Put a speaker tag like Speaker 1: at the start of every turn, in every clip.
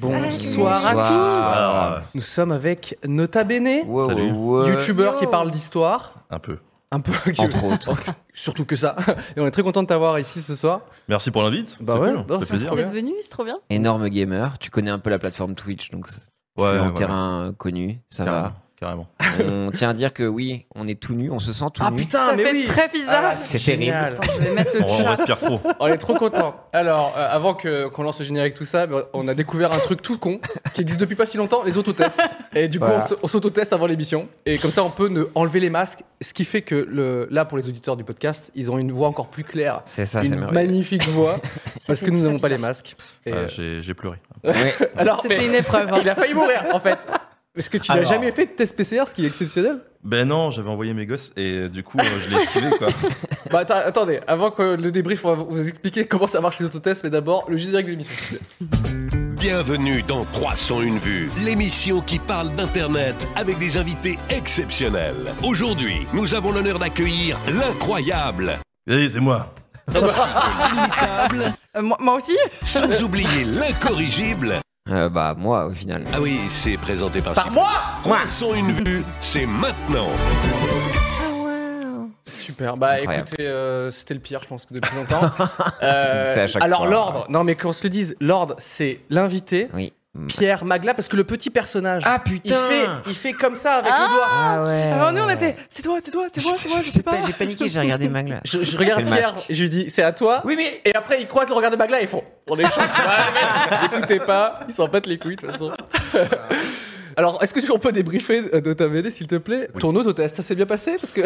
Speaker 1: Bonsoir à
Speaker 2: Ah,
Speaker 3: Bonsoir.
Speaker 1: tous. Nous sommes avec Nota Bene,
Speaker 3: Wow,
Speaker 2: Salut.
Speaker 3: wow, wow.
Speaker 1: youtubeur qui parle d'histoire,
Speaker 2: Un peu.
Speaker 1: un peu Oh,
Speaker 3: Entre autres.
Speaker 1: surtout que ça. Et on est très content de t'avoir ici ce soir.
Speaker 2: Merci pour l'invite.
Speaker 1: Bah
Speaker 2: C'est
Speaker 1: ouais,
Speaker 2: cool, hein.
Speaker 1: non,
Speaker 2: ça
Speaker 1: c'est
Speaker 2: fait plaisir.
Speaker 1: trop
Speaker 2: Ouais,
Speaker 1: bien.
Speaker 4: Vous êtes venu, c'est trop bien.
Speaker 3: Énorme gamer. Tu connais un peu la plateforme Twitch, donc c'est
Speaker 2: voilà.
Speaker 3: en terrain euh, connu. Ça
Speaker 2: carrément. carrément.
Speaker 3: va. On tient à dire que oui, on est tout nu, on se sent tout
Speaker 1: Ah
Speaker 3: nu.
Speaker 1: putain,
Speaker 4: ça
Speaker 1: mais
Speaker 4: fait
Speaker 1: oui
Speaker 4: très bizarre.
Speaker 1: Ah,
Speaker 3: C'est terrible.
Speaker 1: génial.
Speaker 4: Attends, je vais mettre
Speaker 2: On,
Speaker 4: le
Speaker 2: on
Speaker 4: chat.
Speaker 2: respire trop.
Speaker 1: On est trop content. Alors, euh, avant que qu'on lance le générique tout ça, ben, on a découvert un truc tout con qui existe depuis pas si longtemps, les autotests. Et du coup,
Speaker 3: Voilà.
Speaker 1: on se- on s'autoteste avant l'émission. Et comme ça, on peut ne enlever les masques, ce qui fait que le, là, pour les auditeurs du podcast, ils ont une voix encore plus claire,
Speaker 3: C'est ça, c'est
Speaker 1: une
Speaker 3: merveilleux.
Speaker 1: magnifique voix,
Speaker 4: Ça
Speaker 1: parce
Speaker 4: fait
Speaker 1: que nous
Speaker 4: très
Speaker 1: n'avons pas les
Speaker 4: bizarre.
Speaker 1: masques. Et,
Speaker 2: Ah,
Speaker 1: euh,
Speaker 2: J'ai j'ai pleuré.
Speaker 3: Ouais.
Speaker 1: alors,
Speaker 4: C'était
Speaker 1: mais-
Speaker 4: une épreuve. hein.
Speaker 1: il a failli mourir en fait. Parce que tu n'as
Speaker 2: Alors.
Speaker 1: jamais fait de test PCR, ce qui est exceptionnel.
Speaker 2: Ben non, j'avais envoyé mes gosses et euh, du coup, euh, je l'ai esquivé quoi.
Speaker 1: Bah atta- attendez, avant que le débrief, on va vous expliquer comment ça marche les autotests, mais d'abord le générique de l'émission. s'il vous plaît.
Speaker 5: Bienvenue dans 301 vues, l'émission qui parle d'Internet avec des invités exceptionnels. Aujourd'hui, nous avons l'honneur d'accueillir l'incroyable,
Speaker 2: Eh, c'est moi.
Speaker 5: l'inimitable,
Speaker 4: Euh, moi, moi aussi
Speaker 5: sans oublier l'incorrigible.
Speaker 3: Euh, bah, moi, au final.
Speaker 5: Ah oui, c'est présenté par,
Speaker 1: Par moi
Speaker 5: 301 vues, c'est maintenant.
Speaker 1: Super. Bah
Speaker 3: Incroyable.
Speaker 1: écoutez, euh, c'était le pire, je pense, que depuis longtemps. Euh,
Speaker 3: C'est à chaque
Speaker 1: alors
Speaker 3: fois.
Speaker 1: l'ordre, non mais qu'on se le dise, l'ordre, c'est l'invité,
Speaker 3: Oui. Mm.
Speaker 1: Pierre Magla, parce que le petit personnage,
Speaker 3: Ah
Speaker 1: il,
Speaker 3: putain
Speaker 1: fait, il fait comme ça avec
Speaker 4: Ah
Speaker 1: le doigt.
Speaker 3: Ah ouais.
Speaker 4: Avant nous, on était. C'est toi, c'est toi, c'est moi, c'est moi, je sais pas.
Speaker 3: J'ai paniqué, j'ai regardé Magla.
Speaker 1: Je, je regarde
Speaker 3: C'est le
Speaker 1: Pierre,
Speaker 3: masque.
Speaker 1: et je lui dis, c'est à toi.
Speaker 3: Oui, mais.
Speaker 1: Et après, ils croisent le regard de Magla et ils font On est chaud. Ouais, mec, Écoutez pas, ils s'en battent les couilles de toute façon. Alors, est-ce que tu on peut débriefer euh, de ta BD, s'il te plaît
Speaker 2: Oui.
Speaker 1: Ton autotest, ça s'est bien passé Parce que.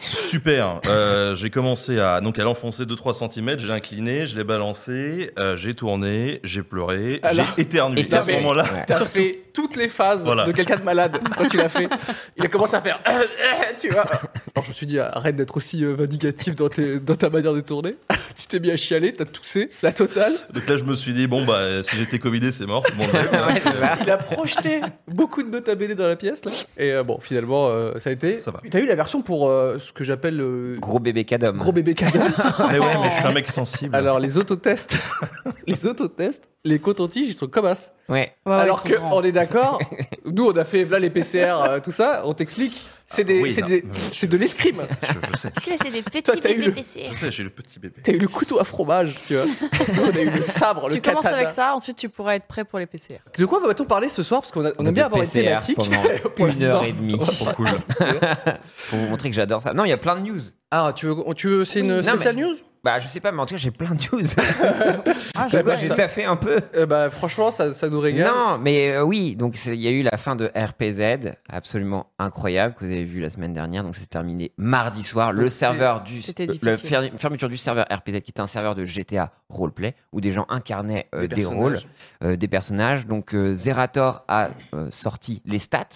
Speaker 2: Super. Euh, j'ai commencé à donc à l'enfoncer 2-3 cm, j'ai incliné, je l'ai balancé, euh, j'ai tourné, j'ai pleuré,
Speaker 1: Alors-
Speaker 2: j'ai éternué.
Speaker 3: Éternué.
Speaker 2: à ce moment-là,
Speaker 3: Ouais.
Speaker 1: T'as fait toutes les phases
Speaker 2: Voilà.
Speaker 1: de quelqu'un de malade quand tu l'as fait. Il a commencé à faire euh, euh, tu vois. Alors je me suis dit arrête d'être aussi euh, vindicatif dans, tes- dans ta manière de tourner. tu t'es mis à chialer, t'as toussé, la totale.
Speaker 2: donc là je me suis dit bon bah euh, si j'étais covidé c'est mort. Bon, bah,
Speaker 3: Ouais, c'est ça.
Speaker 1: Il a projeté beaucoup de notes à BD dans la pièce là. Et euh, bon finalement euh, ça a été.
Speaker 2: Ça va.
Speaker 1: T'as eu la version pour euh, ce que j'appelle euh,
Speaker 3: Gros bébé cadom.
Speaker 1: gros bébé cadeau.
Speaker 2: mais Eh ouais, mais je suis un mec sensible.
Speaker 1: Alors les autotests, les autotests, les cotons-tiges ils sont comme as.
Speaker 3: Ouais.
Speaker 4: Ouais, ouais,
Speaker 1: Alors
Speaker 4: ils sont
Speaker 1: que
Speaker 4: grands.
Speaker 1: on est d'accord, nous on a fait là les PCR, euh, tout ça, on t'explique, c'est
Speaker 3: Ah
Speaker 1: des,
Speaker 2: oui,
Speaker 1: c'est
Speaker 2: non,
Speaker 1: des-
Speaker 2: mais
Speaker 1: c'est de l'escrime.
Speaker 2: Je, je sais,
Speaker 6: Parce que là, c'est des
Speaker 1: Toi,
Speaker 6: petits
Speaker 1: t'as eu le-
Speaker 6: BPPC.
Speaker 2: je sais, j'ai le petit bébé.
Speaker 1: T'as eu le couteau à fromage, tu vois. Nous, on a eu le sabre, le
Speaker 4: Tu commences
Speaker 1: katana.
Speaker 4: avec ça, ensuite tu pourras être prêt pour les PCR.
Speaker 1: De quoi va-t-on parler ce soir Parce qu'on a, on
Speaker 3: De
Speaker 1: aime bien avoir une
Speaker 3: PCR
Speaker 1: thématique.
Speaker 3: pendant
Speaker 1: Pour
Speaker 3: une heure
Speaker 1: l'instant.
Speaker 3: et demie.
Speaker 2: Trop cool.
Speaker 3: Pour vous montrer que j'adore ça. Non, il y a plein de news.
Speaker 1: Ah, tu veux, tu veux- c'est une
Speaker 3: Non,
Speaker 1: spéciale
Speaker 3: mais-
Speaker 1: news
Speaker 3: Bah, je sais pas, mais en tout cas, j'ai plein de news.
Speaker 4: Ah,
Speaker 1: j'adore
Speaker 3: Bah,
Speaker 1: Eh ben, ça.
Speaker 3: J'ai taffé un peu.
Speaker 1: Euh, Bah franchement, ça, ça nous régale.
Speaker 3: Non, mais euh, oui, donc c'est- il y a eu la fin de RPZ, absolument incroyable, que vous avez vu la semaine dernière. Donc c'est terminé mardi soir. Le
Speaker 1: Donc, c'est-
Speaker 3: serveur du.
Speaker 4: c'était
Speaker 3: le
Speaker 4: difficile.
Speaker 3: fer- fermeture du serveur RPZ, qui était un serveur de GTA roleplay, où des gens incarnaient euh, des,
Speaker 1: personnages.
Speaker 3: rôles, euh, des personnages. Donc euh, Zerator a euh, sorti les stats.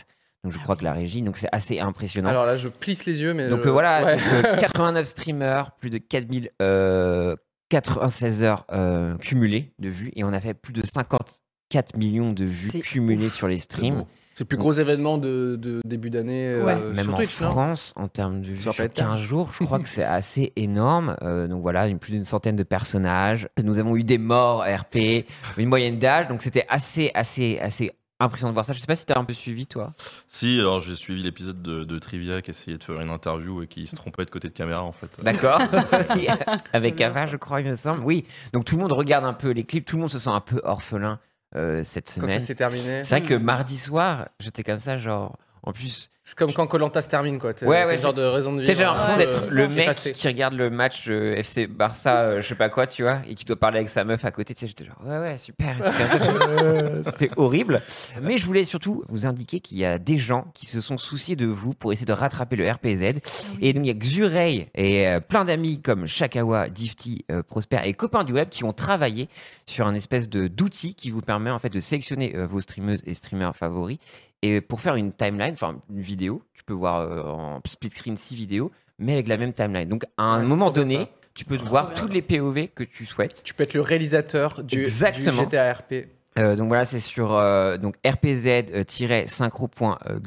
Speaker 3: Donc je crois que la régie, donc c'est assez impressionnant.
Speaker 1: Ah Alors là, je plisse les yeux, mais.
Speaker 3: Donc
Speaker 1: je-
Speaker 3: euh, voilà,
Speaker 1: Ouais.
Speaker 3: donc, euh, 89 streamers, plus de 4000, euh, 96 heures euh, cumulées de vues, et on a fait plus de 54 millions de
Speaker 4: C'est
Speaker 3: vues cumulées sur les streams,
Speaker 1: C'est le plus gros événement de, de début d'année euh,
Speaker 4: Ouais.
Speaker 1: euh,
Speaker 3: même
Speaker 1: sur
Speaker 3: en
Speaker 1: Twitch, non
Speaker 3: France en termes de vues
Speaker 1: Sur hein.
Speaker 3: sur,
Speaker 1: Planet
Speaker 3: 15 jours. Je crois que c'est assez énorme. Euh, donc voilà, une- plus d'une centaine de personnages. Nous avons eu des morts RP, une moyenne d'âge, donc c'était assez, assez, assez impressionnant de voir ça. Je sais pas si t'as un peu suivi toi.
Speaker 2: Si, alors j'ai suivi l'épisode de, de Trivia qui essayait de faire une interview et qui se trompait de côté de caméra en fait.
Speaker 3: D'accord. Avec Ava, je crois, il me semble. Oui. Donc tout le monde regarde un peu les clips, tout le monde se sent un peu orphelin euh, cette
Speaker 1: Quand ça
Speaker 3: semaine.
Speaker 1: s'est terminé.
Speaker 3: C'est vrai que mardi soir, j'étais comme ça, genre, en plus,
Speaker 1: C'est comme quand Colanta se termine, quoi. T'es-
Speaker 3: Ouais,
Speaker 1: t'as
Speaker 3: ouais,
Speaker 1: ce genre de raison de
Speaker 3: Tu
Speaker 1: vivre.
Speaker 3: sais, j'ai l'impression
Speaker 1: un peu,
Speaker 3: d'être
Speaker 1: euh,
Speaker 3: le mec
Speaker 1: effacée.
Speaker 3: qui regarde le match euh, FC Barça, euh, je sais pas quoi, tu vois, et qui doit parler avec sa meuf à côté. Tu sais, j'étais genre, ouais, ouais, super. et tout comme ça. C'était horrible. Mais je voulais surtout vous indiquer qu'il y a des gens qui se sont souciés de vous pour essayer de rattraper le
Speaker 1: Ah
Speaker 3: RPZ. Et donc, il y a Xurey et euh, plein d'amis comme Shakawa, Difty, euh, Prosper et copains du web qui ont travaillé sur un espèce de d'outil qui vous permet en fait de sélectionner euh, vos streameuses et streamers favoris. Et pour faire une timeline, enfin une vidéo, tu peux voir euh, en split screen six vidéos, mais avec la même timeline. Donc à un
Speaker 1: Ouais, Ah, c'est
Speaker 3: moment
Speaker 1: trop bien,
Speaker 3: donné,
Speaker 1: ça. Ah,
Speaker 3: tu peux voir tous les POV que tu souhaites.
Speaker 1: Tu peux être le réalisateur du, du
Speaker 3: Exactement.
Speaker 1: GTA RP.
Speaker 3: Euh, donc voilà, c'est sur euh, donc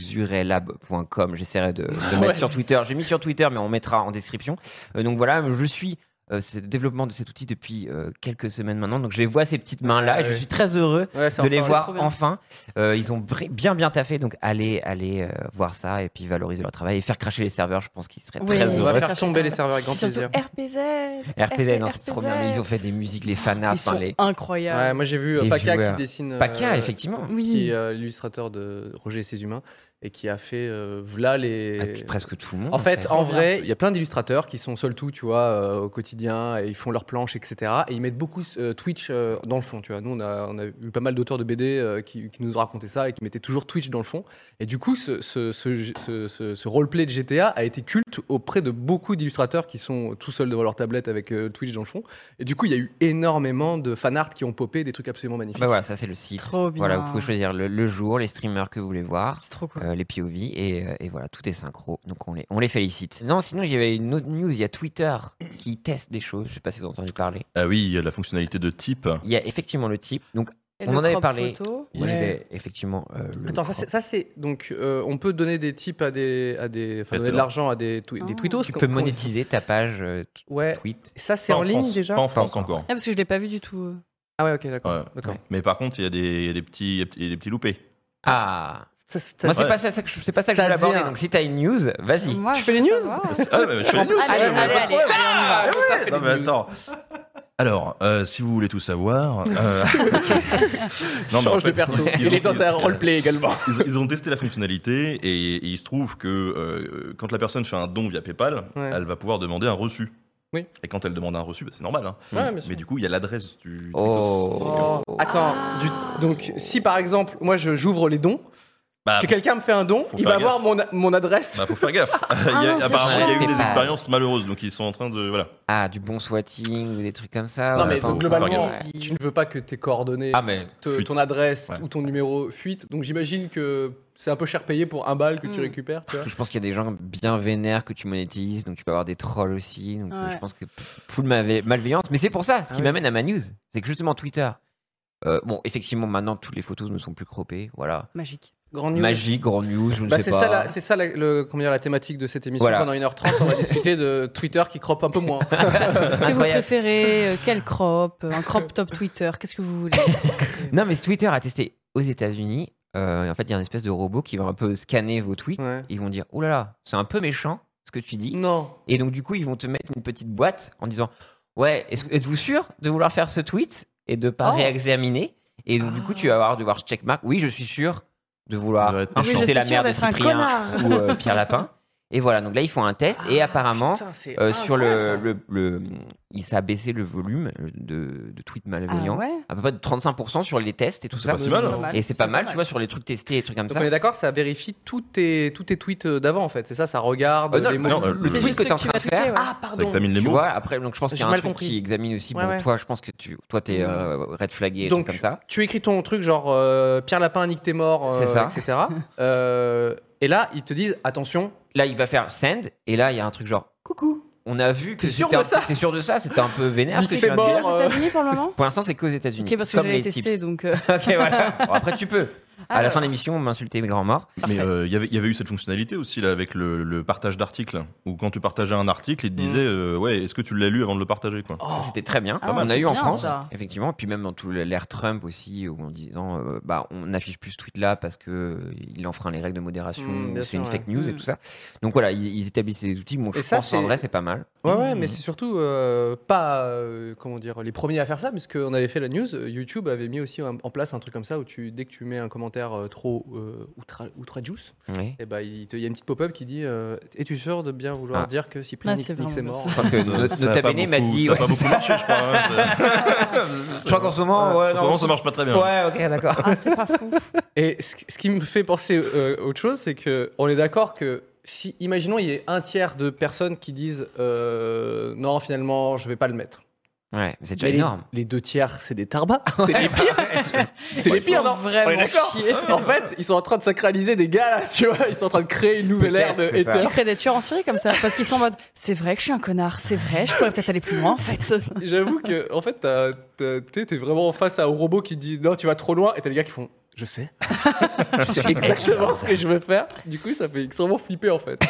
Speaker 3: rpz-synchro.xurelab.com. J'essaierai de, de
Speaker 1: Ouais.
Speaker 3: mettre sur Twitter. J'ai mis sur Twitter, mais on mettra en description. Euh, donc voilà, je suis euh, c'est le développement de cet outil depuis euh, quelques semaines maintenant. Donc je les vois ces petites mains là, et je
Speaker 1: Ah, Ouais.
Speaker 3: suis très heureux
Speaker 1: Ouais, c'est
Speaker 3: de les
Speaker 1: encore-
Speaker 4: trop
Speaker 3: voir
Speaker 4: bien.
Speaker 3: enfin. Euh, ils ont bri- bien bien taffé, donc allez allez euh, voir ça et puis valoriser leur travail et faire cracher les serveurs. Je pense qu'ils seraient
Speaker 4: Oui.
Speaker 3: très
Speaker 1: On va
Speaker 3: heureux.
Speaker 1: faire tomber les serveurs avec grand
Speaker 4: Surtout
Speaker 1: plaisir.
Speaker 4: RPZ.
Speaker 3: RPZ, non, c'est trop bien. Mais ils ont fait des musiques, les fanarts,
Speaker 4: Ils
Speaker 3: enfin,
Speaker 4: sont
Speaker 3: les
Speaker 1: Ouais,
Speaker 4: incroyables.
Speaker 1: moi j'ai vu euh,
Speaker 3: Les
Speaker 1: Paca
Speaker 3: viewers.
Speaker 1: qui dessine. euh,
Speaker 3: Paca, effectivement.
Speaker 4: Oui.
Speaker 1: Qui est euh, l'illustrateur de Roger et ses humains et qui a fait euh, V'là les.
Speaker 3: Ah, tu- presque tout le monde.
Speaker 1: En fait,
Speaker 4: Trop
Speaker 1: en
Speaker 4: bien.
Speaker 1: vrai, il y a plein d'illustrateurs qui sont seuls tout, tu vois, euh, au quotidien, et ils font leurs planches, etc. Et ils mettent beaucoup euh, Twitch euh, dans le fond, tu vois. Nous, on a, on a eu pas mal d'auteurs de BD euh, qui, qui nous ont raconté ça et qui mettaient toujours Twitch dans le fond. Et du coup, ce, ce, ce- ce- ce- ce roleplay de GTA a été culte auprès de beaucoup d'illustrateurs qui sont tout seuls devant leur tablette avec euh, Twitch dans le fond. Et du coup, il y a eu énormément de fanarts qui ont popé des trucs absolument magnifiques.
Speaker 3: Bah voilà, ça c'est le site.
Speaker 4: Trop bien.
Speaker 3: Voilà, vous pouvez choisir le, le jour, les streamers que vous voulez voir,
Speaker 4: C'est trop cool.
Speaker 3: euh, les POV et, euh, et voilà, tout est synchro. Donc on les, on les félicite. Non, sinon il y avait une autre news, il y a Twitter qui teste des choses, je sais pas si vous avez entendu parler.
Speaker 2: Ah oui, il y a la fonctionnalité de type.
Speaker 3: Il y a effectivement le type, donc
Speaker 4: Et
Speaker 3: on
Speaker 4: le
Speaker 3: en avait
Speaker 4: crop
Speaker 3: parlé.
Speaker 4: photo.
Speaker 3: il y
Speaker 1: Ouais.
Speaker 3: avait effectivement euh, le
Speaker 1: Attends, ça
Speaker 3: crop.
Speaker 1: c'est, ça, c'est- donc euh, on peut donner des tips à des à des enfin
Speaker 2: Faites-le.
Speaker 1: donner de l'argent à des twi- des
Speaker 4: Ah.
Speaker 1: twittos.
Speaker 3: Bah, tu
Speaker 1: qu'on-
Speaker 3: peux
Speaker 1: qu'on-
Speaker 3: monétiser ta page euh, t-
Speaker 1: Ouais.
Speaker 3: tweet.
Speaker 1: Ça c'est
Speaker 2: Pas
Speaker 1: en, ligne
Speaker 2: France.
Speaker 1: déjà.
Speaker 2: Pas en France
Speaker 3: Pas encore.
Speaker 2: encore.
Speaker 4: Ah, parce que je l'ai pas vu du tout. euh.
Speaker 1: Ah ouais, ok, d'accord.
Speaker 2: Ouais.
Speaker 1: D'accord.
Speaker 3: Ouais.
Speaker 2: Mais par contre, il y a des, il y a des petits, il y a des petits loupés.
Speaker 3: Ah,
Speaker 1: Ça- ça-
Speaker 3: moi c'est
Speaker 2: Ouais.
Speaker 3: pas ça, ça que je- c'est pas ça que je voulais
Speaker 1: C'est-à-dire-
Speaker 3: aborder. Donc si t'as une news, vas-y.
Speaker 4: Moi,
Speaker 1: Tu
Speaker 4: je
Speaker 1: fais les
Speaker 4: veux
Speaker 1: news
Speaker 4: savoir.
Speaker 2: Ah, mais je fais les
Speaker 4: Allez,
Speaker 2: news, c'est vrai,
Speaker 4: allez,
Speaker 2: mais-
Speaker 4: allez, allez, on y va.
Speaker 1: Ah, tout à fait,
Speaker 2: Non,
Speaker 1: les
Speaker 2: mais
Speaker 1: news.
Speaker 2: attends. Alors, euh, si vous voulez tout savoir, euh, non, mais en
Speaker 1: Change de
Speaker 2: fait,
Speaker 1: perso.
Speaker 2: ils
Speaker 1: Il
Speaker 2: ont- euh,
Speaker 1: est dans
Speaker 2: ils-
Speaker 1: un roleplay également.
Speaker 2: Ils, ils ont testé la fonctionnalité et, et il se trouve que euh, quand la personne fait un don via PayPal,
Speaker 1: Ouais.
Speaker 2: elle va pouvoir demander un reçu.
Speaker 1: Oui.
Speaker 2: Et quand elle demande un reçu, bah, c'est normal. hein.
Speaker 1: Ouais, bien sûr.
Speaker 2: Mais du coup, il y a l'adresse du.
Speaker 3: Oh.
Speaker 1: Oh. Attends, du- donc si par exemple, moi je j'ouvre les dons,
Speaker 2: Bah,
Speaker 1: que quelqu'un me fait un don,
Speaker 2: Faut
Speaker 1: il
Speaker 2: faire
Speaker 1: va voir mon, mon adresse.
Speaker 2: bah, faut faire gaffe.
Speaker 1: Ah
Speaker 2: Il y a-
Speaker 4: non, c'est
Speaker 2: apparemment, il y a eu
Speaker 3: chiant.
Speaker 2: des expériences malheureuses, donc ils sont en train de. Voilà.
Speaker 3: Ah, du bon swatting ou des trucs comme ça.
Speaker 1: non
Speaker 3: ouais,
Speaker 1: mais
Speaker 3: enfin,
Speaker 1: donc,
Speaker 2: Ah, faut faire
Speaker 1: globalement,
Speaker 2: gaffe.
Speaker 1: tu ne veux pas que tes coordonnées,
Speaker 3: Ah mais
Speaker 1: te-
Speaker 2: fuite.
Speaker 1: ton adresse
Speaker 2: Ouais.
Speaker 1: ou ton numéro fuite. Donc j'imagine que c'est un peu cher payé pour un bal que
Speaker 3: Hmm.
Speaker 1: tu
Speaker 4: Mm.
Speaker 1: récupères. Tu vois.
Speaker 3: Je pense qu'il y a des gens bien vénères que tu monétises, donc tu peux avoir des trolls aussi. Donc euh,
Speaker 4: Ouais.
Speaker 3: je pense que pff, full malve- malveillance. Mais c'est pour ça, ce qui
Speaker 1: Ah oui.
Speaker 3: m'amène à ma news, c'est que justement Twitter. euh, bon, effectivement, maintenant toutes les photos ne sont plus croppées. Voilà.
Speaker 4: Magique.
Speaker 1: Grande news.
Speaker 3: Magique, grand news, je ne
Speaker 1: Bah,
Speaker 3: sais
Speaker 1: c'est
Speaker 3: pas.
Speaker 1: ça, la, c'est ça la, le, comment dire, la thématique de cette émission.
Speaker 3: Voilà.
Speaker 1: Pendant 1h30, on va discuter de Twitter qui croppe un peu moins.
Speaker 4: Est-ce que vous
Speaker 3: Incroyable.
Speaker 4: préférez euh, quel crop euh, Un crop top Twitter Qu'est-ce que vous voulez
Speaker 3: Non, mais Twitter a testé aux États-Unis. euh, en fait, il y a une espèce de robot qui va un peu scanner vos tweets.
Speaker 1: Ouais.
Speaker 3: Ils vont dire, oh là là, c'est un peu méchant ce que tu dis.
Speaker 4: Mm.
Speaker 1: non.
Speaker 3: Et donc, du coup, ils vont te mettre une petite boîte en disant Ouais, est-ce- êtes-vous sûr de vouloir faire ce tweet et de pas
Speaker 1: Oh.
Speaker 3: réexaminer Et donc, du coup, tu vas avoir devoir checkmark. Oui, je suis sûr de vouloir
Speaker 2: Je vais être
Speaker 4: Ah Oui, je
Speaker 3: insulter
Speaker 4: suis
Speaker 3: la
Speaker 4: sûre
Speaker 3: mère de
Speaker 4: d'être un
Speaker 3: Cyprien
Speaker 4: connard. Ah,
Speaker 3: ou euh, Pierre Lapin. Et voilà, donc là, ils font un test et apparemment.
Speaker 1: Putain, c'est
Speaker 3: euh, sur le,
Speaker 1: incroyable,
Speaker 3: le, le- il s'est abaissé le volume de, de tweets
Speaker 4: Ah
Speaker 3: malveillants
Speaker 4: ouais
Speaker 3: à peu près de 35% sur les tests et tout
Speaker 2: C'est
Speaker 3: ça
Speaker 2: pas si mal.
Speaker 3: et c'est pas mal, tu vois sur les trucs testés et trucs comme
Speaker 1: ça.
Speaker 3: ça
Speaker 1: Donc on est d'accord, ça vérifie tous tes, tous tes tweets euh, d'avant en fait. C'est ça, ça regarde
Speaker 3: Euh, non,
Speaker 1: les mots.
Speaker 2: non, euh,
Speaker 3: le
Speaker 2: C'est
Speaker 3: tweet
Speaker 4: juste
Speaker 3: que t'es en
Speaker 4: ce que
Speaker 3: train de
Speaker 4: tu vas tweeter,
Speaker 3: faire
Speaker 4: ouais.
Speaker 1: Ah,
Speaker 2: Ça
Speaker 1: pardon.
Speaker 2: examine les
Speaker 3: tu
Speaker 2: mots.
Speaker 3: vois, après, donc je pense qu'il y a
Speaker 1: J'ai
Speaker 3: un
Speaker 1: mal
Speaker 3: truc
Speaker 1: compris.
Speaker 3: qui examine aussi.
Speaker 1: Ouais,
Speaker 3: bon,
Speaker 1: ouais. Mm.
Speaker 3: toi, je pense que tu, toi, t'es euh, red flagué et
Speaker 1: Donc,
Speaker 3: tout comme ça.
Speaker 1: Tu écris ton truc genre euh, Pierre Lapin, nique tes morts, euh,
Speaker 3: C'est ça.
Speaker 1: etc. Euh, et là, ils te disent attention.
Speaker 3: Là, il va faire send, et là, il y a un truc genre coucou. On a vu que
Speaker 1: T'es sûr
Speaker 3: c'était
Speaker 1: de
Speaker 3: un-
Speaker 1: ça
Speaker 3: T'es sûr de ça C'était un peu vénère.
Speaker 1: Il
Speaker 3: ce que
Speaker 1: s'est
Speaker 3: tu viens de dire.
Speaker 1: mort,
Speaker 4: Aux
Speaker 1: euh,
Speaker 4: États-Unis pour le moment
Speaker 3: Pour l'instant, c'est qu'aux États-Unis.
Speaker 4: Ok, parce que
Speaker 3: comme
Speaker 4: j'allais
Speaker 3: les
Speaker 4: tester,
Speaker 3: tips.
Speaker 4: donc. euh,
Speaker 3: ok, voilà. Bon, après, tu peux. À la
Speaker 4: alors.
Speaker 3: fin de l'émission, m'insulter mes grands morts.
Speaker 2: Mais euh, il y avait- il y avait eu cette fonctionnalité aussi là avec le, le partage d'articles. Où quand tu partageais un article, il te
Speaker 1: Mm.
Speaker 2: disait euh, ouais, est-ce que tu l'as lu avant de le partager quoi.
Speaker 3: Ça, c'était très bien.
Speaker 4: Ah,
Speaker 3: on a
Speaker 4: c'est
Speaker 3: eu en
Speaker 4: bien,
Speaker 3: France,
Speaker 4: ça.
Speaker 3: effectivement, puis même dans tout l'ère Trump aussi, où en disant, euh, bah, on affiche plus ce tweet-là parce que euh, il enfreint les règles de modération,
Speaker 1: Mm, bien
Speaker 3: c'est
Speaker 1: sûr,
Speaker 3: une
Speaker 1: ouais.
Speaker 3: fake news et
Speaker 4: Mm.
Speaker 3: tout ça. Donc voilà, ils, ils établissent des outils. Bon,
Speaker 1: Et
Speaker 3: je
Speaker 1: ça,
Speaker 3: pense en
Speaker 1: c'est-
Speaker 3: vrai, c'est pas mal.
Speaker 1: Ouais, ouais,
Speaker 3: Hmm.
Speaker 1: mais c'est surtout euh, pas euh, comment dire les premiers à faire ça, parce qu'on avait fait la news. euh, YouTube avait mis aussi en en place un truc comme ça où tu, dès que tu mets un commentaires euh, trop euh, outra, outrageous,
Speaker 3: Oui.
Speaker 1: et bah, il, te- il y a une petite pop-up qui dit euh, Es-tu sûr de bien vouloir
Speaker 3: Ah.
Speaker 1: dire que Cyprien
Speaker 4: Ah, c'est
Speaker 1: Nick-
Speaker 4: vraiment
Speaker 1: Nick, c'est
Speaker 4: bien ça.
Speaker 1: mort
Speaker 3: Je crois que
Speaker 2: Ça-
Speaker 3: Nota
Speaker 2: ça a pas
Speaker 3: Bene m'a
Speaker 2: beaucoup-
Speaker 3: dit.
Speaker 2: Ça a
Speaker 3: ouais,
Speaker 2: pas
Speaker 3: c'est
Speaker 2: beaucoup
Speaker 3: ça.
Speaker 2: marché, je crois. hein.
Speaker 3: Je crois qu'en ce moment, ouais,
Speaker 2: En ce
Speaker 3: non,
Speaker 2: moment, ça marche pas très bien.
Speaker 3: Ouais, ok, d'accord.
Speaker 4: Ah, c'est pas fou.
Speaker 1: Et ce, ce qui me fait penser euh, autre chose, c'est que on est d'accord que si, imaginons, il y ait un tiers de personnes qui disent euh, non, finalement, je vais pas le mettre.
Speaker 3: Ouais, mais c'est déjà
Speaker 1: Mais les-
Speaker 3: énorme.
Speaker 1: Les, deux tiers, c'est des tarbas. C'est les pires. c'est les pires, non On est
Speaker 4: Vraiment
Speaker 1: d'accord.
Speaker 4: chier.
Speaker 1: En fait, ils sont en train de sacraliser des gars, là, tu vois. Ils sont en train de créer une nouvelle ère
Speaker 3: Peut-être,
Speaker 1: de
Speaker 3: c'est ça.
Speaker 4: Tu
Speaker 1: haters.
Speaker 4: crées des tueurs en série comme ça parce qu'ils sont en mode c'est vrai que je suis un connard, c'est vrai, je pourrais peut-être aller plus loin en fait.
Speaker 1: J'avoue que, en fait, t'as- t'as- t'es t'es vraiment face à un robot qui dit non, tu vas trop loin, et t'as les gars qui font je sais. je sais exactement ce que je veux faire. Du coup, ça fait extrêmement flipper, en fait.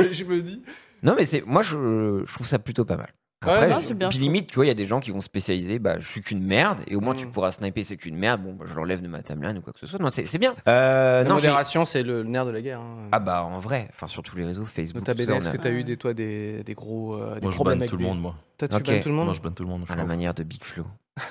Speaker 1: Et je me dis.
Speaker 3: Non, mais c'est moi, je, je trouve ça plutôt pas mal.
Speaker 1: Ouais,
Speaker 3: Après,
Speaker 4: non,
Speaker 3: je-
Speaker 4: c'est bien,
Speaker 3: puis
Speaker 4: je trouve.
Speaker 3: limite, tu vois, il y a des gens qui vont spécialiser, bah, je suis qu'une merde, et au moins tu
Speaker 1: Mm.
Speaker 3: pourras sniper, c'est qu'une merde, bon, bah, je l'enlève de ma timeline ou quoi que ce soit. Non, c'est c'est bien. Euh,
Speaker 1: La
Speaker 3: non, j'ai-
Speaker 1: modération, c'est le nerf de la guerre. Hein.
Speaker 3: ah bah, en vrai, enfin, sur tous les réseaux, Facebook,
Speaker 1: Nota
Speaker 3: tout
Speaker 1: Bene,
Speaker 3: ça, on
Speaker 1: est-ce
Speaker 3: a-
Speaker 1: que t'as eu des, toi des, des gros euh, des
Speaker 2: Moi, je
Speaker 1: problèmes
Speaker 2: banne
Speaker 1: avec
Speaker 2: tout le
Speaker 1: des-
Speaker 2: monde, moi.
Speaker 1: Toi, tu
Speaker 3: Ok.
Speaker 1: bannes tout le monde Ah,
Speaker 2: Moi, je banne tout le monde. je
Speaker 3: à
Speaker 2: m'en
Speaker 3: la
Speaker 2: fous.
Speaker 3: manière de Big Flo.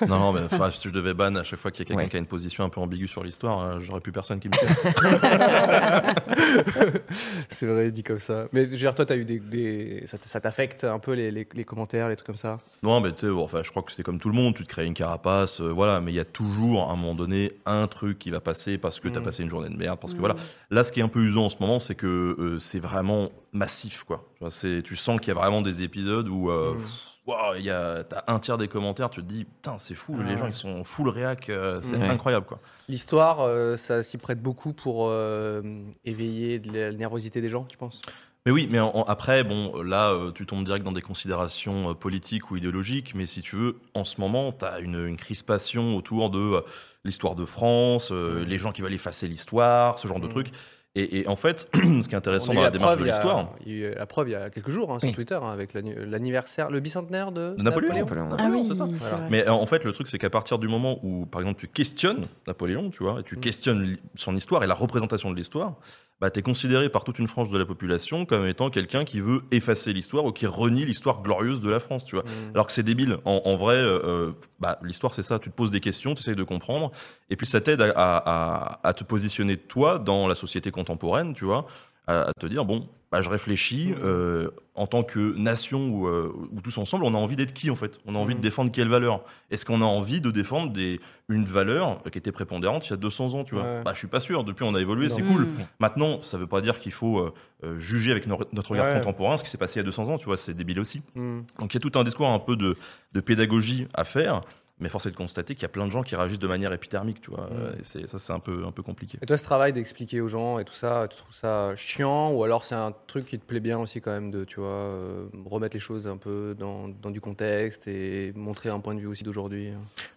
Speaker 2: Non, non, mais enfin, si je devais ban à chaque fois qu'il y a quelqu'un
Speaker 3: Ouais.
Speaker 2: qui a une position un peu ambiguë sur l'histoire, euh, j'aurais plus personne qui me tient.
Speaker 1: C'est vrai, dit comme ça. Mais je veux dire, toi, t'as eu des, des- ça t- ça t'affecte un peu les, les- les commentaires, les trucs comme ça.
Speaker 2: Non, mais tu sais, bon, enfin, je crois que c'est comme tout le monde, tu te crées une carapace, euh, voilà, mais il y a toujours, à un moment donné, un truc qui va passer parce que t'as
Speaker 1: Mm.
Speaker 2: passé une journée de merde, parce que
Speaker 4: Mm.
Speaker 2: voilà. Là, ce qui est un peu usant en ce moment, c'est que euh, c'est vraiment massif, quoi. Tu, vois, c'est- tu sens qu'il y a vraiment des épisodes où, euh,
Speaker 1: Mm.
Speaker 2: pff, waouh, il y a, t'as un tiers des commentaires, tu te dis, putain, c'est fou,
Speaker 1: Ah
Speaker 2: les gens,
Speaker 1: ouais.
Speaker 2: ils sont full réac, euh, c'est
Speaker 3: Ouais.
Speaker 2: incroyable, quoi.
Speaker 1: L'histoire, euh, ça s'y prête beaucoup pour euh, éveiller de la nervosité des gens, tu penses
Speaker 2: Mais oui, mais en- en- après, bon, là, euh, tu tombes direct dans des considérations euh, politiques ou idéologiques, mais si tu veux, en ce moment, tu as une, une crispation autour de euh, l'histoire de France, euh,
Speaker 1: Mm.
Speaker 2: les gens qui veulent effacer l'histoire, ce genre de
Speaker 1: Mm.
Speaker 2: trucs. Et, et en fait, ce qui est intéressant
Speaker 1: On a
Speaker 2: dans
Speaker 1: eu
Speaker 2: la démarche
Speaker 1: preuve
Speaker 2: de
Speaker 1: il y a-
Speaker 2: l'histoire,
Speaker 1: il y a eu La preuve, il y a quelques jours, hein, sur
Speaker 3: Oui.
Speaker 1: Twitter, hein, avec l'anni- l'anniversaire, le bicentenaire de,
Speaker 2: De Napoléon.
Speaker 3: Napoléon, ouais.
Speaker 4: Ah oui,
Speaker 2: c'est
Speaker 4: c'est
Speaker 2: ça.
Speaker 1: Voilà.
Speaker 4: vrai.
Speaker 2: Mais euh, en fait, le truc, c'est qu'à partir du moment où, par exemple, tu questionnes Napoléon, tu vois, et tu
Speaker 1: Mm.
Speaker 2: questionnes li- son histoire et la représentation de l'histoire, bah, tu es considéré par toute une frange de la population comme étant quelqu'un qui veut effacer l'histoire ou qui renie l'histoire glorieuse de la France, tu vois.
Speaker 1: Mm.
Speaker 2: Alors que c'est débile. En, en vrai, euh, bah, l'histoire, c'est ça. Tu te poses des questions, tu essayes de comprendre. Et puis, ça t'aide à, à- à- à te positionner, toi, dans la société contemporaine, tu vois. À, à te dire, bon, bah, je réfléchis.
Speaker 1: Mhm.
Speaker 2: euh, en tant que nation ou, euh, ou tous ensemble, on a envie d'être qui, en fait On a envie de
Speaker 1: Mhm.
Speaker 2: défendre quelle valeur Est-ce qu'on a envie de défendre des, une valeur qui était prépondérante il y a 200 ans, tu vois
Speaker 1: Ouais.
Speaker 2: bah, Je suis pas sûr. Depuis, on a évolué,
Speaker 1: Non.
Speaker 2: c'est
Speaker 4: Mm.
Speaker 2: cool. Maintenant, ça veut pas dire qu'il faut euh, euh, juger avec no- notre regard
Speaker 1: Ouais.
Speaker 2: contemporain ce qui s'est passé il y a 200 ans, tu vois. C'est débile aussi.
Speaker 1: Mm.
Speaker 2: Donc il y a tout un discours un peu de, de pédagogie à faire, mais force est de constater qu'il y a plein de gens qui réagissent de manière épidermique, tu vois.
Speaker 1: Mm.
Speaker 2: Euh, et c'est- ça, c'est un peu, un peu compliqué.
Speaker 1: Et toi, ce travail d'expliquer aux gens et tout ça, tu trouves ça chiant ou alors c'est un truc qui te plaît bien aussi quand même de, tu vois, euh, remettre les choses un peu dans, dans du contexte et montrer un point de vue aussi d'aujourd'hui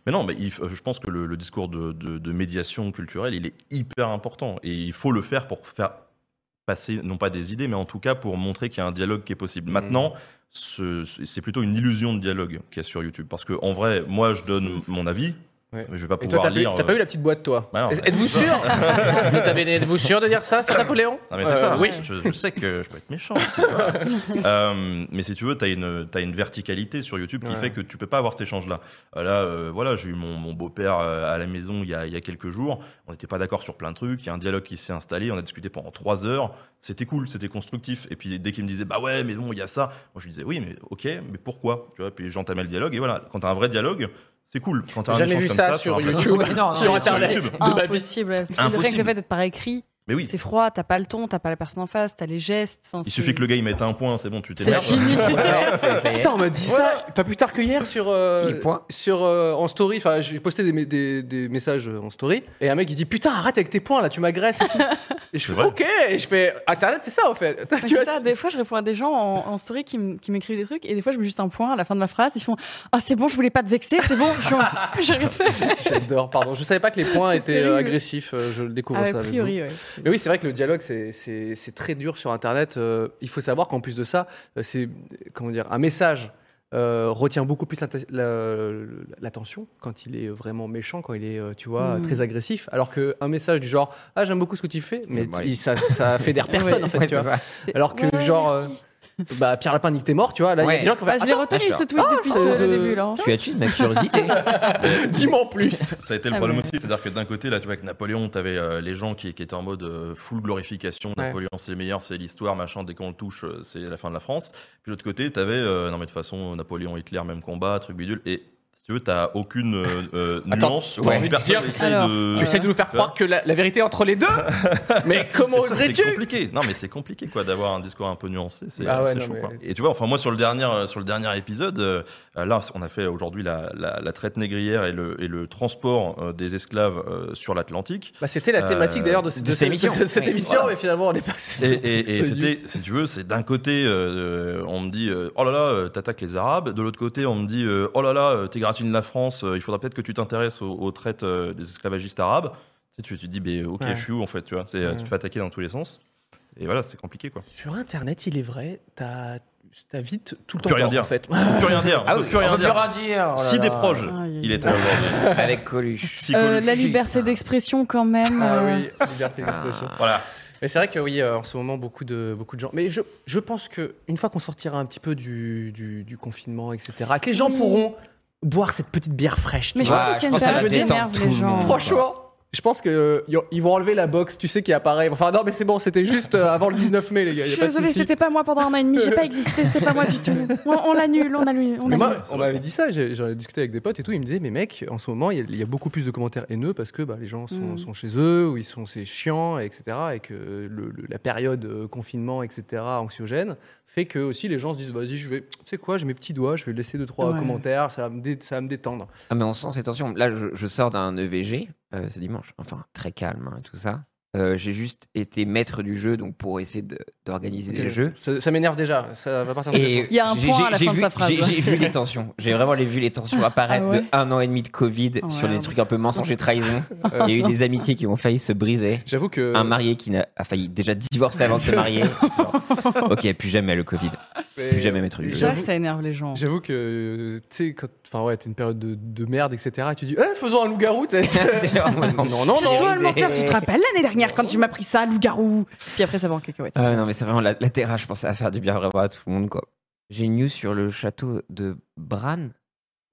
Speaker 2: Mais non, mais il f- je pense que le, le discours de, de- de médiation culturelle, il est hyper important. Et il faut le faire pour faire passer, non pas des idées, mais en tout cas pour montrer qu'il y a un dialogue qui est possible.
Speaker 1: Mm.
Speaker 2: Maintenant, ce- ce- c'est plutôt une illusion de dialogue qu'il y a sur YouTube. Parce que en vrai, moi, je donne mon avis,
Speaker 1: Mm. Ouais.
Speaker 2: mais je vais pas
Speaker 1: Et toi,
Speaker 2: pouvoir
Speaker 1: t'as pas, eu-
Speaker 2: lire...
Speaker 1: t'as pas eu la petite boîte, toi
Speaker 2: Bah non,
Speaker 1: Est-
Speaker 2: mais-
Speaker 1: Êtes-vous sûr T'as bien- Êtes-vous sûr de dire ça sur Napoléon
Speaker 2: Non, mais c'est
Speaker 1: Euh,
Speaker 2: ça.
Speaker 1: Oui.
Speaker 2: Je, je sais que je peux être méchant. tu vois. Euh, mais si tu veux, tu as une, t'as une verticalité sur YouTube qui
Speaker 1: Ouais.
Speaker 2: fait que tu peux pas avoir cet échange-là. Euh, là, euh, voilà, j'ai eu mon, mon beau-père euh, à la maison il y a, il y a quelques jours. On n'était pas d'accord sur plein de trucs. Il y a un dialogue qui s'est installé. On a discuté pendant trois heures. C'était cool, c'était constructif. Et puis dès qu'il me disait, bah ouais, mais bon, il y a ça. Moi, je lui disais, oui, mais ok, mais pourquoi Tu vois, puis j'entamais le dialogue. Et voilà, quand tu as un vrai dialogue, c'est cool. Quand tu as un
Speaker 1: Jamais
Speaker 2: échange
Speaker 1: vu
Speaker 2: comme
Speaker 1: ça,
Speaker 2: ça
Speaker 1: sur
Speaker 2: un vrai-
Speaker 1: YouTube,
Speaker 3: Ouais, non, non,
Speaker 1: sur
Speaker 2: mais sur
Speaker 1: Internet,
Speaker 2: YouTube.
Speaker 1: de ma vie.
Speaker 4: Impossible. ouais. Puis
Speaker 2: Impossible.
Speaker 4: Rien que le fait d'être par écrit,
Speaker 2: Mais oui,
Speaker 4: c'est froid, t'as pas le ton, t'as pas la personne en face, t'as les gestes. enfin,
Speaker 2: il
Speaker 4: c'est-
Speaker 2: suffit que le gars il mette un point, c'est bon, tu
Speaker 4: C'est
Speaker 2: t'énerves.
Speaker 4: fini.
Speaker 3: Ça- ça y est.
Speaker 1: Putain, on m'a dit ça pas plus tard que hier sur, euh,
Speaker 3: Il pointe.
Speaker 1: sur euh, en story. Enfin, j'ai posté des, mé- des, des messages euh, en story et un mec il dit putain arrête avec tes points là, tu m'agresses et tout. Et je fais
Speaker 2: C'est vrai.
Speaker 1: ok, et je fais internet c'est ça en fait.
Speaker 4: Mais
Speaker 1: Tu
Speaker 4: Bah,
Speaker 1: vois,
Speaker 4: c'est ça, des fois je réponds à des gens en, en story qui m- qui m'écrivent des trucs et des fois je mets juste un point à la fin de ma phrase, ils font Ah c'est bon, je voulais pas te vexer, c'est bon, je- j'ai rien fait.
Speaker 1: J'adore, pardon. Je savais pas que les points
Speaker 4: C'est
Speaker 1: étaient
Speaker 4: terrible.
Speaker 1: euh, agressifs. euh, Je le découvre
Speaker 4: Ah,
Speaker 1: ça.
Speaker 4: a
Speaker 1: avec vous.
Speaker 4: priori, ouais. c'est-
Speaker 1: Mais oui, c'est vrai que le dialogue, c'est- c'est c'est très dur sur Internet. Euh, il faut savoir qu'en plus de ça, euh, c'est comment dire, un message euh, retient beaucoup plus l'atte- la- l'attention quand il est vraiment méchant, quand il est, euh, tu vois,
Speaker 4: Mm.
Speaker 1: très agressif. Alors qu'un message du genre Ah, j'aime beaucoup ce que tu fais, mais
Speaker 3: Ouais.
Speaker 1: il- ça, ça fédère personne en fait,
Speaker 3: Ouais,
Speaker 1: tu
Speaker 3: c'est
Speaker 1: vois.
Speaker 3: ça.
Speaker 1: Alors que
Speaker 4: Ouais,
Speaker 1: genre.
Speaker 4: merci.
Speaker 1: euh, bah, Pierre Lapin nique t'es mort, tu vois. Là, il y
Speaker 3: Ouais.
Speaker 1: a des gens qui ont
Speaker 4: Bah,
Speaker 1: fait
Speaker 4: je l'ai
Speaker 1: Attends, Ah,
Speaker 4: retenu
Speaker 3: d'accord.
Speaker 4: ce tweet depuis
Speaker 1: c'est
Speaker 4: euh,
Speaker 1: de-
Speaker 4: le début là.
Speaker 3: Tu as tué de ma curiosité.
Speaker 1: dis-moi en plus.
Speaker 2: Ça a été le
Speaker 4: Ah
Speaker 2: problème
Speaker 4: ouais.
Speaker 2: aussi. C'est-à-dire que d'un côté, là, tu vois, avec Napoléon, tu avais les gens qui, qui étaient en mode euh, full glorification.
Speaker 1: Ouais.
Speaker 2: Napoléon, c'est les meilleurs, c'est l'histoire, machin. Dès qu'on le touche, euh, c'est la fin de la France. Puis de l'autre côté, tu avais, non, mais de toute façon, Napoléon, Hitler, même combat, truc bidule. Et si tu veux, tu aucune euh, euh,
Speaker 1: Attends,
Speaker 2: nuance.
Speaker 1: t'as envie de
Speaker 2: Personne
Speaker 1: dire-
Speaker 2: essaie
Speaker 4: Alors,
Speaker 2: de.
Speaker 1: Tu essaies de nous faire croire que la, la vérité est entre les deux Mais comment
Speaker 2: Et ça, C'est
Speaker 1: oserais-tu
Speaker 2: compliqué. Non, mais c'est compliqué quoi d'avoir un discours un peu nuancé. C'est
Speaker 1: Ah ouais,
Speaker 2: c'est
Speaker 1: non,
Speaker 2: chaud.
Speaker 1: mais-
Speaker 2: quoi. Et tu vois, enfin moi sur le dernier euh, sur le dernier épisode, euh, euh, là on a fait aujourd'hui la, la- la traite négrière et le, et le transport euh, des esclaves euh, sur l'Atlantique.
Speaker 1: Bah, C'était la thématique
Speaker 2: Euh,
Speaker 1: d'ailleurs de,
Speaker 3: de
Speaker 1: de
Speaker 3: cette
Speaker 1: ce-
Speaker 3: émission.
Speaker 1: de cette
Speaker 3: Oui,
Speaker 1: émission,
Speaker 3: voilà.
Speaker 1: mais finalement on est passé.
Speaker 2: Et, et- et c'était, si tu veux, c'est d'un côté euh, on me dit euh, oh là là euh, t'attaques les Arabes, de l'autre côté on me dit euh, oh là là euh, t'es gratuit de la France, euh, il faudra peut-être que tu t'intéresses aux, aux traites euh, des esclavagistes arabes. Tu, sais, tu tu te dis mais ok
Speaker 1: Ouais.
Speaker 2: je suis où en fait tu vois, c'est, euh,
Speaker 1: Ouais.
Speaker 2: tu te fais attaquer dans tous les sens. Et voilà c'est compliqué quoi.
Speaker 1: Sur internet, il est vrai, t'as t'as vite tout le
Speaker 2: Plus
Speaker 1: temps
Speaker 2: rien
Speaker 1: tort,
Speaker 2: dire.
Speaker 1: en fait.
Speaker 2: On peut plus rien dire.
Speaker 3: Ah
Speaker 2: on
Speaker 3: oui,
Speaker 2: peut plus rien dire.
Speaker 3: dire. oh
Speaker 2: Si des proches,
Speaker 4: Aïe,
Speaker 2: il
Speaker 4: aïe,
Speaker 2: était là aujourd'hui.
Speaker 3: Avec Coluche.
Speaker 4: Euh,
Speaker 2: Psychologie.
Speaker 4: la liberté d'expression quand même.
Speaker 1: Ah
Speaker 4: euh,
Speaker 1: oui, liberté d'expression.
Speaker 2: Voilà.
Speaker 1: Mais c'est vrai que oui, euh, en ce moment, beaucoup de, beaucoup de gens. Mais je, je pense que une fois qu'on sortira un petit peu du, du, du confinement, etc., que les gens
Speaker 4: Oui.
Speaker 1: pourrone boire cette petite bière fraîche. tu
Speaker 4: Mais je
Speaker 1: vois.
Speaker 4: pense que c'est une
Speaker 1: ça
Speaker 4: période qui
Speaker 1: détend
Speaker 4: énerve
Speaker 3: tout
Speaker 4: les
Speaker 3: le
Speaker 4: gens.
Speaker 3: monde.
Speaker 1: Franchement, je pense que euh, ils- ils vont enlever la box, tu sais, qui apparaît. Enfin, non, mais c'est bon, c'était juste euh, avant le 19 mai, les gars.
Speaker 4: Je
Speaker 1: y a
Speaker 4: suis
Speaker 1: pas de
Speaker 4: désolée,
Speaker 1: souci.
Speaker 4: c'était pas moi pendant un an et demi, j'ai pas existé, c'était pas moi du tout. On, on l'annule, on annule. On
Speaker 1: Mais
Speaker 4: annule.
Speaker 1: moi,
Speaker 2: c'est vrai, c'est
Speaker 1: on
Speaker 2: vrai.
Speaker 1: m'avait dit ça, j'ai- j'en ai discuté avec des potes et tout. Ils me disaient, mais mec, en ce moment, il y a- il y, a beaucoup plus de commentaires haineux parce que bah, les gens sont,
Speaker 4: Mm.
Speaker 1: sont chez eux, ou ils sont c'est chiant, etc. Et que le- le- la période euh, confinement, etc., anxiogène, fait que aussi les gens se disent, vas-y, je vais, tu sais quoi, j'ai mes petits doigts, je vais laisser deux, trois
Speaker 4: Ouais.
Speaker 1: commentaires, ça va, me dé- ça va me détendre.
Speaker 3: Ah, mais on sent ces tensions. Là, je, je sors d'un EVG euh, ce dimanche, enfin très calme hein, et tout ça. Euh, J'ai juste été maître du jeu, donc pour essayer de- d'organiser
Speaker 1: Ok.
Speaker 3: les jeux.
Speaker 1: euh, Ça, ça m'énerve déjà, ça va partir dans tous les
Speaker 3: Et
Speaker 1: sens.
Speaker 4: Il y a un
Speaker 3: j'ai-
Speaker 4: point à
Speaker 3: j'ai-
Speaker 4: la
Speaker 3: j'ai
Speaker 4: fin de
Speaker 3: vu-
Speaker 4: sa phrase,
Speaker 3: J'ai
Speaker 4: ouais.
Speaker 3: j'ai vu les tensions. J'ai vraiment les- vu les tensions apparaître
Speaker 4: Ah ouais
Speaker 3: de un an et demi de Covid
Speaker 4: Oh,
Speaker 3: sur des
Speaker 4: merde.
Speaker 3: trucs un peu mensonges et trahisons. Il y a eu des amitiés qui ont failli se briser.
Speaker 1: J'avoue que.
Speaker 3: Un marié qui n'a- a failli déjà divorcer avant de se marier. Genre, ok, plus jamais le Covid.
Speaker 1: mais-
Speaker 3: plus jamais mettre du
Speaker 4: C'est
Speaker 3: jeu.
Speaker 4: vrai que ça énerve les gens.
Speaker 1: J'avoue que, tu sais, quand. Enfin, ouais, t'es une période de, de merde, etc. Et tu dis, eh, faisons un loup-garou, tu sais.
Speaker 3: Déjà, moi, non, non, non,
Speaker 4: C'est
Speaker 3: non.
Speaker 4: toi le menteur,
Speaker 3: Mais-
Speaker 4: tu te rappelles l'année dernière quand tu m'as pris ça, loup-garou Puis après, ça va en cacahuète.
Speaker 3: Ah ouais, non, mais c'est vraiment la, la terra, je pensais à faire du bien vraiment à tout le monde, quoi. J'ai une news sur le château de Bran.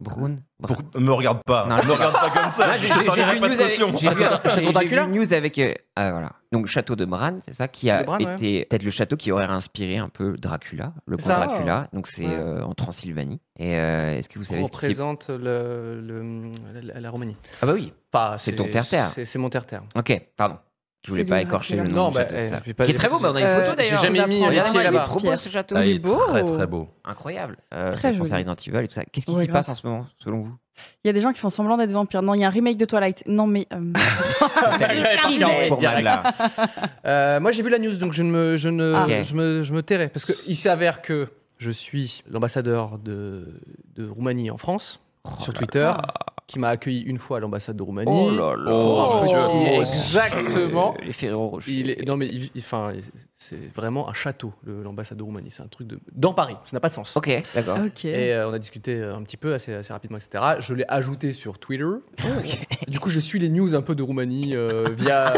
Speaker 3: Brun Bran.
Speaker 2: Pourquoi- me regarde pas.
Speaker 3: Non, je-
Speaker 2: me regarde pas comme ça.
Speaker 3: Ah,
Speaker 2: je
Speaker 3: j'ai-
Speaker 2: te
Speaker 3: j'ai- j'ai
Speaker 2: sortirai
Speaker 3: vu
Speaker 2: pas de
Speaker 3: une news avec-
Speaker 2: caution.
Speaker 3: j'ai vu- j'ai- j'ai vu
Speaker 1: Dracula
Speaker 3: une news avec. euh, ah, voilà. Donc, château de Bran, c'est ça, qui a
Speaker 1: De Bran, ouais.
Speaker 3: été peut-être le château qui aurait inspiré un peu Dracula, le
Speaker 1: C'est
Speaker 3: comte
Speaker 1: ça.
Speaker 3: Dracula. Donc, c'est
Speaker 1: Ouais.
Speaker 3: euh, en Transylvanie. Et euh, est-ce que vous savez ce qui s'est-
Speaker 1: représente le, le- la, la Roumanie.
Speaker 3: Ah, bah oui.
Speaker 1: Pas,
Speaker 3: C'est ton terre-terre.
Speaker 1: C'est c'est mon terre-terre.
Speaker 3: Ok, pardon. Je voulais
Speaker 4: C'est
Speaker 3: pas
Speaker 4: le
Speaker 3: écorcher le
Speaker 4: Dracula.
Speaker 3: nom
Speaker 1: Non,
Speaker 3: du
Speaker 1: bah,
Speaker 3: château.
Speaker 1: eh,
Speaker 3: ça.
Speaker 1: je vais pas
Speaker 3: qui est
Speaker 1: dire
Speaker 3: très beau,
Speaker 1: que
Speaker 3: bah, on a une
Speaker 4: c'est-
Speaker 3: photo
Speaker 4: Euh,
Speaker 1: J'ai
Speaker 3: d'ailleurs.
Speaker 4: je
Speaker 1: jamais
Speaker 4: vais
Speaker 1: mis
Speaker 4: apprendre.
Speaker 1: les
Speaker 4: Regardez-moi,
Speaker 1: pieds
Speaker 3: Regardez-moi, il est
Speaker 1: là-bas.
Speaker 3: trop beau
Speaker 4: Pierre.
Speaker 3: ce château.
Speaker 2: Ah,
Speaker 4: il est beau.
Speaker 2: Très très beau.
Speaker 3: Incroyable. Euh,
Speaker 4: Très
Speaker 3: je pense à
Speaker 4: joli.
Speaker 3: Resident Evil et tout ça. Qu'est-ce qui
Speaker 4: Ouais,
Speaker 3: s'y
Speaker 4: grave.
Speaker 3: passe en ce moment, selon vous
Speaker 4: Il y a des gens qui font semblant d'être vampires. Non, il y a un remake de Twilight. Non, mais. euh,
Speaker 3: Pour Magla.
Speaker 1: Euh, moi, j'ai vu la news, donc je ne me, je ne,
Speaker 3: Ah. Ok.
Speaker 1: je me, je me tairai parce que il s'avère que je suis l'ambassadeur de, de Roumanie en France sur Twitter, qui m'a accueilli une fois à l'ambassade de Roumanie.
Speaker 3: Oh là là.
Speaker 1: Oh,
Speaker 2: mon
Speaker 1: petit-
Speaker 2: Dieu.
Speaker 1: exactement.
Speaker 3: Euh, Les Ferrero Rocher.
Speaker 1: Il est, non mais il- il- enfin, c'est vraiment un château, le- l'ambassade de Roumanie. C'est un truc de dans Paris. Ça n'a pas de sens.
Speaker 3: Ok, d'accord.
Speaker 4: Ok.
Speaker 1: Et euh, on a discuté euh, un petit peu assez, assez rapidement, etc. Je l'ai ajouté sur Twitter.
Speaker 4: Ah,
Speaker 1: Du coup, je suis les news un peu de Roumanie euh, via.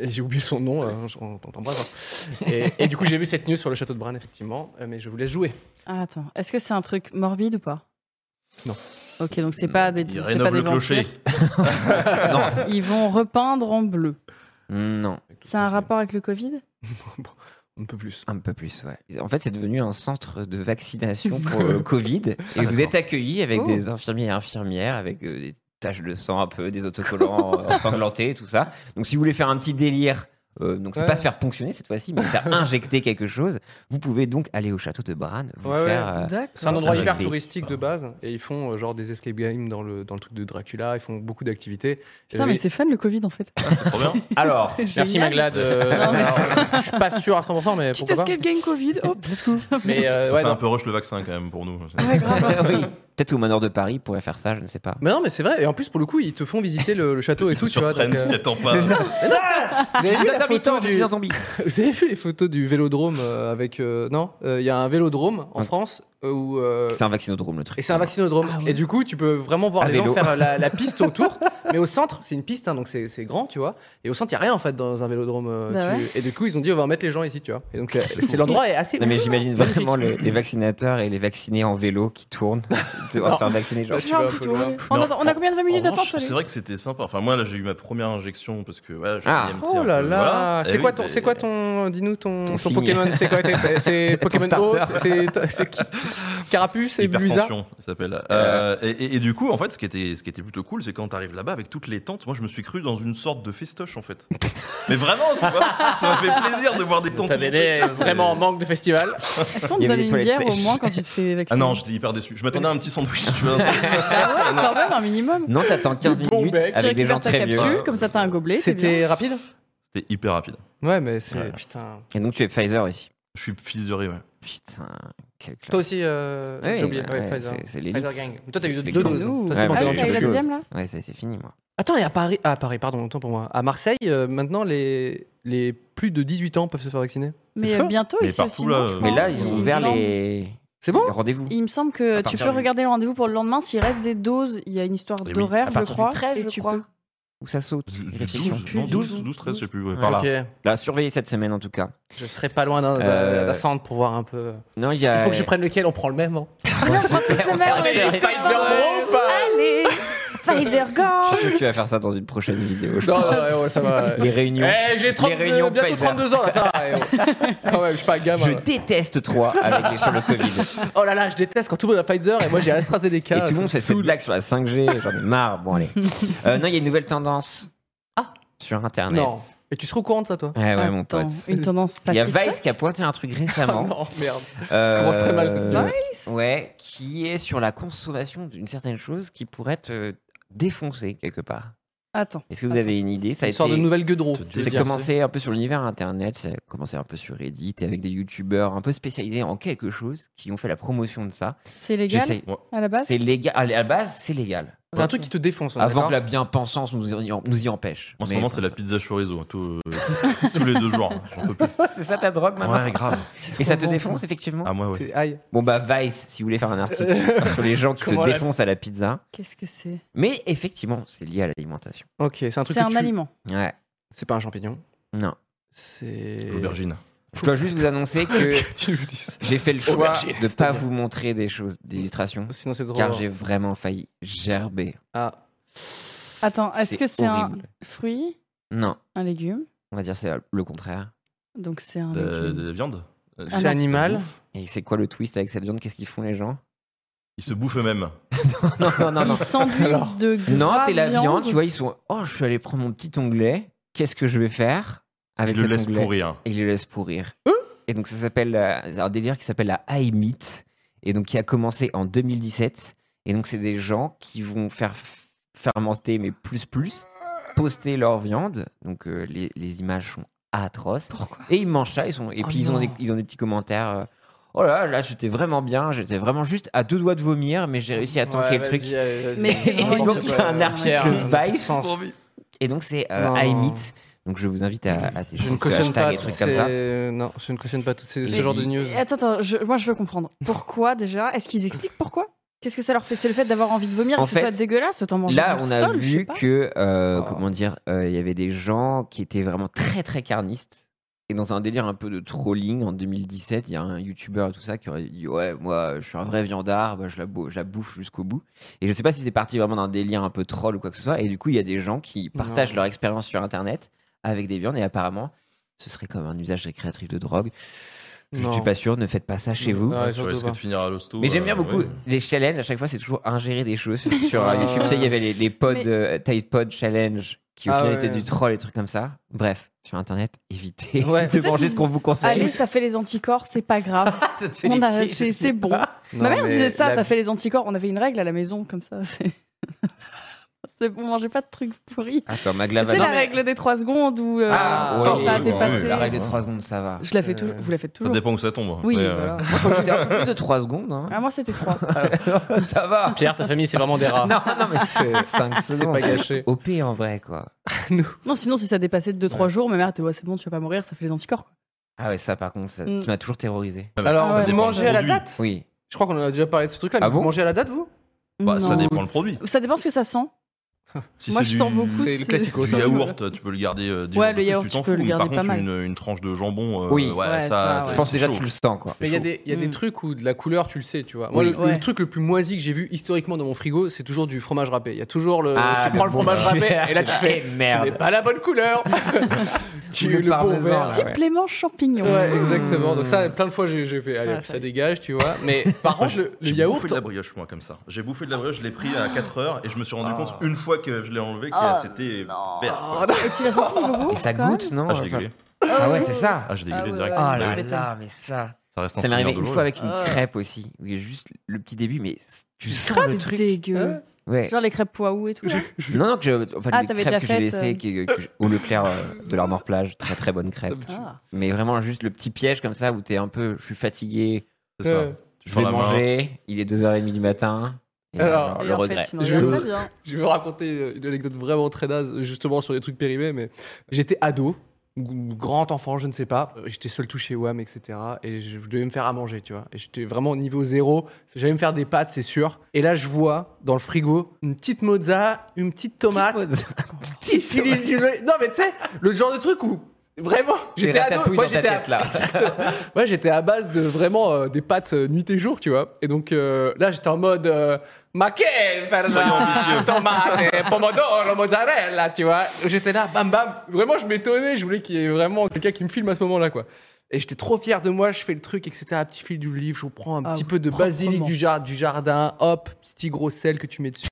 Speaker 1: et J'ai oublié son nom, euh, je- on on t'embrasse. hein. Et, et du coup, j'ai vu cette news sur le château de Bran, effectivement, euh, mais je vous laisse jouer.
Speaker 4: Ah, attends, est-ce que c'est un truc morbide ou pas
Speaker 1: Non.
Speaker 4: Ok, donc c'est pas des.
Speaker 2: Il
Speaker 4: c'est pas
Speaker 2: rénove le
Speaker 4: des
Speaker 2: clocher.
Speaker 3: non.
Speaker 4: vampires. Ils vont repeindre en bleu.
Speaker 3: Mm, Non,
Speaker 4: C'est un rapport avec le Covid
Speaker 1: On ne peut plus.
Speaker 3: un peu plus, ouais. En fait, c'est devenu un centre de vaccination pour le Covid. Et vous êtes accueillis avec
Speaker 4: Oh.
Speaker 3: des infirmiers et infirmières, avec euh, des taches de sang un peu, des autocollants euh, ensanglantés, tout ça. Donc, si vous voulez faire un petit délire, euh, donc c'est
Speaker 1: Ouais.
Speaker 3: pas se faire ponctionner cette fois-ci, mais se faire injecter quelque chose, vous pouvez donc aller au château de Bran, vous
Speaker 1: Ouais, ouais.
Speaker 3: faire. euh,
Speaker 2: Ah,
Speaker 1: C'est un endroit
Speaker 3: Ça
Speaker 1: hyper
Speaker 3: va.
Speaker 1: touristique de base, et ils font euh, genre des escape games dans le, dans le truc de Dracula, ils font beaucoup d'activités.
Speaker 4: Putain,
Speaker 1: J'avais-
Speaker 4: mais c'est fun le Covid en fait.
Speaker 2: C'est trop bien.
Speaker 3: euh, Alors,
Speaker 1: Merci
Speaker 4: Génial.
Speaker 1: Magla de.
Speaker 4: Non, mais-
Speaker 1: Alors, Je suis pas sûr à 100%, mais
Speaker 4: Petite
Speaker 1: pourquoi pas.
Speaker 4: escape game Covid, hop,
Speaker 1: Mais euh,
Speaker 2: Ça
Speaker 1: ouais,
Speaker 2: fait un
Speaker 1: non.
Speaker 2: peu rush le vaccin quand même pour nous.
Speaker 4: Ouais, grave.
Speaker 3: oui. Peut-être au manoir de Paris il pourrait faire ça, je ne sais pas.
Speaker 1: Mais non, mais c'est vrai. Et en plus, pour le coup, ils te font visiter le, le château et tout, tu vois.
Speaker 2: Surprenne,
Speaker 1: donc, euh,
Speaker 2: t'y attends pas.
Speaker 1: Vous
Speaker 3: Ah,
Speaker 1: avez Ah. vu la photo du-
Speaker 3: zombie.
Speaker 1: Vous avez vu les photos du vélodrome euh, avec. euh, non, euh, il y a un vélodrome en
Speaker 3: Ouais.
Speaker 1: France euh, où, euh,
Speaker 3: C'est un vaccinodrome, le truc.
Speaker 1: et c'est un vaccinodrome. Et du coup, tu peux vraiment voir
Speaker 3: À
Speaker 1: les gens
Speaker 3: vélo.
Speaker 1: faire euh, la, la piste autour. mais au centre, c'est une piste, hein, donc c'est c'est grand, tu vois. Et au centre, il n'y a rien en fait dans un vélodrome. euh,
Speaker 4: Bah
Speaker 1: tu-
Speaker 4: ouais.
Speaker 1: Et du coup, ils ont dit on va mettre les gens ici, tu vois. Et donc, c'est- c'est l'endroit est assez.
Speaker 3: Non, mais
Speaker 1: ouf.
Speaker 3: j'imagine
Speaker 1: Magnifique.
Speaker 3: vraiment le- les vaccinateurs et les vaccinés en vélo qui tournent de- en se faire vacciner. Genre.
Speaker 1: Ouais, tu
Speaker 4: Genre,
Speaker 1: vas,
Speaker 4: plutôt.
Speaker 1: faut le
Speaker 4: On,
Speaker 2: Non,
Speaker 4: attend- on a combien de 20 minutes
Speaker 2: En
Speaker 4: d'attente
Speaker 2: revanche,
Speaker 4: toi, les-
Speaker 2: C'est vrai que c'était sympa. Enfin, moi, là, j'ai eu ma première injection parce que voilà, j'ai
Speaker 3: Ah.
Speaker 2: un IMC un
Speaker 1: Oh là
Speaker 2: peu-
Speaker 1: là
Speaker 2: voilà. Eh
Speaker 1: C'est
Speaker 2: oui,
Speaker 1: quoi ton,
Speaker 2: mais-
Speaker 1: c'est quoi ton, dis-nous ton,
Speaker 3: euh, Ton
Speaker 1: ton
Speaker 3: signe.
Speaker 1: Pokémon C'est quoi t'es- t'es- C'est
Speaker 3: Ton
Speaker 1: Pokémon
Speaker 3: starter.
Speaker 1: Go C'est c'est qui Carapuce C'est Blizzard
Speaker 2: Hypertension, ça s'appelle.
Speaker 3: Euh.
Speaker 2: Euh, et, et- et du coup, en fait, ce qui était, ce qui était plutôt cool, c'est quand t'arrives là-bas avec toutes les tentes, moi, je me suis cru dans une sorte de festoche, en fait. Mais vraiment, tu vois, ça m'a fait plaisir de voir des tentes.
Speaker 1: T'avais
Speaker 2: monter,
Speaker 1: des-
Speaker 2: tu vois,
Speaker 1: euh, vraiment en
Speaker 2: c'est-
Speaker 1: manque de festival.
Speaker 4: Est-ce qu'on
Speaker 3: Il y
Speaker 4: te donne
Speaker 3: avait des
Speaker 4: une
Speaker 3: toilettes
Speaker 4: bière au
Speaker 3: sèches.
Speaker 4: moins quand tu te fais
Speaker 2: Ah
Speaker 4: vacciner
Speaker 2: non, j'étais hyper déçu. Je m'attendais à un petit sandwich. tu vois, un truc.
Speaker 4: Ah ouais, quand même, un minimum.
Speaker 3: Non, t'attends 15
Speaker 1: Bon
Speaker 3: minutes
Speaker 1: mec.
Speaker 4: Tu
Speaker 3: avec des
Speaker 4: récupères
Speaker 3: gens
Speaker 4: ta
Speaker 3: très vieux.
Speaker 4: capsule, comme ça t'as un gobelet. c'est bien.
Speaker 1: C'était rapide
Speaker 2: C'était hyper rapide.
Speaker 1: Ouais, mais c'est
Speaker 2: Ouais.
Speaker 1: putain.
Speaker 3: Et donc tu es Pfizer aussi.
Speaker 2: Je suis fisuré, ouais.
Speaker 3: Putain, quel classe.
Speaker 1: Toi aussi, euh,
Speaker 3: Ouais,
Speaker 1: j'ai oublié.
Speaker 3: bah,
Speaker 1: Ouais,
Speaker 3: ouais,
Speaker 1: Pfizer.
Speaker 3: c'est- c'est l'élite.
Speaker 1: Pfizer Gang. Toi, t'as eu
Speaker 3: C'est
Speaker 1: deux
Speaker 3: comme
Speaker 1: doses.
Speaker 4: nous.
Speaker 1: Toi,
Speaker 3: Ouais,
Speaker 1: c'est bon,
Speaker 3: bah,
Speaker 1: t'es
Speaker 4: Ah oui,
Speaker 1: dans le
Speaker 3: j'ai
Speaker 4: t'as eu la
Speaker 1: champion.
Speaker 4: deuxième là
Speaker 3: Ouais, ça, c'est fini, moi.
Speaker 1: Attends, et à Paris, à Paris, pardon, autant pour moi. À Marseille, euh, maintenant, les, les plus de 18 ans peuvent se faire vacciner.
Speaker 4: Mais
Speaker 1: fort.
Speaker 4: euh, bientôt
Speaker 2: Mais
Speaker 4: ici
Speaker 2: partout,
Speaker 4: aussi.
Speaker 2: là,
Speaker 4: non, je
Speaker 1: Oh,
Speaker 2: euh,
Speaker 3: Mais
Speaker 4: crois.
Speaker 3: là, ils
Speaker 4: Il
Speaker 3: ont
Speaker 4: me
Speaker 3: ouvert
Speaker 4: semble-
Speaker 3: les,
Speaker 1: C'est bon
Speaker 3: les rendez-vous.
Speaker 4: Il me semble
Speaker 3: À
Speaker 4: que tu
Speaker 3: partir
Speaker 4: peux
Speaker 3: du-
Speaker 4: regarder le rendez-vous pour le lendemain. S'il reste des doses, il y a une histoire
Speaker 2: Et oui,
Speaker 4: d'horaire,
Speaker 3: à
Speaker 4: je
Speaker 3: partir du
Speaker 4: crois.
Speaker 3: 13,
Speaker 4: et
Speaker 3: je
Speaker 4: tu
Speaker 3: crois.
Speaker 4: peux-
Speaker 3: Où ça saute
Speaker 2: Du- du
Speaker 3: Réflexion.
Speaker 2: 12, non, 12, 12, 13, je sais plus. ouais, par là.
Speaker 1: Ah, Ok.
Speaker 3: Là, surveillez Bah, cette semaine, en tout cas.
Speaker 1: Je serai pas loin d'un
Speaker 3: Euh,
Speaker 1: d'un centre pour voir un peu.
Speaker 3: Non, il y
Speaker 1: Il
Speaker 3: a...
Speaker 1: faut que je prenne lequel On prend le même. Hein.
Speaker 4: Ah non, on prend tous le même,
Speaker 1: sert
Speaker 4: on
Speaker 1: des
Speaker 4: est tous
Speaker 1: Pfizer
Speaker 4: copains.
Speaker 1: Bro ou pas
Speaker 4: Allez, Pfizer
Speaker 3: Je
Speaker 4: Gang.
Speaker 3: sais que tu vas faire ça dans une prochaine vidéo. je
Speaker 1: Non, non,
Speaker 3: pense.
Speaker 1: ouais, ouais, ça va.
Speaker 3: Les réunions.
Speaker 1: Eh, j'ai 32
Speaker 3: réunions
Speaker 1: bientôt
Speaker 3: Pfizer.
Speaker 1: 32 ans là, ça. va, eh, oh. Quand même, je suis pas un gamin.
Speaker 3: Je
Speaker 1: là.
Speaker 3: déteste 3 avec les sur le Covid.
Speaker 1: Oh là là, je déteste quand tout le monde a Pfizer et moi j'ai AstraZeneca.
Speaker 3: Et
Speaker 1: ça
Speaker 3: tout le monde fait
Speaker 1: me
Speaker 3: cette
Speaker 1: saoule.
Speaker 3: blague sur la 5G, j'en ai marre. Bon, allez. Euh, non, il y a une nouvelle tendance.
Speaker 1: Ah.
Speaker 3: Sur Internet.
Speaker 1: Non. Et tu seras au courant de ça, toi
Speaker 3: Ouais, ouais,
Speaker 4: Attends,
Speaker 3: mon pote.
Speaker 4: Une tendance pas
Speaker 3: Il y a
Speaker 4: TikTok.
Speaker 3: Vice qui a pointé un truc
Speaker 1: Oh
Speaker 3: récemment.
Speaker 1: non, merde.
Speaker 3: Euh,
Speaker 1: Commence très mal, cette blague.
Speaker 3: Ouais, qui est sur la consommation d'une certaine chose qui pourrait te défoncer quelque part.
Speaker 4: Attends.
Speaker 3: Est-ce que vous
Speaker 4: Attends.
Speaker 3: avez une idée Ça a
Speaker 1: Une sorte
Speaker 3: été-
Speaker 1: de nouvelle gueudreau.
Speaker 2: C'est
Speaker 1: je veux
Speaker 3: C'est
Speaker 1: dire.
Speaker 3: commencé un peu sur l'univers internet, c'est commencé un peu sur Reddit et avec des youtubeurs un peu spécialisés en quelque chose qui ont fait la promotion de ça.
Speaker 4: C'est légal
Speaker 3: J'essaye.
Speaker 4: à la base
Speaker 3: C'est légal. À la base, c'est légal.
Speaker 1: C'est un truc qui te défonce. hein. on est
Speaker 3: Avant
Speaker 1: d'accord
Speaker 3: que la bien-pensance nous, y- nous y empêche.
Speaker 2: Moi, en ce
Speaker 3: Mais
Speaker 2: moment,
Speaker 3: pour
Speaker 2: c'est la
Speaker 3: ça-
Speaker 2: pizza chorizo. hein, tout- tous les deux jours. hein. J'en peux plus.
Speaker 3: c'est ça ta drogue maintenant
Speaker 2: Ouais, grave.
Speaker 3: Et ça
Speaker 1: trop
Speaker 3: te
Speaker 1: bon,
Speaker 3: défonce,
Speaker 1: ça.
Speaker 3: effectivement
Speaker 2: Ah, moi, ouais.
Speaker 1: C'est- Aïe.
Speaker 3: Bon, bah, Vice, si vous voulez faire un article sur les gens qui
Speaker 1: Comment
Speaker 3: se
Speaker 1: la-
Speaker 3: défoncent à la pizza.
Speaker 4: Qu'est-ce que c'est
Speaker 3: Mais effectivement, c'est lié à l'alimentation.
Speaker 1: Ok, c'est un truc.
Speaker 4: C'est
Speaker 1: que
Speaker 4: un
Speaker 1: tu-
Speaker 4: aliment.
Speaker 3: Ouais.
Speaker 1: C'est pas un champignon.
Speaker 3: Non.
Speaker 1: C'est.
Speaker 2: L'aubergine.
Speaker 3: Je dois juste vous annoncer que
Speaker 1: tu nous dis ça.
Speaker 3: j'ai fait le choix
Speaker 1: Aubergine,
Speaker 3: de
Speaker 1: c'est-à-dire.
Speaker 3: pas vous montrer des choses, des illustrations,
Speaker 1: Sinon, c'est drôle.
Speaker 3: car j'ai vraiment failli gerber.
Speaker 1: Ah.
Speaker 4: Attends, est-ce que c'est un
Speaker 3: horrible.
Speaker 4: fruit,
Speaker 3: Non,
Speaker 4: un légume
Speaker 3: on va dire c'est le contraire.
Speaker 4: Donc c'est un
Speaker 2: De,
Speaker 4: légume.
Speaker 2: de la viande. Euh,
Speaker 1: C'est
Speaker 4: non.
Speaker 1: animal.
Speaker 3: Et c'est quoi le twist avec cette viande Qu'est-ce qu'ils font les gens
Speaker 2: Ils se bouffent eux-mêmes.
Speaker 3: Non, non, non, non.
Speaker 4: Ils s'enduisent de
Speaker 3: Non,
Speaker 4: gras
Speaker 3: c'est la viande. Tu vois, ils sont. Oh, je suis allé prendre mon petit onglet. Qu'est-ce que je vais faire
Speaker 2: Ils
Speaker 3: avec
Speaker 2: le
Speaker 3: cet
Speaker 2: laissent
Speaker 3: onglet
Speaker 2: pourrir.
Speaker 3: Et ils le laissent pourrir. et donc ça s'appelle euh, c'est un délire qui s'appelle la high meat et donc qui a commencé en 2017 et donc c'est des gens qui vont faire f- fermenter mais plus plus poster leur viande donc euh, les, les images sont atroces
Speaker 4: Pourquoi
Speaker 3: et ils mangent ça ils sont et
Speaker 1: Oh
Speaker 3: puis ils
Speaker 1: non.
Speaker 3: ont des, ils ont des petits commentaires euh, oh là là, là j'étais vraiment bien j'étais vraiment juste à deux doigts de vomir mais j'ai réussi à
Speaker 1: Ouais,
Speaker 3: tanker le truc
Speaker 1: vas-y, allez, vas-y.
Speaker 4: Mais
Speaker 3: et
Speaker 4: c'est vraiment
Speaker 3: donc
Speaker 4: une
Speaker 3: il y a un
Speaker 4: Ouais,
Speaker 3: article
Speaker 1: ouais.
Speaker 3: Vice
Speaker 1: Sans-
Speaker 3: et donc c'est euh,
Speaker 1: Non.
Speaker 3: high meat donc je vous invite à, à tester
Speaker 1: Je ne
Speaker 3: ce
Speaker 1: cautionne
Speaker 3: hashtag
Speaker 1: pas
Speaker 3: et
Speaker 1: toutes
Speaker 3: trucs comme ça
Speaker 1: ces... Non, je ne cautionne pas toutes ces... ce
Speaker 3: Mais
Speaker 1: genre de
Speaker 3: dis-
Speaker 1: news.
Speaker 4: Et Attends, attends, je- moi je veux comprendre. Pourquoi déjà Est-ce qu'ils expliquent pourquoi Qu'est-ce que ça leur fait C'est le fait d'avoir envie de vomir,
Speaker 3: En
Speaker 4: que ce soit
Speaker 3: fait,
Speaker 4: dégueulasse, autant manger
Speaker 3: Là,
Speaker 4: du
Speaker 3: on a
Speaker 4: sol, je sais
Speaker 3: vu
Speaker 4: pas.
Speaker 3: que, euh,
Speaker 1: Oh.
Speaker 3: comment dire, euh, il y avait des gens qui étaient vraiment très très carnistes. Et dans un délire un peu de trolling, en 2017, il y a un youtubeur et tout ça qui aurait dit Ouais, moi, je suis un vrai viandard, bah, je, la bou- je la bouffe jusqu'au bout. Et je sais pas si c'est parti vraiment d'un délire un peu troll ou quoi que ce soit. Et du coup, il y a des gens qui partagent
Speaker 1: Non.
Speaker 3: leur expérience sur Internet avec des viandes. Et apparemment, ce serait comme un usage récréatif de drogue. Je
Speaker 1: Non.
Speaker 3: suis pas sûr, ne faites pas ça chez vous.
Speaker 1: Ah,
Speaker 2: Ouais,
Speaker 1: surtout
Speaker 2: tu risques
Speaker 1: pas.
Speaker 2: de finir à l'hosto.
Speaker 3: Mais j'aime bien
Speaker 2: euh,
Speaker 3: beaucoup
Speaker 2: ouais.
Speaker 3: les challenges. À chaque fois, c'est toujours ingérer des choses sur sur euh,
Speaker 1: Ah.
Speaker 3: YouTube. Tu sais, il y avait les, les pods,
Speaker 4: Mais-
Speaker 3: euh, Tide Pod Challenge, qui au
Speaker 1: Ah
Speaker 3: final
Speaker 1: ouais.
Speaker 3: étaient du troll et trucs comme ça. Bref, sur Internet, évitez
Speaker 1: Ouais.
Speaker 3: de
Speaker 4: Peut-être
Speaker 3: manger
Speaker 4: qu'ils-
Speaker 3: ce qu'on vous
Speaker 4: Allez,
Speaker 3: conseille.
Speaker 4: ça fait les anticorps, c'est pas grave.
Speaker 3: Ça te fait
Speaker 4: On
Speaker 3: les
Speaker 4: a-
Speaker 3: pieds, je
Speaker 4: c'est
Speaker 3: sais
Speaker 4: c'est bon.
Speaker 3: pas.
Speaker 4: Ma
Speaker 1: Non,
Speaker 4: mère
Speaker 1: mais
Speaker 4: disait ça,
Speaker 1: la-
Speaker 4: ça fait les anticorps. On avait une règle à la maison comme ça. c'est- C'est bon, mangez pas de trucs pourris.
Speaker 3: Attends,
Speaker 4: Tu
Speaker 3: Magla va
Speaker 4: sais la
Speaker 3: Ah bah Non, mais-
Speaker 4: règle des 3 secondes où euh,
Speaker 3: Ah,
Speaker 4: quand
Speaker 3: ouais,
Speaker 4: ça a
Speaker 3: bon,
Speaker 4: dépassé.
Speaker 3: oui, La règle des 3 secondes, ça va.
Speaker 4: Je la fais
Speaker 1: Euh,
Speaker 4: toujours, vous la faites
Speaker 2: Ça
Speaker 4: toujours.
Speaker 2: dépend où ça tombe.
Speaker 4: Oui,
Speaker 2: mais, euh,
Speaker 4: voilà.
Speaker 3: Moi, je crois que j'étais à plus de 3 secondes. hein.
Speaker 4: Ah, moi c'était 3.
Speaker 3: ça va.
Speaker 1: Pierre, ta famille, c'est vraiment des rats.
Speaker 3: Non, non, mais
Speaker 1: C'est-
Speaker 3: 5
Speaker 1: c'est
Speaker 3: secondes.
Speaker 1: pas gâché.
Speaker 3: OP en vrai, quoi.
Speaker 4: Non, sinon si ça dépassait de 2-3 jours, ma mère était ouais, c'est bon, tu vas pas mourir, ça fait les anticorps. quoi.
Speaker 3: Ah ouais, ça, par contre, ça-
Speaker 4: Mm.
Speaker 3: tu m'as toujours terrorisé.
Speaker 2: ah bah,
Speaker 1: Alors,
Speaker 2: ça
Speaker 4: ouais.
Speaker 1: vous
Speaker 2: dépend
Speaker 1: mangez à la
Speaker 2: du produit.
Speaker 1: date
Speaker 3: Oui.
Speaker 1: Je crois qu'on en a déjà parlé de ce truc-là.
Speaker 3: Ah
Speaker 1: mais vous
Speaker 3: bon
Speaker 1: mangez à la date, vous
Speaker 2: Bah, ça
Speaker 4: Non.
Speaker 2: dépend le produit.
Speaker 4: Ça dépend ce que ça sent.
Speaker 2: Si
Speaker 4: Moi,
Speaker 2: c'est
Speaker 4: je
Speaker 2: du-
Speaker 4: sens beaucoup.
Speaker 1: C'est le
Speaker 4: ce-
Speaker 1: classico,
Speaker 2: Du
Speaker 1: ça.
Speaker 2: yaourt, tu peux le garder euh, dix
Speaker 4: Ouais,
Speaker 2: jours de
Speaker 4: le
Speaker 2: plus,
Speaker 4: yaort,
Speaker 2: tu t'en
Speaker 4: tu peux
Speaker 2: fous.
Speaker 4: le
Speaker 2: Mais Par
Speaker 4: garder
Speaker 2: contre,
Speaker 4: pas mal.
Speaker 2: une, une tranche de jambon, euh,
Speaker 3: Oui,
Speaker 2: ouais,
Speaker 4: ouais,
Speaker 2: ça,
Speaker 4: ça,
Speaker 2: t'es-
Speaker 4: ouais.
Speaker 3: Je pense
Speaker 2: c'est
Speaker 3: déjà
Speaker 2: chaud.
Speaker 3: tu le sens quoi.
Speaker 1: Mais il y a,
Speaker 2: chaud.
Speaker 1: des, il y a des
Speaker 4: Mm.
Speaker 1: trucs où de la couleur, tu le sais, tu vois. Moi,
Speaker 3: Oui.
Speaker 1: le,
Speaker 4: Ouais.
Speaker 1: le truc le plus moisi que j'ai vu historiquement dans mon frigo, c'est toujours du fromage râpé. Il y a toujours le. euh, tu prends le
Speaker 3: Ah, bon
Speaker 1: fromage
Speaker 3: Dieu.
Speaker 1: râpé et là tu fais.
Speaker 3: Eh,
Speaker 1: Ce n'est
Speaker 3: merde.
Speaker 1: pas la bonne couleur
Speaker 3: Ou le
Speaker 1: pauvre
Speaker 3: parmesan,
Speaker 1: verre.
Speaker 3: là. Ah, ouais.
Speaker 4: Supplément champignon.
Speaker 1: Ouais,
Speaker 4: Mmh.
Speaker 1: exactement. Donc ça, plein de fois, j'ai j'ai fait, allez,
Speaker 4: Ouais,
Speaker 1: hop,
Speaker 4: ça
Speaker 1: ça
Speaker 4: y est.
Speaker 1: dégage, tu vois. Mais par contre, le, le
Speaker 2: J'ai bouffé
Speaker 1: yaourt, hein,
Speaker 2: de la brioche, moi, comme ça. J'ai bouffé de la brioche, je l'ai pris à 4 heures et je me suis rendu
Speaker 3: Ah.
Speaker 2: compte, une fois que je l'ai enlevé, que c'était vert. quoi.
Speaker 4: Et tu l'as senti niveau goût
Speaker 3: Et ça
Speaker 4: quand même
Speaker 3: goûte, non
Speaker 2: Ah, j'ai
Speaker 3: Enfin,
Speaker 2: dégueulé.
Speaker 3: Ah ouais, c'est ça.
Speaker 2: Ah, j'ai dégueulé
Speaker 4: Ah ouais,
Speaker 2: direct.
Speaker 4: ouais.
Speaker 3: Ah
Speaker 4: Ah,
Speaker 2: Bah
Speaker 3: là
Speaker 2: oui,
Speaker 4: ouais.
Speaker 3: là, mais ça. Ça
Speaker 2: Ça reste un
Speaker 3: m'est
Speaker 2: souvenir
Speaker 3: arrivé
Speaker 2: de
Speaker 3: une
Speaker 2: l'eau,
Speaker 3: fois
Speaker 2: là.
Speaker 3: avec une
Speaker 4: Ah.
Speaker 3: crêpe aussi. où il y a juste le petit début, mais tu sens
Speaker 4: Crêpe
Speaker 3: le truc.
Speaker 1: Hein
Speaker 4: dégueu.
Speaker 3: Ouais.
Speaker 4: Genre les crêpes poids et tout. là.
Speaker 3: Non, non, que je, enfin,
Speaker 4: Ah,
Speaker 3: les
Speaker 4: t'avais
Speaker 3: crêpes
Speaker 4: déjà
Speaker 3: que j'ai
Speaker 4: fait,
Speaker 3: laissées
Speaker 4: euh.
Speaker 3: qui- que je- au Leclerc euh, de l'Armor-Plage, très très bonne crêpe.
Speaker 4: Ah.
Speaker 3: Mais vraiment, juste le petit piège comme ça où t'es un peu, je suis fatigué,
Speaker 2: C'est ça.
Speaker 1: Euh,
Speaker 2: Tu
Speaker 3: je
Speaker 2: prends
Speaker 3: vais
Speaker 2: la main.
Speaker 3: manger, il est 2h30 du matin. Et
Speaker 1: Alors,
Speaker 3: genre,
Speaker 4: Et
Speaker 3: Oh, le
Speaker 4: en fait,
Speaker 3: regret.
Speaker 4: sinon,
Speaker 1: Je-
Speaker 4: il y a pas bien.
Speaker 1: je vais vous raconter une anecdote vraiment très naze, justement sur les trucs périmés, mais j'étais ado, g- grand enfant, je ne sais pas. Euh, J'étais seul tout chez WAM, etc. Et je je devais me faire à manger, tu vois. Et j'étais vraiment au niveau zéro. J'allais me faire des pâtes, c'est sûr. Et là, je vois dans le frigo une petite mozza, une petite tomate, petite filet du Non, mais tu sais, le genre de truc où vraiment, j'étais ado.
Speaker 3: ratatouille
Speaker 1: Moi,
Speaker 3: dans ta
Speaker 1: j'étais à-
Speaker 3: tête, là.
Speaker 1: Moi, j'étais à base de vraiment euh, des pâtes euh, nuit et jour, tu vois. Et donc euh, là, j'étais en mode euh, maquel,
Speaker 2: Soyons ambitieux.
Speaker 1: tomate, eh, pomodoro, mozzarella, tu vois. J'étais là, bam bam. Vraiment, je m'étonnais. Je voulais qu'il y ait vraiment quelqu'un qui me filme à ce moment-là, quoi. Et j'étais trop fier de moi, je fais le truc, etc. Petit fil du livre, je vous prends un
Speaker 4: Ah,
Speaker 1: petit peu de
Speaker 4: proprement.
Speaker 1: basilic du, jar- du jardin, hop, petit gros sel que tu mets dessus.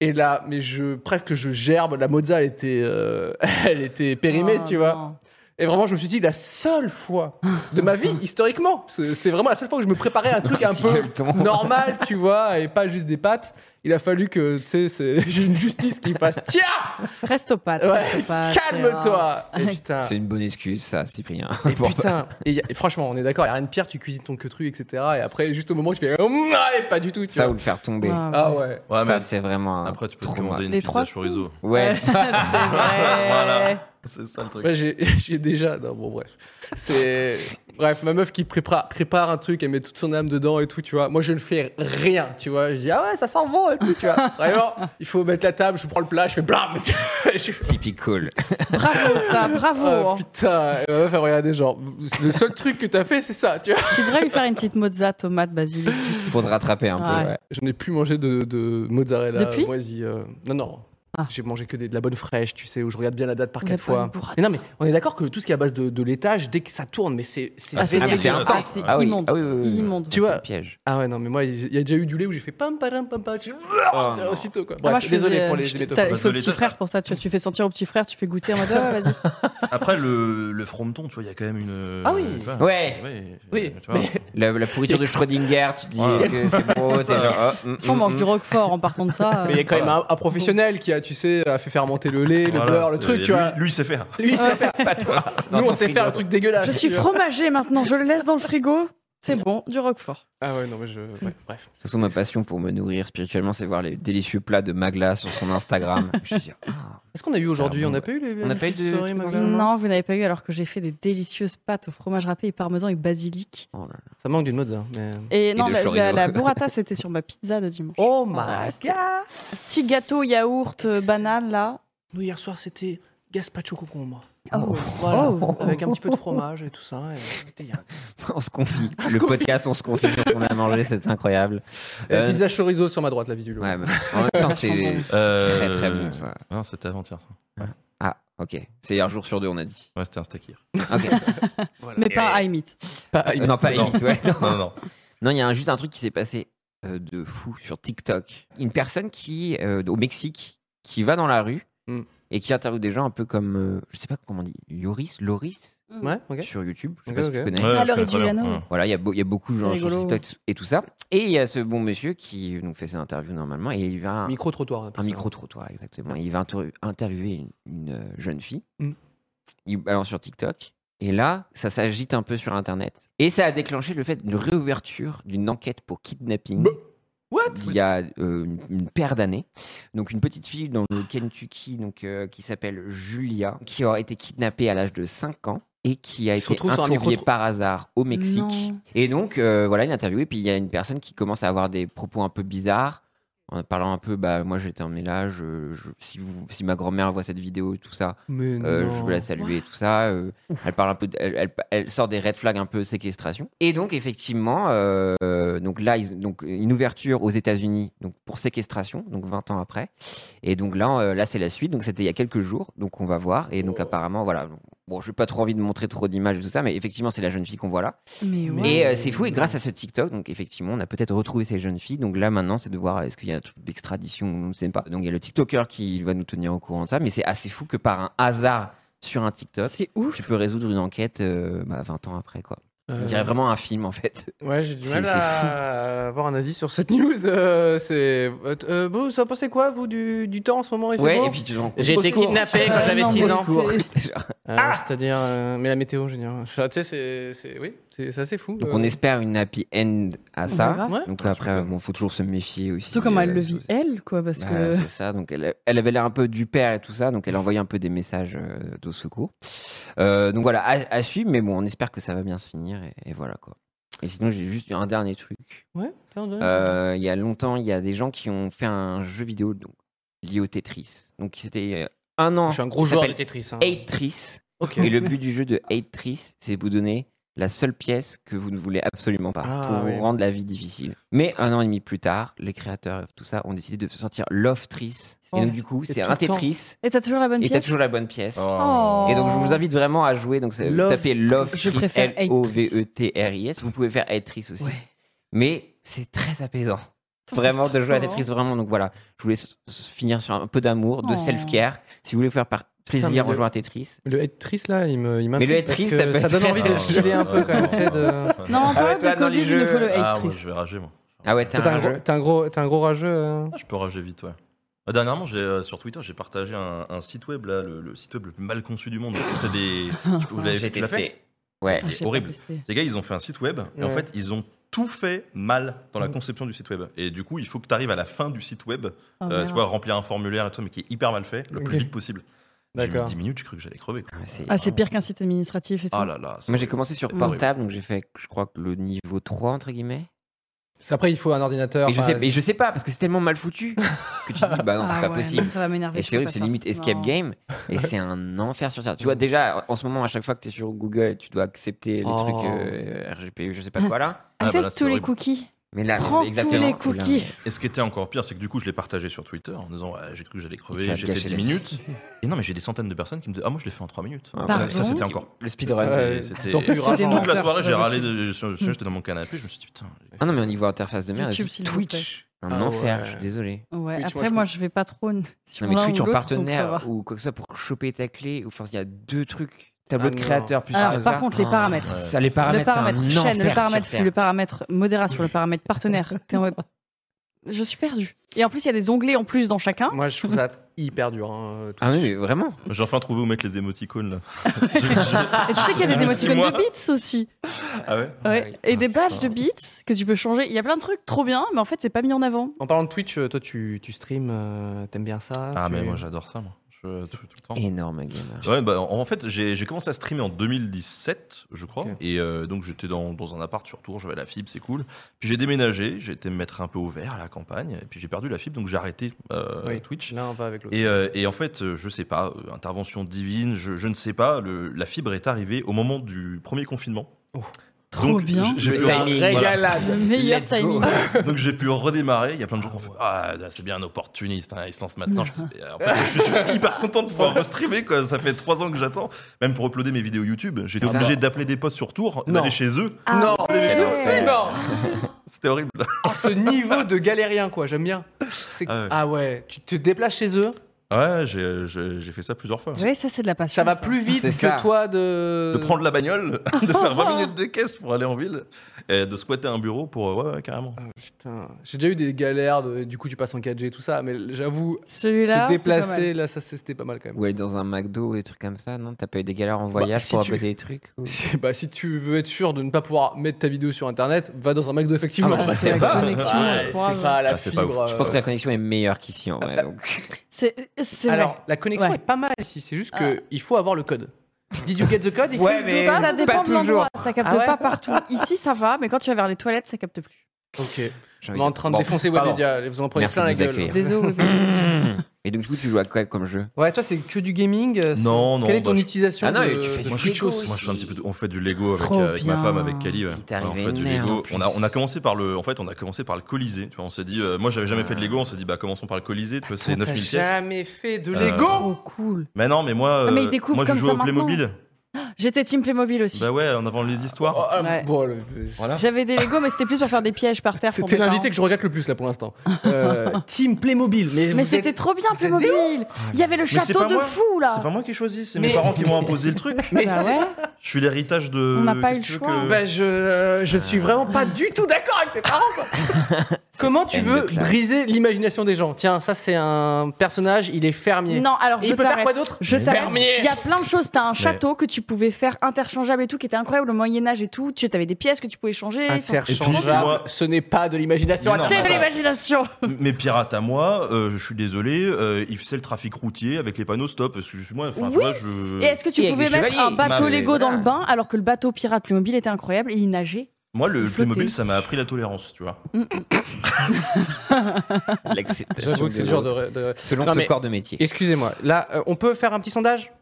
Speaker 1: Et là, mais je presque je gerbe. La mozza, elle était, euh, elle était périmée,
Speaker 4: Oh,
Speaker 1: tu vois.
Speaker 4: non.
Speaker 1: Et vraiment, je me suis dit, la seule fois de ma vie, historiquement, parce que c'était vraiment la seule fois que je me préparais à un truc un
Speaker 3: petit
Speaker 1: peu
Speaker 3: gueuleton.
Speaker 1: normal, tu vois, et pas juste des pâtes. Il a fallu que, tu sais, c'est- j'ai une justice qui fasse Tiens,
Speaker 4: Reste aux pâtes.
Speaker 1: Ouais,
Speaker 4: reste aux pâtes,
Speaker 1: calme-toi Et putain,
Speaker 3: Ah, C'est une bonne excuse, ça, Cyprien.
Speaker 1: et putain, et y a- et franchement, on est d'accord, il a rien de pire, tu cuisines ton que truc, etc. Et après, juste au moment, tu fais Hum, allez, pas du tout, tu
Speaker 3: Ça ou
Speaker 1: vois.
Speaker 3: le faire tomber.
Speaker 4: c'est un- Ah,
Speaker 1: Ah ouais.
Speaker 2: Ouais, mais
Speaker 3: ça, c'est vraiment. un
Speaker 2: après, tu peux te
Speaker 3: trauma.
Speaker 2: commander une
Speaker 4: Les
Speaker 2: pizza
Speaker 4: trois
Speaker 2: chorizo.
Speaker 3: Ouais.
Speaker 4: c'est vrai.
Speaker 2: Voilà. C'est ça le truc.
Speaker 1: Ouais, j'ai j'ai déjà. Non, bon, bref. C'est. Bref, ma meuf qui prépare, prépare un truc, elle met toute son âme dedans et tout, tu vois. Moi, je ne fais rien, tu vois. Je dis, ah ouais, ça sent bon et tout, tu vois. Vraiment, il faut mettre la table, je prends le plat, je fais oh, blam Je-
Speaker 3: Typical.
Speaker 4: Bravo, ça,
Speaker 1: Oh,
Speaker 4: bravo.
Speaker 1: putain, Et ma meuf, elle regarde des gens. Le seul truc que t'as fait, c'est ça, tu vois.
Speaker 4: Tu devrais lui faire une petite mozza, tomate, basilic.
Speaker 3: Pour te rattraper un peu,
Speaker 4: Ouais.
Speaker 3: ouais.
Speaker 1: Je n'ai plus mangé de, de mozzarella
Speaker 4: Depuis
Speaker 1: moisi. euh, Non, non.
Speaker 4: Ah.
Speaker 1: J'ai mangé que des- de la bonne fraîche, tu sais, où je regarde bien la date par
Speaker 4: La
Speaker 1: quatre
Speaker 4: bonne
Speaker 1: fois.
Speaker 4: burrata.
Speaker 1: Mais non, mais on est d'accord que tout ce qui est à base de, de laitage, dès que ça tourne, mais c'est c'est
Speaker 2: Ah,
Speaker 3: Ah, mais
Speaker 4: Vénère.
Speaker 3: c'est
Speaker 4: Ah,
Speaker 3: intense.
Speaker 4: c'est
Speaker 3: Ah oui,
Speaker 4: immonde.
Speaker 3: ah oui, oui, oui.
Speaker 4: Immonde.
Speaker 1: Tu vois,
Speaker 3: C'est le piège.
Speaker 1: Ah ouais, non, mais moi, il y a déjà eu du lait où j'ai fait pam, pam, pam, pam, je-
Speaker 3: Oh, non.
Speaker 1: aussitôt, quoi.
Speaker 4: Ah,
Speaker 1: Bref,
Speaker 4: moi, je
Speaker 1: désolé
Speaker 4: faisais,
Speaker 1: pour
Speaker 4: euh,
Speaker 1: les
Speaker 4: je-
Speaker 1: génétophobes.
Speaker 4: t'as- Il faut le petit frère pour ça. Tu, vois, tu fais sentir au petit frère, tu fais goûter en mode ouais, ouais, vas-y.
Speaker 2: Après, le, le fronton, tu vois, il y a quand même une.
Speaker 1: Ah oui.
Speaker 2: enfin,
Speaker 3: Ouais.
Speaker 2: ouais,
Speaker 1: Oui,
Speaker 2: tu vois.
Speaker 1: mais-
Speaker 3: La, la pourriture de Schrödinger, tu te dis,
Speaker 2: Voilà.
Speaker 3: est-ce que c'est beau
Speaker 2: ça.
Speaker 3: t'es genre, oh, mm,
Speaker 4: Si on
Speaker 3: mm,
Speaker 4: mange
Speaker 3: mm.
Speaker 4: du roquefort en partant de ça.
Speaker 1: Mais il y a quand
Speaker 2: Voilà.
Speaker 1: même un, un professionnel qui a, tu sais, a fait fermenter le lait, le
Speaker 2: Voilà,
Speaker 1: beurre, le
Speaker 2: c'est-
Speaker 1: truc, tu vois.
Speaker 2: Lui, lui, il sait faire.
Speaker 1: Lui, il sait faire.
Speaker 3: Pas toi.
Speaker 1: Nous,
Speaker 3: Dans ton
Speaker 1: on sait
Speaker 3: frigo.
Speaker 1: faire le truc dégueulasse.
Speaker 4: Je suis
Speaker 1: tu vois.
Speaker 4: fromager maintenant, je le laisse dans le frigo. C'est bon, du roquefort.
Speaker 1: Ah ouais, non, mais je.
Speaker 3: Hmm.
Speaker 1: ouais, bref.
Speaker 3: De toute façon, ma passion pour me nourrir spirituellement, c'est voir les délicieux plats de Magla sur son Instagram. Je me dis, ah.
Speaker 1: Est-ce qu'on a eu aujourd'hui
Speaker 3: bon,
Speaker 1: On n'a
Speaker 3: ouais.
Speaker 1: pas eu les.
Speaker 3: On n'a pas eu de-
Speaker 1: Sorry,
Speaker 3: de-
Speaker 1: Magla.
Speaker 4: Non, vous n'avez pas eu alors que j'ai fait des délicieuses pâtes au fromage râpé et parmesan et basilic.
Speaker 3: Oh là là.
Speaker 1: Ça manque d'une mozza. Mais...
Speaker 4: Et non,
Speaker 3: de
Speaker 4: la,
Speaker 3: chorizo.
Speaker 4: la- la burrata, c'était sur ma pizza de dimanche.
Speaker 1: Oh
Speaker 4: my
Speaker 1: god
Speaker 4: Petit gâteau, yaourt, euh, banane, là.
Speaker 1: Nous, hier soir, c'était gazpacho concombre.
Speaker 4: Oh.
Speaker 1: Voilà,
Speaker 4: Oh.
Speaker 1: avec un petit peu de fromage et tout ça. et t'es bien.
Speaker 3: On se confie. le podcast, on se confie sur ce qu'on a mangé, c'est incroyable.
Speaker 1: Euh,
Speaker 3: Euh,
Speaker 1: Pizza chorizo sur ma droite, la visuelle.
Speaker 3: Ouais, mais en même temps, c'est très très
Speaker 1: Euh.
Speaker 3: bon ça.
Speaker 2: Euh, Non, c'était avant-hier, ça.
Speaker 3: Ah, ok. C'est un jour sur deux, on a dit.
Speaker 2: Ouais, c'était un steak hier.
Speaker 3: Ok.
Speaker 4: Mais pas à imite.
Speaker 1: Pas-
Speaker 3: Euh, non, pas
Speaker 2: Non.
Speaker 3: Elite, ouais.
Speaker 2: Non, non, non.
Speaker 3: Non, il y a un- juste un truc qui s'est passé euh, de fou sur TikTok. Une personne qui, euh, au Mexique, qui va dans la rue
Speaker 1: Mm.
Speaker 3: et qui interviewe des gens un peu comme, euh, je sais pas comment on dit, Yoris, Loris
Speaker 4: Mm.
Speaker 1: Ouais, ok.
Speaker 3: sur YouTube. Je sais
Speaker 1: Ok,
Speaker 3: pas si tu
Speaker 1: ok.
Speaker 3: connais.
Speaker 2: Ouais,
Speaker 4: Ah,
Speaker 2: je connais
Speaker 4: Laurie
Speaker 2: très bien.
Speaker 4: Giuliano.
Speaker 2: Ouais.
Speaker 3: Voilà, il y, a beau- il y a beaucoup de gens sur
Speaker 4: Rigolo.
Speaker 3: TikTok et tout ça. Et il y a ce bon monsieur qui nous fait ses interviews normalement et il va
Speaker 1: Micro-trottoir. on appelle
Speaker 3: un
Speaker 1: ça.
Speaker 3: micro-trottoir, exactement. Il va inter- interviewer une, une, euh, jeune fille.
Speaker 1: Mm.
Speaker 3: Il balance sur TikTok. Et là, ça s'agite un peu sur Internet. Et ça a déclenché le fait d'une réouverture d'une enquête pour kidnapping.
Speaker 1: Bah, what
Speaker 3: Il y a euh, une, une paire d'années. Donc, une petite fille dans le Kentucky donc, euh, qui s'appelle Julia, qui aurait été kidnappée à l'âge de 5 ans. et qui a
Speaker 1: Il se
Speaker 3: été
Speaker 1: retrouve sur un
Speaker 3: interviewé
Speaker 1: micro-
Speaker 3: par hasard au Mexique.
Speaker 4: Non.
Speaker 3: Et donc, euh, voilà, il est interviewé. Puis il y a une personne qui commence à avoir des propos un peu bizarres. En parlant un peu, bah, moi j'étais emmené là, je, je- si, vous, si ma grand-mère voit cette vidéo, tout ça,
Speaker 1: Mais
Speaker 3: euh,
Speaker 1: non.
Speaker 3: je veux la saluer et tout ça. euh, elle parle un peu, de- elle, elle- elle sort des red flags un peu séquestration. Et donc effectivement, euh, euh, donc là, ils- donc une ouverture aux États-Unis, donc pour séquestration, donc 20 ans après. Et donc là, euh, là c'est la suite. Donc c'était il y a quelques jours. Donc on va voir. Et donc apparemment, voilà. Bon, j'ai pas trop envie de montrer trop d'images et tout ça, mais effectivement, c'est la jeune fille qu'on voit là.
Speaker 4: Mais ouais.
Speaker 3: Et euh, c'est fou, et grâce à ce TikTok, donc effectivement, on a peut-être retrouvé ces jeunes filles. Donc là, maintenant, c'est de voir est-ce qu'il y a un truc d'extradition ou on ne sait pas. Donc il y a le TikToker qui va nous tenir au courant de ça, mais c'est assez fou que par un hasard sur un TikTok,
Speaker 4: C'est ouf.
Speaker 3: tu peux résoudre une enquête euh, bah, 20 ans après, quoi.
Speaker 1: Euh,
Speaker 3: On dirait vraiment un film, en fait.
Speaker 1: Ouais, j'ai du
Speaker 3: C'est-
Speaker 1: mal
Speaker 3: c'est
Speaker 1: à avoir un avis sur cette news. euh, c'est. Euh, vous, ça pensez quoi, vous, du, du temps en ce moment il fait
Speaker 3: Ouais,
Speaker 1: beau
Speaker 3: et puis tu te rends compte.
Speaker 1: J'ai
Speaker 3: Au
Speaker 1: été
Speaker 3: secours.
Speaker 1: kidnappé quand
Speaker 4: Euh,
Speaker 1: j'avais
Speaker 4: non,
Speaker 3: Au
Speaker 1: 6
Speaker 4: mais
Speaker 1: ans.
Speaker 3: secours.
Speaker 4: c'est-
Speaker 1: Euh,
Speaker 3: Ah
Speaker 1: C'est-à-dire, euh, mais la météo, génial. Ça, tu sais, c'est, c'est, oui, c'est, c'est assez fou.
Speaker 3: Donc
Speaker 1: euh.
Speaker 3: on espère une happy end à ça.
Speaker 4: grave.
Speaker 1: Ouais.
Speaker 3: Donc après, bon, faut toujours se méfier aussi.
Speaker 4: Surtout comment elle
Speaker 3: euh,
Speaker 4: le vit, elle, quoi, parce
Speaker 3: Bah,
Speaker 4: que.
Speaker 3: C'est ça, donc elle, elle avait l'air un peu du père et tout ça, donc elle envoyait un peu des messages euh, de secours. Euh, donc voilà, à, à suivre, mais bon, on espère que ça va bien se finir, et, et voilà quoi. Et sinon, j'ai juste un dernier truc.
Speaker 1: Ouais.
Speaker 4: Mmh.
Speaker 1: pardon.
Speaker 3: Euh, il y a longtemps, il y a des gens qui ont fait un jeu vidéo donc, lié au Tetris. Donc c'était euh, un an.
Speaker 1: Je suis un gros
Speaker 3: ça
Speaker 1: joueur de
Speaker 3: s'appelle
Speaker 1: Tetris. hein.
Speaker 3: Hatris.
Speaker 1: Ok.
Speaker 3: Et le but du jeu de Hatris, c'est de vous donner la seule pièce que vous ne voulez absolument pas
Speaker 1: Ah,
Speaker 3: pour
Speaker 1: ouais.
Speaker 3: vous rendre la vie difficile. Mais un an et demi plus tard, les créateurs, tout ça, ont décidé de sortir Love Tris.
Speaker 4: Oh.
Speaker 3: Et donc du coup,
Speaker 1: Et
Speaker 3: c'est
Speaker 1: tout
Speaker 3: un
Speaker 1: le temps.
Speaker 3: Tetris
Speaker 4: Et t'as toujours la bonne
Speaker 3: et t'as
Speaker 4: pièce.
Speaker 3: toujours la bonne pièce.
Speaker 4: Oh.
Speaker 3: Et donc je vous invite vraiment à jouer. Donc c'est-
Speaker 1: Love
Speaker 3: tapez Love
Speaker 4: Je
Speaker 3: Tris,
Speaker 4: préfère
Speaker 3: L O V E T R I S. Vous pouvez faire Hatris aussi.
Speaker 4: Ouais.
Speaker 3: Mais c'est très apaisant.
Speaker 1: Oh,
Speaker 3: Vraiment de jouer à Tetris vraiment. Donc voilà, je voulais s- s- finir sur un peu d'amour, de
Speaker 4: Oh.
Speaker 3: self care. Si vous voulez faire par plaisir
Speaker 1: Putain, mais
Speaker 3: en
Speaker 1: le-
Speaker 3: jouant à Tetris,
Speaker 1: Le Tetris, là, il me, il
Speaker 3: le
Speaker 1: m'intrigue parce
Speaker 3: Tetris,
Speaker 1: que
Speaker 3: ça peut
Speaker 1: ça
Speaker 3: être
Speaker 1: donne
Speaker 3: très
Speaker 1: envie de le
Speaker 3: drôle.
Speaker 1: skiller un peu quand même. tu sais, de-
Speaker 4: Non, on
Speaker 3: Ah ouais,
Speaker 4: parle
Speaker 3: toi,
Speaker 4: de
Speaker 3: dans
Speaker 4: Covid,
Speaker 3: les
Speaker 4: il nous faut
Speaker 3: jeux-
Speaker 4: le
Speaker 2: Ah,
Speaker 4: hate
Speaker 2: ouais,
Speaker 4: triste.
Speaker 2: je vais rager, moi.
Speaker 3: Ah ouais,
Speaker 1: Toi,
Speaker 3: t'as
Speaker 1: T'es
Speaker 3: un
Speaker 1: un,
Speaker 3: jeu.
Speaker 1: gros- t'es un gros, t'es un gros rageux. hein.
Speaker 2: Ah, Je peux rager vite, ouais. Ah, dernièrement, j'ai, euh, sur Twitter, j'ai partagé un, un site web, là, le, le site web le plus mal conçu du monde. C'est des. Vous l'avez
Speaker 3: Hein, J'ai
Speaker 2: tu l'as fait Ah,
Speaker 3: testé.
Speaker 4: Ah,
Speaker 3: Ouais.
Speaker 2: Il est horrible. Les gars, ils ont fait un site web et en
Speaker 1: Ouais.
Speaker 2: fait, ils ont tout fait mal dans la
Speaker 1: Mm. Oh,
Speaker 2: conception du site web. Et du coup, il faut que tu arrives à la fin du site web, euh, tu vois, remplir un formulaire et tout ça, mais qui est hyper mal fait, le plus
Speaker 1: Ok.
Speaker 2: vite possible. J'ai mis
Speaker 1: D'accord.
Speaker 2: 10 minutes, j'ai cru que j'allais crever. quoi.
Speaker 3: Ah, c'est-
Speaker 4: Ah, c'est pire qu'un site administratif et tout.
Speaker 2: Ah là là. c'est
Speaker 3: Moi j'ai
Speaker 2: horrible.
Speaker 3: commencé sur
Speaker 2: Mm.
Speaker 3: portable, donc j'ai fait, je crois, que le niveau 3, entre guillemets.
Speaker 1: C'est- Après, il faut un ordinateur.
Speaker 3: Et je
Speaker 1: enfin,
Speaker 3: sais,
Speaker 2: bah,
Speaker 3: mais je sais pas, parce que c'est tellement mal foutu que tu te dis, bah non, c'est
Speaker 4: Ah
Speaker 3: pas
Speaker 4: ouais,
Speaker 3: possible.
Speaker 4: non, ça va m'énerver.
Speaker 3: Et
Speaker 4: je
Speaker 3: c'est
Speaker 4: fais
Speaker 3: horrible,
Speaker 4: pas
Speaker 3: c'est
Speaker 4: ça.
Speaker 3: limite escape
Speaker 4: Non. Ah,
Speaker 3: game. Et c'est un enfer sur ça. Tu vois, déjà, en ce moment, à chaque fois que tu es sur Google, tu dois accepter les
Speaker 1: Oh.
Speaker 3: trucs euh, RGPD, je sais pas quoi là.
Speaker 2: Ah,
Speaker 4: Ah,
Speaker 2: bah là,
Speaker 4: Peut-être
Speaker 2: c'est
Speaker 4: tous les
Speaker 2: horrible.
Speaker 4: cookies.
Speaker 3: Mais là,
Speaker 4: Prends tous
Speaker 3: c'est exactement.
Speaker 4: les cookies.
Speaker 2: Et ce qui était encore pire, c'est que du coup, je l'ai partagé sur Twitter en disant ouais, j'ai cru que j'allais
Speaker 3: Et
Speaker 2: crever,
Speaker 3: tu as
Speaker 2: j'ai fait
Speaker 3: gâché
Speaker 2: 10
Speaker 3: la-
Speaker 2: minutes. Et non, mais j'ai des centaines de personnes qui me disent ah, moi, je l'ai fait en 3 minutes.
Speaker 3: Ah,
Speaker 4: Pardon
Speaker 2: ça, c'était encore.
Speaker 3: Le
Speaker 2: Ouais,
Speaker 3: speedrun.
Speaker 1: Ouais,
Speaker 2: c'était-
Speaker 1: d'autant plus
Speaker 2: Toute
Speaker 1: rageant.
Speaker 2: Toute la
Speaker 4: Menteur,
Speaker 2: soirée,
Speaker 4: c'est
Speaker 2: j'ai
Speaker 4: pas
Speaker 2: râlé, de- sur- sur- j'étais dans mon canapé, je me suis dit putain.
Speaker 3: Ah non, mais au niveau interface de merde,
Speaker 4: YouTube,
Speaker 3: c'est
Speaker 4: s'il vous plaît.
Speaker 3: Twitch. Un
Speaker 1: Ah
Speaker 3: enfer,
Speaker 1: ouais.
Speaker 3: je suis désolé.
Speaker 4: Ouais,
Speaker 1: Twitch,
Speaker 4: après,
Speaker 1: moi,
Speaker 4: moi, je vais pas trop sur
Speaker 3: Non, mais
Speaker 4: l'un
Speaker 3: Twitch
Speaker 4: ou l'autre, donc ça
Speaker 3: en
Speaker 4: va.
Speaker 3: partenaire ou quoi que ce soit pour choper ta clé. Ou enfin, il y a deux trucs. Tableau
Speaker 1: Ah
Speaker 3: de
Speaker 1: non.
Speaker 3: créateur plus
Speaker 4: Alors,
Speaker 3: ça,
Speaker 4: par
Speaker 3: ça.
Speaker 4: contre, les
Speaker 3: Ah.
Speaker 4: paramètres.
Speaker 3: Ça, les
Speaker 4: Le
Speaker 3: paramètres, c'est
Speaker 4: paramètre
Speaker 3: un
Speaker 4: chaîne,
Speaker 3: enfer
Speaker 4: le paramètre
Speaker 3: sur
Speaker 4: flux,
Speaker 3: Terre.
Speaker 4: le paramètre modération, le paramètre partenaire. T'es en mode, Je suis perdu. Et en plus, il y a des onglets en plus dans chacun.
Speaker 1: Moi, je trouve ça hyper dur. hein,
Speaker 3: Ah oui,
Speaker 1: Twitch.
Speaker 3: mais vraiment.
Speaker 2: J'ai enfin trouvé où mettre les émoticônes là. J'ai-
Speaker 3: Ah,
Speaker 2: j'ai-
Speaker 4: Et tu sais qu'il y a des
Speaker 2: Depuis six
Speaker 4: émoticônes
Speaker 2: mois.
Speaker 4: de bits aussi.
Speaker 2: ah ouais
Speaker 4: Ouais. Et des badges de bits que tu peux changer. Il y a plein de trucs trop bien, mais en fait, c'est pas mis en avant.
Speaker 1: En parlant de Twitch, euh, toi, tu, tu stream, euh, t'aimes bien ça
Speaker 2: Ah,
Speaker 1: tu-
Speaker 2: mais moi, j'adore ça, moi. Je- tout, tout le temps.
Speaker 3: Énorme gamer.
Speaker 2: Ouais, bah, en en fait, j'ai j'ai commencé à streamer en 2017, je crois.
Speaker 1: Ok.
Speaker 2: Et euh, donc, j'étais dans, dans un appart sur Tours, j'avais la fibre, c'est cool. Puis j'ai déménagé, j'ai été me mettre un peu au vert à la campagne. Et puis j'ai perdu la fibre, donc j'ai arrêté euh,
Speaker 1: Oui.
Speaker 2: Twitch.
Speaker 1: L'un va avec l'autre.
Speaker 2: Et, euh, et en fait, euh, je sais pas, euh, intervention divine, je, je ne sais pas, le- la fibre est arrivée au moment du premier confinement.
Speaker 1: Oh.
Speaker 4: Trop
Speaker 2: Donc,
Speaker 4: bien.
Speaker 2: j'ai- j'ai
Speaker 3: Le
Speaker 2: pu-
Speaker 3: timing.
Speaker 2: voilà.
Speaker 4: Le meilleur
Speaker 3: Let's go.
Speaker 4: timing.
Speaker 2: Donc j'ai pu redémarrer. Il y a plein de gens qui ont fait Ah, c'est bien un opportuniste, hein, il se lance maintenant. Je, fais, en fait, je suis juste hyper content de pouvoir restreamer. Quoi. Ça fait trois ans que j'attends. Même pour uploader mes vidéos YouTube, j'étais
Speaker 1: Ah
Speaker 2: obligé d'appeler des potes sur tour,
Speaker 1: Non.
Speaker 2: d'aller chez eux.
Speaker 1: Non,
Speaker 4: Ah ouais.
Speaker 1: c'est énorme
Speaker 2: C'était horrible.
Speaker 1: Ah, Ce niveau de galérien, quoi, j'aime bien. C'est-
Speaker 2: Ah ouais.
Speaker 1: Ah ouais, tu te déplaces chez eux,
Speaker 2: Ouais, j'ai- j'ai j'ai fait ça plusieurs fois.
Speaker 4: Ouais, ça, c'est de la passion.
Speaker 1: ça va plus vite
Speaker 3: C'est
Speaker 1: que
Speaker 3: ça.
Speaker 1: toi de...
Speaker 2: De prendre la bagnole, de faire 20 minutes de caisse pour aller en ville, et de squatter un bureau pour. euh, Ouais, ouais, carrément.
Speaker 1: Ah, putain, j'ai déjà eu des galères, de- du coup tu passes en 4G tout ça, mais j'avoue,
Speaker 4: Celui-là.
Speaker 1: te
Speaker 4: c'est pas mal.
Speaker 1: déplacer, là, ça c'est- c'était pas mal quand même.
Speaker 3: Ou aller dans un McDo ou des trucs comme ça, non T'as pas eu des galères en voyage
Speaker 1: Bah, si
Speaker 3: pour
Speaker 1: tu-
Speaker 3: appeler des trucs ou-
Speaker 1: Si- Bah, si tu veux être sûr de ne pas pouvoir mettre ta vidéo sur internet, va dans un McDo effectivement.
Speaker 3: Ah bah,
Speaker 4: c'est la connexion,
Speaker 1: Ouais,
Speaker 4: le
Speaker 1: c'est
Speaker 4: problème.
Speaker 1: pas la
Speaker 2: Ah, c'est pas
Speaker 1: fibre,
Speaker 2: ouf.
Speaker 3: Je
Speaker 1: euh,
Speaker 3: pense que la connexion est meilleure qu'ici en vrai. donc.
Speaker 4: C'est c'est vrai.
Speaker 1: Alors, la connexion
Speaker 4: Ouais.
Speaker 1: Ah. est pas mal ici, c'est juste que il faut avoir le code. Did you get the code ici
Speaker 3: Ouais, mais
Speaker 4: ça dépend
Speaker 3: pas
Speaker 4: de l'endroit.
Speaker 3: toujours.
Speaker 4: Ça capte
Speaker 1: Ah ouais
Speaker 4: pas partout. Ici, ça va, mais quand tu vas vers les toilettes, ça capte plus.
Speaker 1: Ok.
Speaker 3: J'ai
Speaker 1: On
Speaker 3: envie
Speaker 1: est en train de
Speaker 3: Bon,
Speaker 1: défoncer
Speaker 3: pardon.
Speaker 1: Webedia. Vous en prenez
Speaker 3: Merci
Speaker 1: plein
Speaker 3: de
Speaker 1: la
Speaker 3: nous
Speaker 1: gueule.
Speaker 3: accueillir.
Speaker 4: Désolé.
Speaker 3: Et donc, du coup, tu joues à quoi comme jeu
Speaker 1: Ouais, toi, c'est que du gaming euh, c'est-
Speaker 2: Non, non,
Speaker 1: Quelle est ton
Speaker 2: bah, je-
Speaker 1: utilisation
Speaker 3: Ah non,
Speaker 1: de-
Speaker 3: mais tu fais du
Speaker 1: de
Speaker 2: Moi, je
Speaker 1: Twitch
Speaker 2: suis
Speaker 3: Lego
Speaker 2: chose. Moi, je suis un
Speaker 3: aussi.
Speaker 2: petit peu. On fait du Lego avec,
Speaker 4: Trop
Speaker 2: euh, avec ma
Speaker 4: bien.
Speaker 2: femme, avec Kelly. ouais.
Speaker 3: Il t'est
Speaker 2: Ouais, on
Speaker 3: arrivé
Speaker 2: fait du
Speaker 3: une merde, en
Speaker 2: Lego.
Speaker 3: plus.
Speaker 2: On a, on a commencé par le. En fait, on a commencé par le Colisée. Tu vois, on s'est dit. euh, moi, j'avais jamais fait de Lego. On s'est dit, bah, commençons par le Colisée. Tu vois, c'est
Speaker 1: Attends, t'as
Speaker 2: 9000 pièces.
Speaker 1: jamais fait de
Speaker 2: Euh,
Speaker 1: Lego
Speaker 4: Trop Oh, cool.
Speaker 2: Mais non, mais moi,
Speaker 4: Ah, mais
Speaker 2: euh,
Speaker 4: ils découvrent
Speaker 2: moi, je
Speaker 4: comme
Speaker 2: joue
Speaker 4: ça
Speaker 2: au Playmobil.
Speaker 4: J'étais Team Playmobil aussi.
Speaker 2: Bah ouais, en avant les
Speaker 1: Oh,
Speaker 2: histoires.
Speaker 1: ah,
Speaker 4: Ouais.
Speaker 1: bon, le-
Speaker 2: Voilà.
Speaker 4: J'avais des Lego, mais c'était plus pour faire des pièges par terre. pour
Speaker 1: C'était
Speaker 4: mes
Speaker 1: l'invité
Speaker 4: parents.
Speaker 1: que je regrette le plus là pour l'instant. Euh, Team Playmobil. Mais,
Speaker 4: Mais
Speaker 1: vous
Speaker 4: c'était
Speaker 1: êtes-
Speaker 4: trop bien,
Speaker 1: vous êtes
Speaker 4: Playmobil. Il y avait le
Speaker 2: c'est pas
Speaker 4: château de
Speaker 2: moi.
Speaker 4: fou,
Speaker 2: C'est
Speaker 4: là.
Speaker 2: pas moi qui ai choisi. C'est
Speaker 1: Mais-
Speaker 2: mes parents qui m'ont imposé le truc.
Speaker 1: Mais
Speaker 4: Bah
Speaker 1: c'est-
Speaker 4: ouais.
Speaker 2: Je suis l'héritage de.
Speaker 4: On n'a pas
Speaker 2: qu'est-ce
Speaker 4: eu le
Speaker 2: que tu
Speaker 4: choix.
Speaker 2: veux que-
Speaker 1: bah, je, euh, je suis vraiment pas du tout d'accord avec tes parents. quoi. Comment tu
Speaker 3: haine
Speaker 1: veux
Speaker 3: de classe.
Speaker 1: briser l'imagination des gens Tiens, ça c'est un personnage, il est fermier.
Speaker 4: Non, alors
Speaker 1: Et
Speaker 4: je
Speaker 1: il peut faire
Speaker 4: t'arrête.
Speaker 1: quoi d'autre
Speaker 4: Je t'arrête.
Speaker 1: Fermier.
Speaker 4: Il y a plein de choses. T'as un château que tu pouvais faire interchangeable et tout, qui était incroyable au Moyen-Âge et tout. Tu avais des pièces que tu pouvais changer. Enfin, c'était trop bien.
Speaker 1: Interchangeable,
Speaker 2: moi-
Speaker 1: ce n'est pas de l'imagination.
Speaker 2: Mais non,
Speaker 4: C'est de
Speaker 2: Voilà.
Speaker 4: l'imagination.
Speaker 2: Mes pirates à moi, euh, je suis désolé, euh, il faisait le trafic routier avec les panneaux stop. Parce que je- moi, enfin,
Speaker 4: Oui.
Speaker 2: tu vois, je-
Speaker 4: Et est-ce que tu
Speaker 3: Et avec
Speaker 4: pouvais
Speaker 3: les
Speaker 4: mettre un
Speaker 3: chevaliers,
Speaker 4: bateau
Speaker 2: c'est-
Speaker 4: Lego dans
Speaker 3: voilà.
Speaker 4: le bain alors que le bateau pirate Playmobil était incroyable et il nageait
Speaker 2: moi, le
Speaker 4: il flottait.
Speaker 2: Playmobil, ça m'a appris la tolérance, tu vois.
Speaker 3: L'acceptation
Speaker 1: J'avoue que c'est
Speaker 3: de
Speaker 1: dur
Speaker 3: l'autre.
Speaker 1: de- de,
Speaker 3: Selon
Speaker 1: Non,
Speaker 3: ce
Speaker 1: mais-
Speaker 3: corps de métier.
Speaker 1: Excusez-moi, là, euh, on peut faire un petit sondage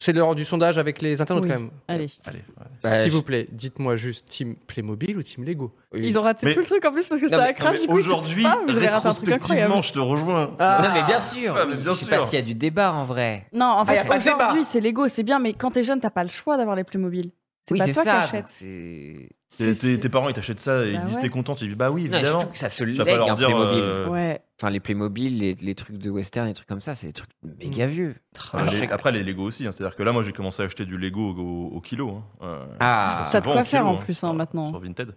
Speaker 1: C'est l'heure du sondage avec les internautes
Speaker 4: Oui.
Speaker 1: quand même.
Speaker 4: Allez.
Speaker 2: Allez. ouais.
Speaker 3: Bah,
Speaker 1: S'il
Speaker 3: je-
Speaker 1: vous plaît, dites-moi juste Team Playmobil ou Team Lego
Speaker 4: Ils ont raté
Speaker 2: Mais-
Speaker 4: tout le truc en plus parce que
Speaker 3: Non,
Speaker 4: ça
Speaker 3: mais-
Speaker 4: a craché.
Speaker 2: Non, mais
Speaker 4: du coup, ils savent
Speaker 2: Aujourd'hui,
Speaker 4: pas, vous avez raté un truc incroyable.
Speaker 2: rétrospectivement, je te rejoins.
Speaker 1: Ah,
Speaker 3: Non, mais bien sûr.
Speaker 2: Ah, mais bien
Speaker 3: je sais pas
Speaker 2: sûr.
Speaker 3: s'il y a du débat en vrai.
Speaker 4: Non, en
Speaker 1: y
Speaker 4: fait,
Speaker 1: a pas de débat.
Speaker 4: aujourd'hui, c'est Lego, c'est bien, mais quand t'es jeune, t'as pas le choix d'avoir les Playmobil. C'est
Speaker 3: Oui,
Speaker 4: pas
Speaker 3: c'est
Speaker 4: toi qui
Speaker 3: ça.
Speaker 4: achètes.
Speaker 3: donc c'est-
Speaker 2: Tes,
Speaker 4: C'est-
Speaker 2: tes- tes parents, ils t'achètent ça et
Speaker 4: Bah
Speaker 2: ils disent
Speaker 4: ouais.
Speaker 2: t'es content. Tu dis bah oui,
Speaker 3: Non, et
Speaker 2: évidemment.
Speaker 3: surtout que ça se
Speaker 2: tu
Speaker 3: lègue
Speaker 2: vas pas
Speaker 3: un
Speaker 2: leur dire.
Speaker 3: Playmobil.
Speaker 2: euh,
Speaker 4: Ouais.
Speaker 3: Enfin, les Playmobil, les, les trucs de western, les trucs comme ça, c'est des trucs méga
Speaker 4: Mm.
Speaker 3: vieux.
Speaker 4: Ah,
Speaker 2: enfin, les- après, les Lego aussi. hein. C'est-à-dire que là, moi, j'ai commencé à acheter du Lego au, au kilo. hein. Euh,
Speaker 3: Ah.
Speaker 2: se
Speaker 4: T'as de
Speaker 2: vend
Speaker 4: quoi
Speaker 2: au
Speaker 4: faire en
Speaker 2: hein.
Speaker 4: plus, hein, maintenant.
Speaker 2: Sur Vinted.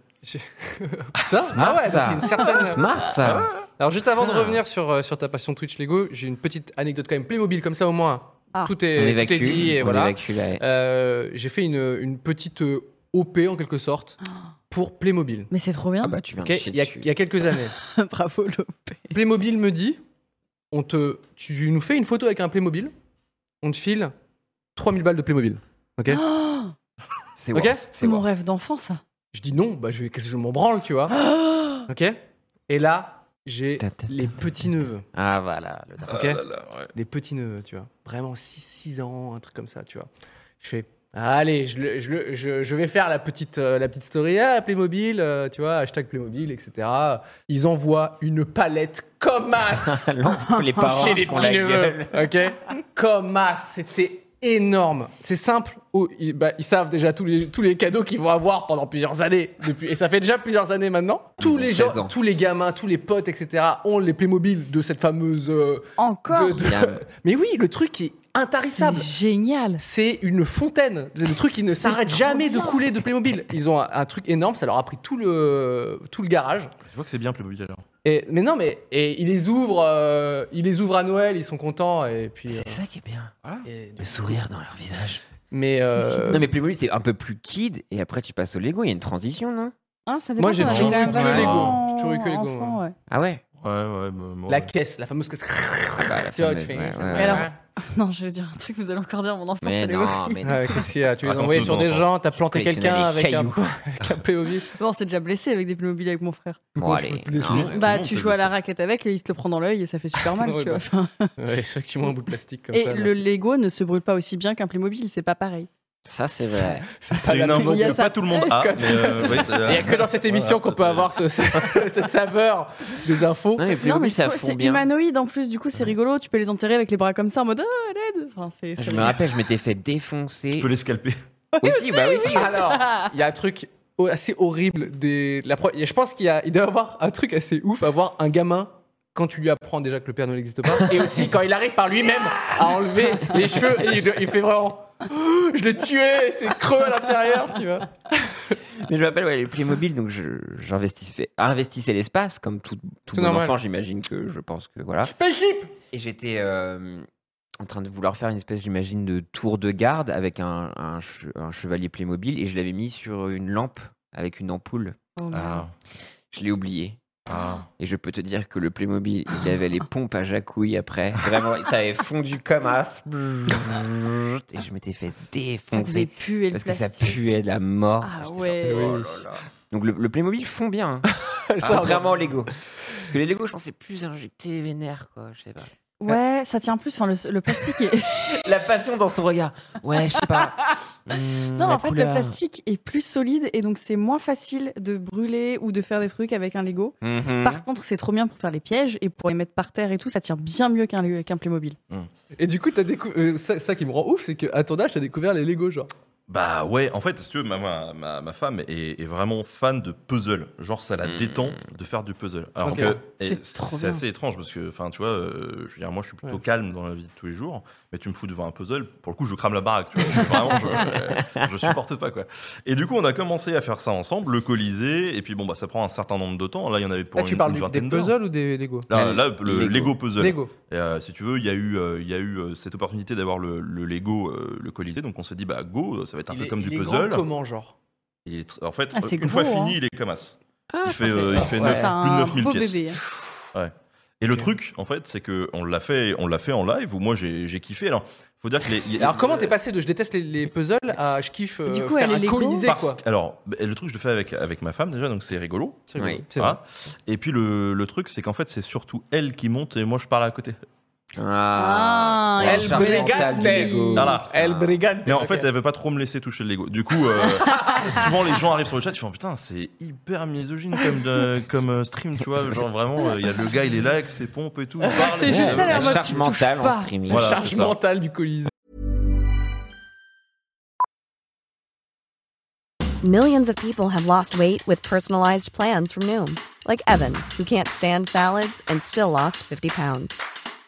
Speaker 1: putain, ah ouais,
Speaker 3: ça.
Speaker 1: donc une certaine-
Speaker 3: Smart ça.
Speaker 1: Alors juste avant de
Speaker 3: Putain.
Speaker 1: revenir sur, euh, sur ta passion Twitch Lego, j'ai une petite anecdote quand même Playmobil, comme ça au moins.
Speaker 4: Ah.
Speaker 1: Tout,
Speaker 3: on
Speaker 1: est, tout
Speaker 3: évacue.
Speaker 1: est dit et
Speaker 3: on
Speaker 1: voilà.
Speaker 3: évacue la-
Speaker 1: Euh, j'ai fait une, une petite euh, OP en quelque sorte pour Playmobil.
Speaker 4: Mais c'est trop bien.
Speaker 3: Ah bah tu viens
Speaker 1: Ok,
Speaker 3: de chier
Speaker 1: il y, a-
Speaker 3: dessus.
Speaker 1: il y a quelques années.
Speaker 4: Bravo, Lopé.
Speaker 1: Playmobil me dit on te, tu nous fais une photo avec un Playmobil, on te file 3000 balles de Playmobil. Ok
Speaker 4: Oh,
Speaker 3: C'est
Speaker 1: Ok.
Speaker 3: worse,
Speaker 4: c'est mon
Speaker 3: worse.
Speaker 4: rêve d'enfant, ça.
Speaker 1: Je dis non, bah je vais, qu'est-ce que je m'en branle, tu vois.
Speaker 4: Oh,
Speaker 1: Ok Et là, j'ai
Speaker 3: Ah. Ta, ta, ta,
Speaker 1: les petits-neveux.
Speaker 3: Ah voilà. le-
Speaker 1: Ok
Speaker 2: Ah là là, ouais.
Speaker 1: Les petits-neveux, tu vois. Vraiment 6 ans, un truc comme ça, tu vois. Je fais. Allez, je, le- je, le- je- je vais faire la petite, euh, la petite story. Ah, Playmobil, euh, tu vois, hashtag Playmobil, etc. Ils envoient une palette comme as
Speaker 3: L'enfant, les parents
Speaker 1: chez les
Speaker 3: Ah, font la
Speaker 1: petits-neveux.
Speaker 3: gueule.
Speaker 1: Ok Comme as, c'était énorme. C'est simple. Oh, ils, bah, ils savent déjà tous les, tous les cadeaux qu'ils vont avoir pendant plusieurs années. Depuis, et ça fait déjà plusieurs années maintenant. Tous
Speaker 3: ont
Speaker 1: les
Speaker 3: 16
Speaker 1: gens,
Speaker 3: ans.
Speaker 1: tous les gamins, tous les potes, etc. ont les Playmobil de cette fameuse. euh,
Speaker 4: Encore.
Speaker 1: de- de-
Speaker 3: Gamme.
Speaker 1: Mais oui, le truc est intarissable.
Speaker 4: C'est génial.
Speaker 1: C'est une fontaine. C'est le truc qui ne s'arrête jamais de couler de Playmobil. Ils ont un, un truc énorme, ça leur a pris tout le, tout le garage.
Speaker 2: Je vois que c'est bien Playmobil alors.
Speaker 1: Et, mais non, mais et ils les ouvrent, euh, ils les ouvrent à Noël, ils sont contents et puis.
Speaker 3: C'est ça qui est bien.
Speaker 1: euh, et-
Speaker 3: Le sourire dans leur visage.
Speaker 1: mais euh,
Speaker 4: si beau.
Speaker 3: Non mais Playmobil c'est un peu plus kid et après tu passes au Lego. Il y a une transition non
Speaker 4: Hein, ça
Speaker 1: Moi, j'ai
Speaker 4: dépend,
Speaker 2: toujours
Speaker 4: on a
Speaker 2: eu
Speaker 4: quand
Speaker 2: que
Speaker 4: même
Speaker 2: Lego.
Speaker 4: un
Speaker 1: J'ai toujours eu que Lego,
Speaker 4: enfant, ouais.
Speaker 3: Ah ouais.
Speaker 2: Ouais, ouais. bah, moi,
Speaker 1: la
Speaker 2: ouais.
Speaker 1: caisse, la fameuse caisse.
Speaker 3: bah, la
Speaker 1: Tu vois,
Speaker 3: fameuse,
Speaker 1: tu fais-
Speaker 3: ouais, ouais,
Speaker 1: Ouais,
Speaker 3: ouais.
Speaker 4: alors- Non, je vais dire un truc, vous allez encore dire mon enfant,
Speaker 3: Mais
Speaker 4: c'est Lego.
Speaker 3: non mais non.
Speaker 1: qu'est-ce qu'il y a Tu les as
Speaker 2: Raconte-nous
Speaker 1: envoyés sur
Speaker 2: ton
Speaker 1: des
Speaker 2: enfance.
Speaker 1: gens, t'as planté
Speaker 3: Collectionner
Speaker 1: quelqu'un
Speaker 3: les
Speaker 1: avec un,
Speaker 3: cailloux.
Speaker 1: avec un Playmobil.
Speaker 4: Bon, on s'est déjà blessé avec des Playmobil avec mon frère.
Speaker 3: Bon allez. non.
Speaker 2: Tout le
Speaker 4: bah,
Speaker 2: monde
Speaker 4: tu
Speaker 2: s'est
Speaker 4: joues à la
Speaker 2: blessé.
Speaker 4: raquette avec et il te le prend dans l'œil et ça fait super mal,
Speaker 1: Ouais,
Speaker 4: tu
Speaker 1: bah.
Speaker 4: vois. Enfin,
Speaker 1: Ouais, effectivement, un bout de plastique comme
Speaker 4: et
Speaker 1: ça.
Speaker 4: le Lego ne se brûle pas aussi bien qu'un Playmobil, c'est pas pareil.
Speaker 3: Ça c'est
Speaker 4: Bah,
Speaker 3: vrai.
Speaker 2: C'est une info
Speaker 4: Il y a
Speaker 2: que
Speaker 4: ça.
Speaker 2: pas tout le monde a. mais, euh, oui,
Speaker 1: Il n'y a que dans cette émission qu'on peut avoir ce- cette saveur des infos.
Speaker 3: Non mais
Speaker 4: non,
Speaker 3: Playmobil
Speaker 4: mais
Speaker 3: ça
Speaker 4: c'est-
Speaker 3: fond
Speaker 4: c'est
Speaker 3: bien.
Speaker 4: humanoïde en plus, du coup, c'est rigolo. Tu peux les enterrer avec les bras comme ça en mode Ah, l'aide Enfin, c'est. c'est
Speaker 3: Je me
Speaker 4: rigolo.
Speaker 3: rappelle je m'étais fait défoncer.
Speaker 2: Tu peux les scalper.
Speaker 3: Aussi bah oui. si.
Speaker 1: Alors,
Speaker 4: Ah,
Speaker 1: il y a un truc au- assez horrible. Des, la, pro- je pense qu'il y a, il doit y avoir un truc assez ouf à voir un gamin quand tu lui apprends déjà que le père ne n'existe pas. Et aussi quand il arrive par lui-même à enlever les cheveux et il, il fait vraiment. Oh, Je l'ai tué, c'est creux à l'intérieur, tu vois.
Speaker 3: Mais je me rappelle, ouais, les Playmobil, donc je- j'investissais investissais l'espace, comme tout,
Speaker 1: C'est
Speaker 3: tout bon
Speaker 1: normal.
Speaker 3: enfant, j'imagine que je pense que
Speaker 2: Ah.
Speaker 3: voilà.
Speaker 1: Spaceship
Speaker 3: Et j'étais euh, en train de vouloir faire une espèce, j'imagine, de tour de garde avec un, un che- un chevalier Playmobil et je l'avais mis sur une lampe avec une ampoule.
Speaker 4: Oh, merde.
Speaker 3: Je l'ai oublié.
Speaker 4: ah.
Speaker 3: Et je peux te dire que le Playmobil, il avait les pompes à jacouille après. Vraiment, ça avait fondu comme as. Et je m'étais fait
Speaker 4: Ça faisait
Speaker 3: défoncer.
Speaker 4: puer le
Speaker 3: Parce que ça
Speaker 4: plastique.
Speaker 3: puait la mort.
Speaker 4: Ah
Speaker 3: J'étais
Speaker 4: ouais.
Speaker 3: genre, oh là là. Donc le, le Playmobil fond bien, hein.
Speaker 2: Ah,
Speaker 1: Ça,
Speaker 3: contrairement aux Lego. Parce que les Lego, je pense, c'est plus injecté, vénère, quoi. Je sais pas.
Speaker 4: Ouais, ça tient plus. Enfin, le, le plastique est.
Speaker 3: La passion dans son regard. Ouais, je sais pas. Hmm,
Speaker 4: non,
Speaker 3: la
Speaker 4: en fait,
Speaker 3: couleur.
Speaker 4: le plastique est plus solide et donc c'est moins facile de brûler ou de faire des trucs avec un Lego.
Speaker 3: Mhm.
Speaker 4: Par contre, c'est trop bien pour faire les pièges et pour les mettre par terre et tout. Ça tient bien mieux qu'un qu'un Playmobil.
Speaker 1: Et du coup, t'as décou- euh, ça, ça qui me rend ouf, c'est qu'à ton âge, t'as découvert les Lego, genre.
Speaker 2: Bah ouais, en fait, si tu veux, ma, ma, ma- ma femme est, est vraiment fan de puzzle. Genre, ça la
Speaker 3: Mm.
Speaker 2: détend de faire du puzzle. Alors
Speaker 1: Ok.
Speaker 2: que et
Speaker 4: C'est
Speaker 2: c'est
Speaker 4: trop
Speaker 2: c'est
Speaker 4: bien.
Speaker 2: assez étrange parce que, enfin, tu vois, euh, je veux dire, moi, je suis plutôt
Speaker 1: Ouais.
Speaker 2: calme dans la vie de tous les jours, mais tu me fous devant un puzzle, pour le coup, je crame la baraque. Tu vois, Je- vraiment, je, euh, je supporte pas quoi. Et du coup, on a commencé à faire ça ensemble, le colisée, et puis bon, bah, ça prend un certain nombre de temps. Là, il y en avait pour
Speaker 1: Là,
Speaker 2: une,
Speaker 1: Ah, tu parles
Speaker 2: une
Speaker 1: du- des
Speaker 2: vingtaine d'heures.
Speaker 1: puzzles ou des Lego
Speaker 2: Là, là, le
Speaker 3: Lego.
Speaker 2: Lego puzzle.
Speaker 1: Lego.
Speaker 2: Et, euh, si tu veux, il y a eu, euh, il y a eu euh, cette opportunité d'avoir le, le Lego, euh, le Colisée. Donc on s'est dit, bah go, ça va être un
Speaker 1: Il
Speaker 2: peu
Speaker 1: est-
Speaker 2: comme
Speaker 1: il
Speaker 2: du
Speaker 1: est grand
Speaker 2: puzzle.
Speaker 1: Comment, genre
Speaker 2: Il est tr- en fait,
Speaker 4: Ah, c'est
Speaker 2: une
Speaker 4: gros,
Speaker 2: fois
Speaker 4: hein.
Speaker 2: fini, il est comme as.
Speaker 1: Ah,
Speaker 2: il fait,
Speaker 4: c'est-
Speaker 2: euh, il fait
Speaker 3: ouais.
Speaker 2: neuf-
Speaker 4: C'est
Speaker 2: plus de
Speaker 4: un
Speaker 2: 9000
Speaker 4: beau
Speaker 2: pièces.
Speaker 4: bébé. hein.
Speaker 2: Et le
Speaker 1: Ok.
Speaker 2: truc, en fait, c'est que on l'a fait, on l'a fait en live. Où moi, j'ai j'ai kiffé. Alors, faut dire que les, il y a- Euh,
Speaker 1: Alors, comment t'es passé de je déteste les, les puzzles à je kiffe euh,
Speaker 4: Du coup,
Speaker 1: faire
Speaker 4: elle est
Speaker 1: un
Speaker 4: Lego
Speaker 1: colisée,
Speaker 2: parce-
Speaker 1: quoi
Speaker 2: Alors, bah, le truc, je le fais avec avec ma femme déjà, donc c'est rigolo.
Speaker 1: C'est rigolo,
Speaker 3: Oui.
Speaker 1: c'est vrai.
Speaker 2: Ah. Et puis le, le truc, c'est qu'en fait, c'est surtout elle qui monte et moi, je parle à côté.
Speaker 3: Ah,
Speaker 4: Ah,
Speaker 3: la
Speaker 4: El
Speaker 3: charge
Speaker 1: Brigante.
Speaker 3: mentale des Lego.
Speaker 2: Voilà.
Speaker 1: El
Speaker 3: Ah.
Speaker 1: Brigante.
Speaker 2: Mais en
Speaker 1: ok.
Speaker 2: fait, elle veut pas trop me laisser toucher le Lego. Du coup, euh, souvent les gens arrivent sur le chat, ils font putain, c'est hyper misogyne comme, de- comme euh, stream, tu vois. Genre vraiment, euh, il y a le gars, il est là avec ses pompes et tout. il parle, euh,
Speaker 4: C'est
Speaker 2: et
Speaker 4: juste
Speaker 2: tout.
Speaker 4: ça, la
Speaker 3: la
Speaker 4: mode,
Speaker 3: charge
Speaker 4: tu
Speaker 3: mentale
Speaker 4: touches pas.
Speaker 3: en streaming.
Speaker 2: Voilà,
Speaker 1: la charge
Speaker 2: c'est ça.
Speaker 1: mentale du colisée.
Speaker 6: Millions of people have lost weight with personalized plans from Noom, like Evan, who can't stand salads and still lost 50 pounds.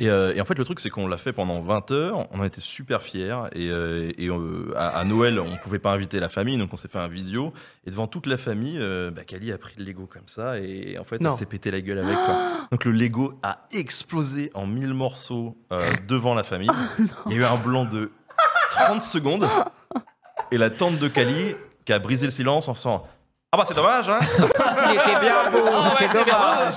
Speaker 2: Et, euh, et en fait, le truc, c'est qu'on l'a fait pendant 20 heures. On en était super fiers. Et, euh, et, euh, à, à Noël, on pouvait pas inviter la famille, donc on s'est fait un visio. Et devant toute la famille, euh, bah, Kali a pris le Lego comme ça. Et en fait,
Speaker 1: Non.
Speaker 2: elle s'est pété la gueule avec. quoi. Donc le Lego a explosé en mille morceaux euh, devant la famille. Il y a eu un blanc de 30 secondes. Et la tante de Kali qui a brisé le silence en faisant Ah bah c'est dommage, hein
Speaker 3: Il était bien
Speaker 1: Oh,
Speaker 3: beau, c'est dommage.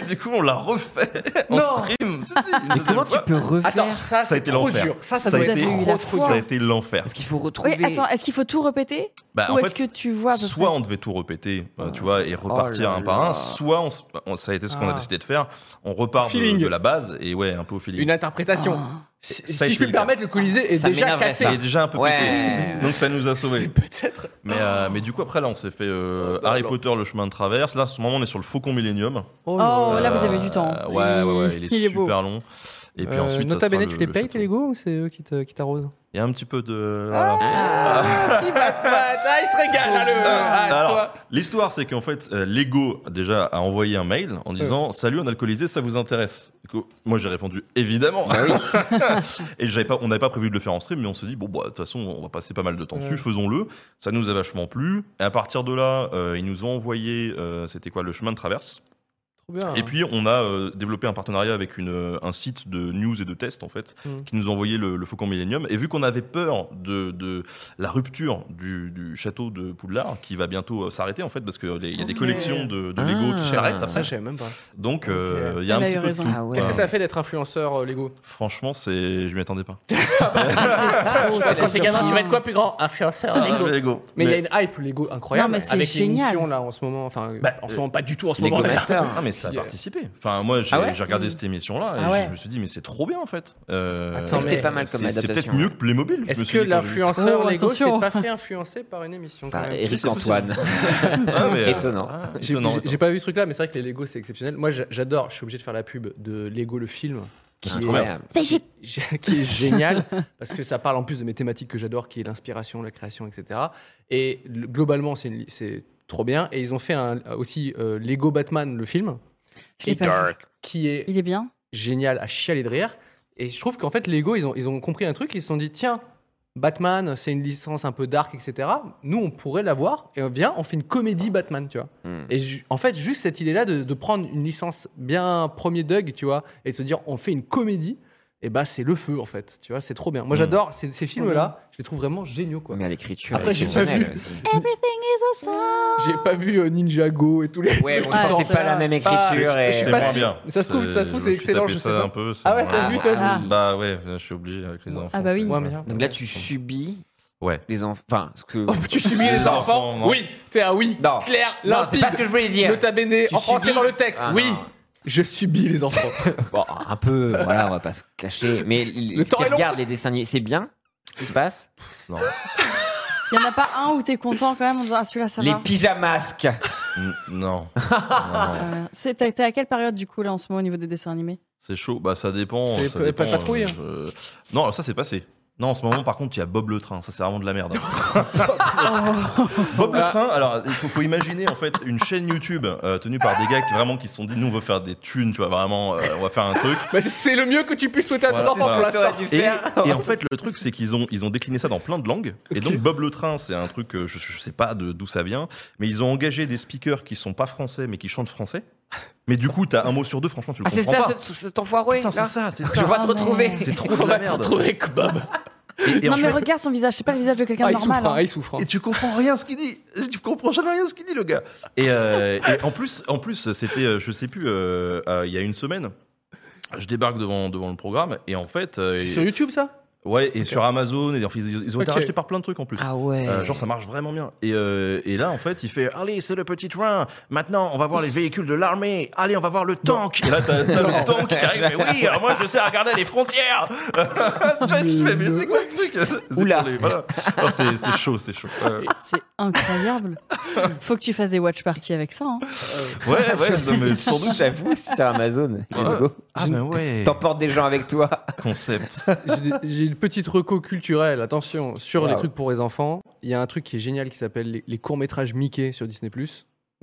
Speaker 2: Et du coup, on l'a refait en
Speaker 1: Non.
Speaker 2: stream. Si, si, une
Speaker 4: Ah.
Speaker 3: Mais
Speaker 2: deuxième
Speaker 3: comment tu
Speaker 2: fois.
Speaker 3: peux refaire
Speaker 1: Attends, ça,
Speaker 2: Ça a
Speaker 1: c'est
Speaker 2: été
Speaker 1: trop
Speaker 2: l'enfer.
Speaker 1: dur. Ça, ça,
Speaker 2: a
Speaker 1: doit
Speaker 2: été
Speaker 1: être
Speaker 4: eu
Speaker 1: trop,
Speaker 4: la
Speaker 1: trop
Speaker 4: foi.
Speaker 2: Ça a
Speaker 1: dur.
Speaker 2: été l'enfer.
Speaker 3: Parce qu'il faut
Speaker 4: Oui,
Speaker 3: retrouver.
Speaker 4: attends, est-ce qu'il faut tout répéter
Speaker 2: Bah, en
Speaker 4: Ou est-ce que
Speaker 2: fait,
Speaker 4: tu vois à peu
Speaker 2: soit
Speaker 4: près Ah. Oh
Speaker 2: on devait tout répéter, euh, tu vois, et repartir
Speaker 3: là
Speaker 2: un par
Speaker 3: là.
Speaker 2: un, soit on, s- on- ça a été ce qu'on a
Speaker 1: Ah.
Speaker 2: décidé de faire. On repart de,
Speaker 1: Feeling.
Speaker 2: de la base et ouais, un peu au feeling.
Speaker 1: Une interprétation. Si, si
Speaker 2: Ça a été
Speaker 1: je peux
Speaker 2: le
Speaker 1: me
Speaker 2: cas.
Speaker 1: permettre, le colisée est
Speaker 3: Ça
Speaker 1: déjà
Speaker 3: m'énerverait,
Speaker 1: cassé.
Speaker 2: Il est déjà un peu
Speaker 3: Ouais.
Speaker 2: pété. Donc ça nous a
Speaker 1: C'est
Speaker 2: sauvés.
Speaker 1: peut-être.
Speaker 2: Mais, euh, mais du coup, après là, on s'est fait euh,
Speaker 1: Oh, non,
Speaker 2: Harry
Speaker 1: non.
Speaker 2: Potter, le chemin de traverse. Là, en ce moment, on est sur le Faucon Millennium.
Speaker 4: Oh, là, vous
Speaker 2: Euh,
Speaker 4: avez du temps.
Speaker 2: Ouais, ouais, ouais. Il est,
Speaker 4: Il est beau.
Speaker 2: super long. Et puis
Speaker 1: Euh,
Speaker 2: ensuite, ça
Speaker 1: Nota
Speaker 2: sera
Speaker 1: Bene,
Speaker 2: le-
Speaker 1: tu les
Speaker 2: le
Speaker 1: payes
Speaker 2: château.
Speaker 1: tes Lego ou c'est eux qui te- qui t'arrosent
Speaker 2: Il y a un petit peu de.
Speaker 1: Ah, petit patte-patte. Ah, il se régale là, le. Ah,
Speaker 2: Alors,
Speaker 1: toi.
Speaker 2: L'histoire, c'est qu'en fait, euh, Lego déjà a envoyé un mail en disant Salut, on a le colisée, ça vous intéresse Du coup, Moi, j'ai répondu Évidemment. et j'avais pas, on n'avait pas prévu de le faire en stream, mais on se dit Bon, bah, de toute façon, on va passer pas mal de temps dessus,
Speaker 1: Ouais.
Speaker 2: faisons-le. Ça nous a vachement plu. Et à partir de là, euh, ils nous ont envoyé, euh, c'était quoi, le chemin de traverse.
Speaker 1: Trop bien.
Speaker 2: Et puis, on a euh, développé un partenariat avec une, euh, un site de news et de tests, en fait,
Speaker 1: Mm.
Speaker 2: qui nous envoyait le, le Faucon Millennium. Et vu qu'on avait peur de, de la rupture du, du château de Poudlard, qui va bientôt euh, s'arrêter, en fait, parce qu'il y a des
Speaker 1: Ok.
Speaker 2: collections de, de Lego
Speaker 3: Ah.
Speaker 2: qui s'arrêtent
Speaker 1: ça,
Speaker 2: après.
Speaker 1: je savais même pas.
Speaker 2: Donc, euh, il y a
Speaker 4: Elle
Speaker 2: un
Speaker 4: a eu
Speaker 2: petit peu de
Speaker 4: raison.
Speaker 2: tout.
Speaker 3: Ah ouais.
Speaker 1: Qu'est-ce que ça fait d'être influenceur euh, Lego
Speaker 2: Franchement, c'est... je m'y attendais pas.
Speaker 1: Quand t'es gamin, Bah, tu vas être quoi plus grand Influenceur Lego.
Speaker 2: Lego.
Speaker 1: Mais il y a une hype Lego incroyable
Speaker 4: Non, mais c'est
Speaker 1: avec
Speaker 4: génial.
Speaker 1: l'émission là en ce moment. Enfin,
Speaker 2: Bah,
Speaker 1: en ce
Speaker 2: euh,
Speaker 1: moment pas du tout en ce
Speaker 3: Lego
Speaker 1: moment. mais-
Speaker 3: Master.
Speaker 2: Ah mais ça a
Speaker 1: Puis, euh,
Speaker 2: participé. Enfin moi j'ai
Speaker 3: Ah ouais
Speaker 2: j'ai regardé cette émission là et
Speaker 1: Ah ouais.
Speaker 2: je me suis dit mais c'est trop bien en fait. Euh,
Speaker 1: Attends,
Speaker 3: C'était mais- pas mal comme
Speaker 2: c'est- C'est
Speaker 3: adaptation,
Speaker 2: peut-être mieux
Speaker 3: ouais.
Speaker 2: que Playmobil. je me
Speaker 1: Est-ce
Speaker 2: suis
Speaker 1: que
Speaker 2: dit quand j'ai vu Bah, ça.
Speaker 1: l'influenceur
Speaker 4: Oh,
Speaker 1: Lego s'est
Speaker 4: attention.
Speaker 1: pas fait influencer par une émission quand
Speaker 3: Par
Speaker 1: même
Speaker 3: Eric
Speaker 2: c'est possible.
Speaker 3: Antoine.
Speaker 2: Ah, mais, euh,
Speaker 3: Étonnant.
Speaker 2: ah,
Speaker 1: J'ai
Speaker 2: étonnant,
Speaker 1: j'ai-
Speaker 2: étonnant.
Speaker 1: j'ai pas vu ce truc-là, mais c'est vrai que les Lego c'est exceptionnel. Moi, j'a- j'adore. Je suis obligé de faire la pub de Lego le film, qui est,
Speaker 3: Incroyable.
Speaker 1: qui, qui est génial parce que ça parle en plus de mes thématiques que j'adore, qui est l'inspiration, la création, etc. Et le- globalement, c'est une li- c'est trop bien. Et ils ont fait un- aussi euh, Lego Batman le film,
Speaker 4: Je l'ai pas vu.
Speaker 1: qui est
Speaker 4: Il est bien
Speaker 1: génial à chialer de rire. Et je trouve qu'en fait, Lego, ils ont, ils ont compris un truc, ils se sont dit, tiens, Batman, c'est une licence un peu dark, etc. Nous, on pourrait l'avoir, et on vient, on fait une comédie Batman, tu vois.
Speaker 3: Hmm.
Speaker 1: Et ju- en fait, juste cette idée-là de, de prendre une licence bien premier Doug, tu vois, et de se dire, on fait une comédie, et bah, c'est le feu, en fait, tu vois, c'est trop bien. Moi,
Speaker 2: Hmm.
Speaker 1: j'adore ces, ces films-là, je les trouve vraiment géniaux, quoi.
Speaker 3: Mm. Mais à l'écriture,
Speaker 1: Après,
Speaker 3: elle est
Speaker 1: j'ai pas vu.
Speaker 3: exceptionnelle aussi.
Speaker 1: J'ai pas vu euh, Ninjago et tous les.
Speaker 3: Ouais, bon,
Speaker 4: Ah,
Speaker 3: je pense que
Speaker 4: ça-
Speaker 3: c'est pas la même écriture.
Speaker 1: Ah,
Speaker 3: et-
Speaker 1: je sais
Speaker 2: C'est
Speaker 1: pas
Speaker 2: moins
Speaker 1: si-
Speaker 2: bien.
Speaker 1: ça se trouve- ça se trouve,
Speaker 2: Euh, je
Speaker 1: c'est
Speaker 2: me suis
Speaker 1: excellent,
Speaker 2: tapé
Speaker 1: je sais
Speaker 2: ça
Speaker 1: pas.
Speaker 2: un peu. c'est
Speaker 1: Ah ouais,
Speaker 2: moins-
Speaker 1: t'as vu, toi
Speaker 4: Ah.
Speaker 2: Bah ouais, je suis obligé avec les enfants.
Speaker 4: Ah bah oui.
Speaker 1: Ouais, mais- hein.
Speaker 3: Donc là, tu subis
Speaker 2: Ouais.
Speaker 3: des enfants. Enfin, ce que.
Speaker 1: Oh, tu subis les
Speaker 2: Les enfants,
Speaker 1: enfants
Speaker 2: non.
Speaker 1: Oui, t'es un oui.
Speaker 3: Non.
Speaker 1: Clair,
Speaker 3: Non, c'est
Speaker 1: limpide.
Speaker 3: pas ce que je voulais dire.
Speaker 1: Le tabéné,
Speaker 3: Tu
Speaker 1: en français
Speaker 3: subis-
Speaker 1: dans le texte.
Speaker 3: Ah,
Speaker 1: oui,
Speaker 3: non.
Speaker 1: je subis les enfants.
Speaker 3: Bon, un peu, voilà, on va pas se cacher. Mais
Speaker 1: Le
Speaker 3: le
Speaker 1: temps
Speaker 3: ce
Speaker 1: est
Speaker 3: qui
Speaker 1: long.
Speaker 3: regarde les dessins animés, c'est bien ce qui se passe.
Speaker 2: Non.
Speaker 4: Il y en a pas un où t'es content quand même en disant ah celui-là ça
Speaker 3: les
Speaker 4: va.
Speaker 3: pyjamasques.
Speaker 2: N- Non. Non.
Speaker 4: Euh, c'est- T'es t'es à quelle période du coup là en ce moment au niveau des dessins animés
Speaker 2: C'est chaud. Bah ça dépend.
Speaker 1: C'est
Speaker 2: ça
Speaker 1: pas-
Speaker 2: dépend,
Speaker 1: pas patrouille, hein.
Speaker 2: euh, je- Non, ça c'est passé. Non, en ce moment, par contre, il y a Bob le train. Ça, c'est vraiment de la merde. hein. Bob
Speaker 4: Bah-
Speaker 2: le train. Alors, il faut, faut imaginer en fait une chaîne YouTube euh, tenue par des gars qui vraiment qui se sont dit, nous, on veut faire des thunes, tu vois, vraiment, euh, on va faire un truc.
Speaker 1: Bah, c'est le mieux que tu puisses souhaiter à ton
Speaker 2: Voilà,
Speaker 1: enfant pour
Speaker 2: c'est ça.
Speaker 1: l'instant.
Speaker 2: Et, et en fait, le truc, c'est qu'ils ont, ils ont décliné ça dans plein de langues. Et donc, Bob le Train, c'est un truc, euh, je, je sais pas de- d'où ça vient, mais ils ont engagé des speakers qui sont pas français, mais qui chantent français. Mais du coup, t'as un mot sur deux, franchement, tu le
Speaker 3: Ah, c'est
Speaker 2: comprends
Speaker 3: ça,
Speaker 2: pas.
Speaker 3: ce- cet enfoiré.
Speaker 2: Putain, c'est
Speaker 3: là.
Speaker 2: ça, c'est
Speaker 3: Je
Speaker 2: ça.
Speaker 3: vois
Speaker 4: Ah,
Speaker 3: te retrouver.
Speaker 4: mais-
Speaker 2: C'est trop de
Speaker 1: On
Speaker 2: la
Speaker 1: va te
Speaker 2: merde.
Speaker 1: retrouver avec Bob.
Speaker 2: Et, et en
Speaker 4: Non mais
Speaker 2: fait-
Speaker 4: regarde son visage, c'est pas le visage de quelqu'un
Speaker 1: Ah,
Speaker 4: de
Speaker 1: il souffre,
Speaker 4: normal.
Speaker 1: hein,
Speaker 4: hein.
Speaker 1: il souffre. hein.
Speaker 2: Et tu comprends rien ce qu'il dit. Tu comprends jamais rien ce qu'il dit, le gars. Et, euh, et en plus, en plus, c'était, euh, je sais plus, euh, euh, il y a une semaine. Je débarque devant, devant le programme et en fait, euh,
Speaker 1: C'est
Speaker 2: et-
Speaker 1: sur YouTube, ça
Speaker 2: ouais, et sur Amazon, et, enfin, ils, ils ont été
Speaker 1: Ok.
Speaker 2: rachetés par plein de trucs en plus.
Speaker 3: Ah ouais.
Speaker 2: Euh, genre ça marche vraiment bien. Et, euh, et là en fait il fait allez c'est le petit train. Maintenant on va voir les véhicules de l'armée. Allez on va voir le tank. Et là t'as t'as le tank qui arrive. Mais oui alors moi je sais regarder les frontières. tu vois tu te fais mais c'est quoi ce truc C'est pour
Speaker 3: Oula.
Speaker 2: les- voilà. Non, C'est c'est chaud c'est chaud. Euh,
Speaker 4: C'est incroyable. Faut que tu fasses des watch parties avec ça. hein.
Speaker 2: ouais ouais non, mais
Speaker 3: sans doute, j'avoue, c'est sur Amazon. Let's go.
Speaker 2: ah ben ouais.
Speaker 3: T'emportes des gens avec toi.
Speaker 2: Concept.
Speaker 1: J'ai des- J'ai une petite reco culturelle, attention, sur les
Speaker 3: Wow.
Speaker 1: trucs pour les enfants. Il y a un truc qui est génial qui s'appelle les, les courts-métrages Mickey sur Disney,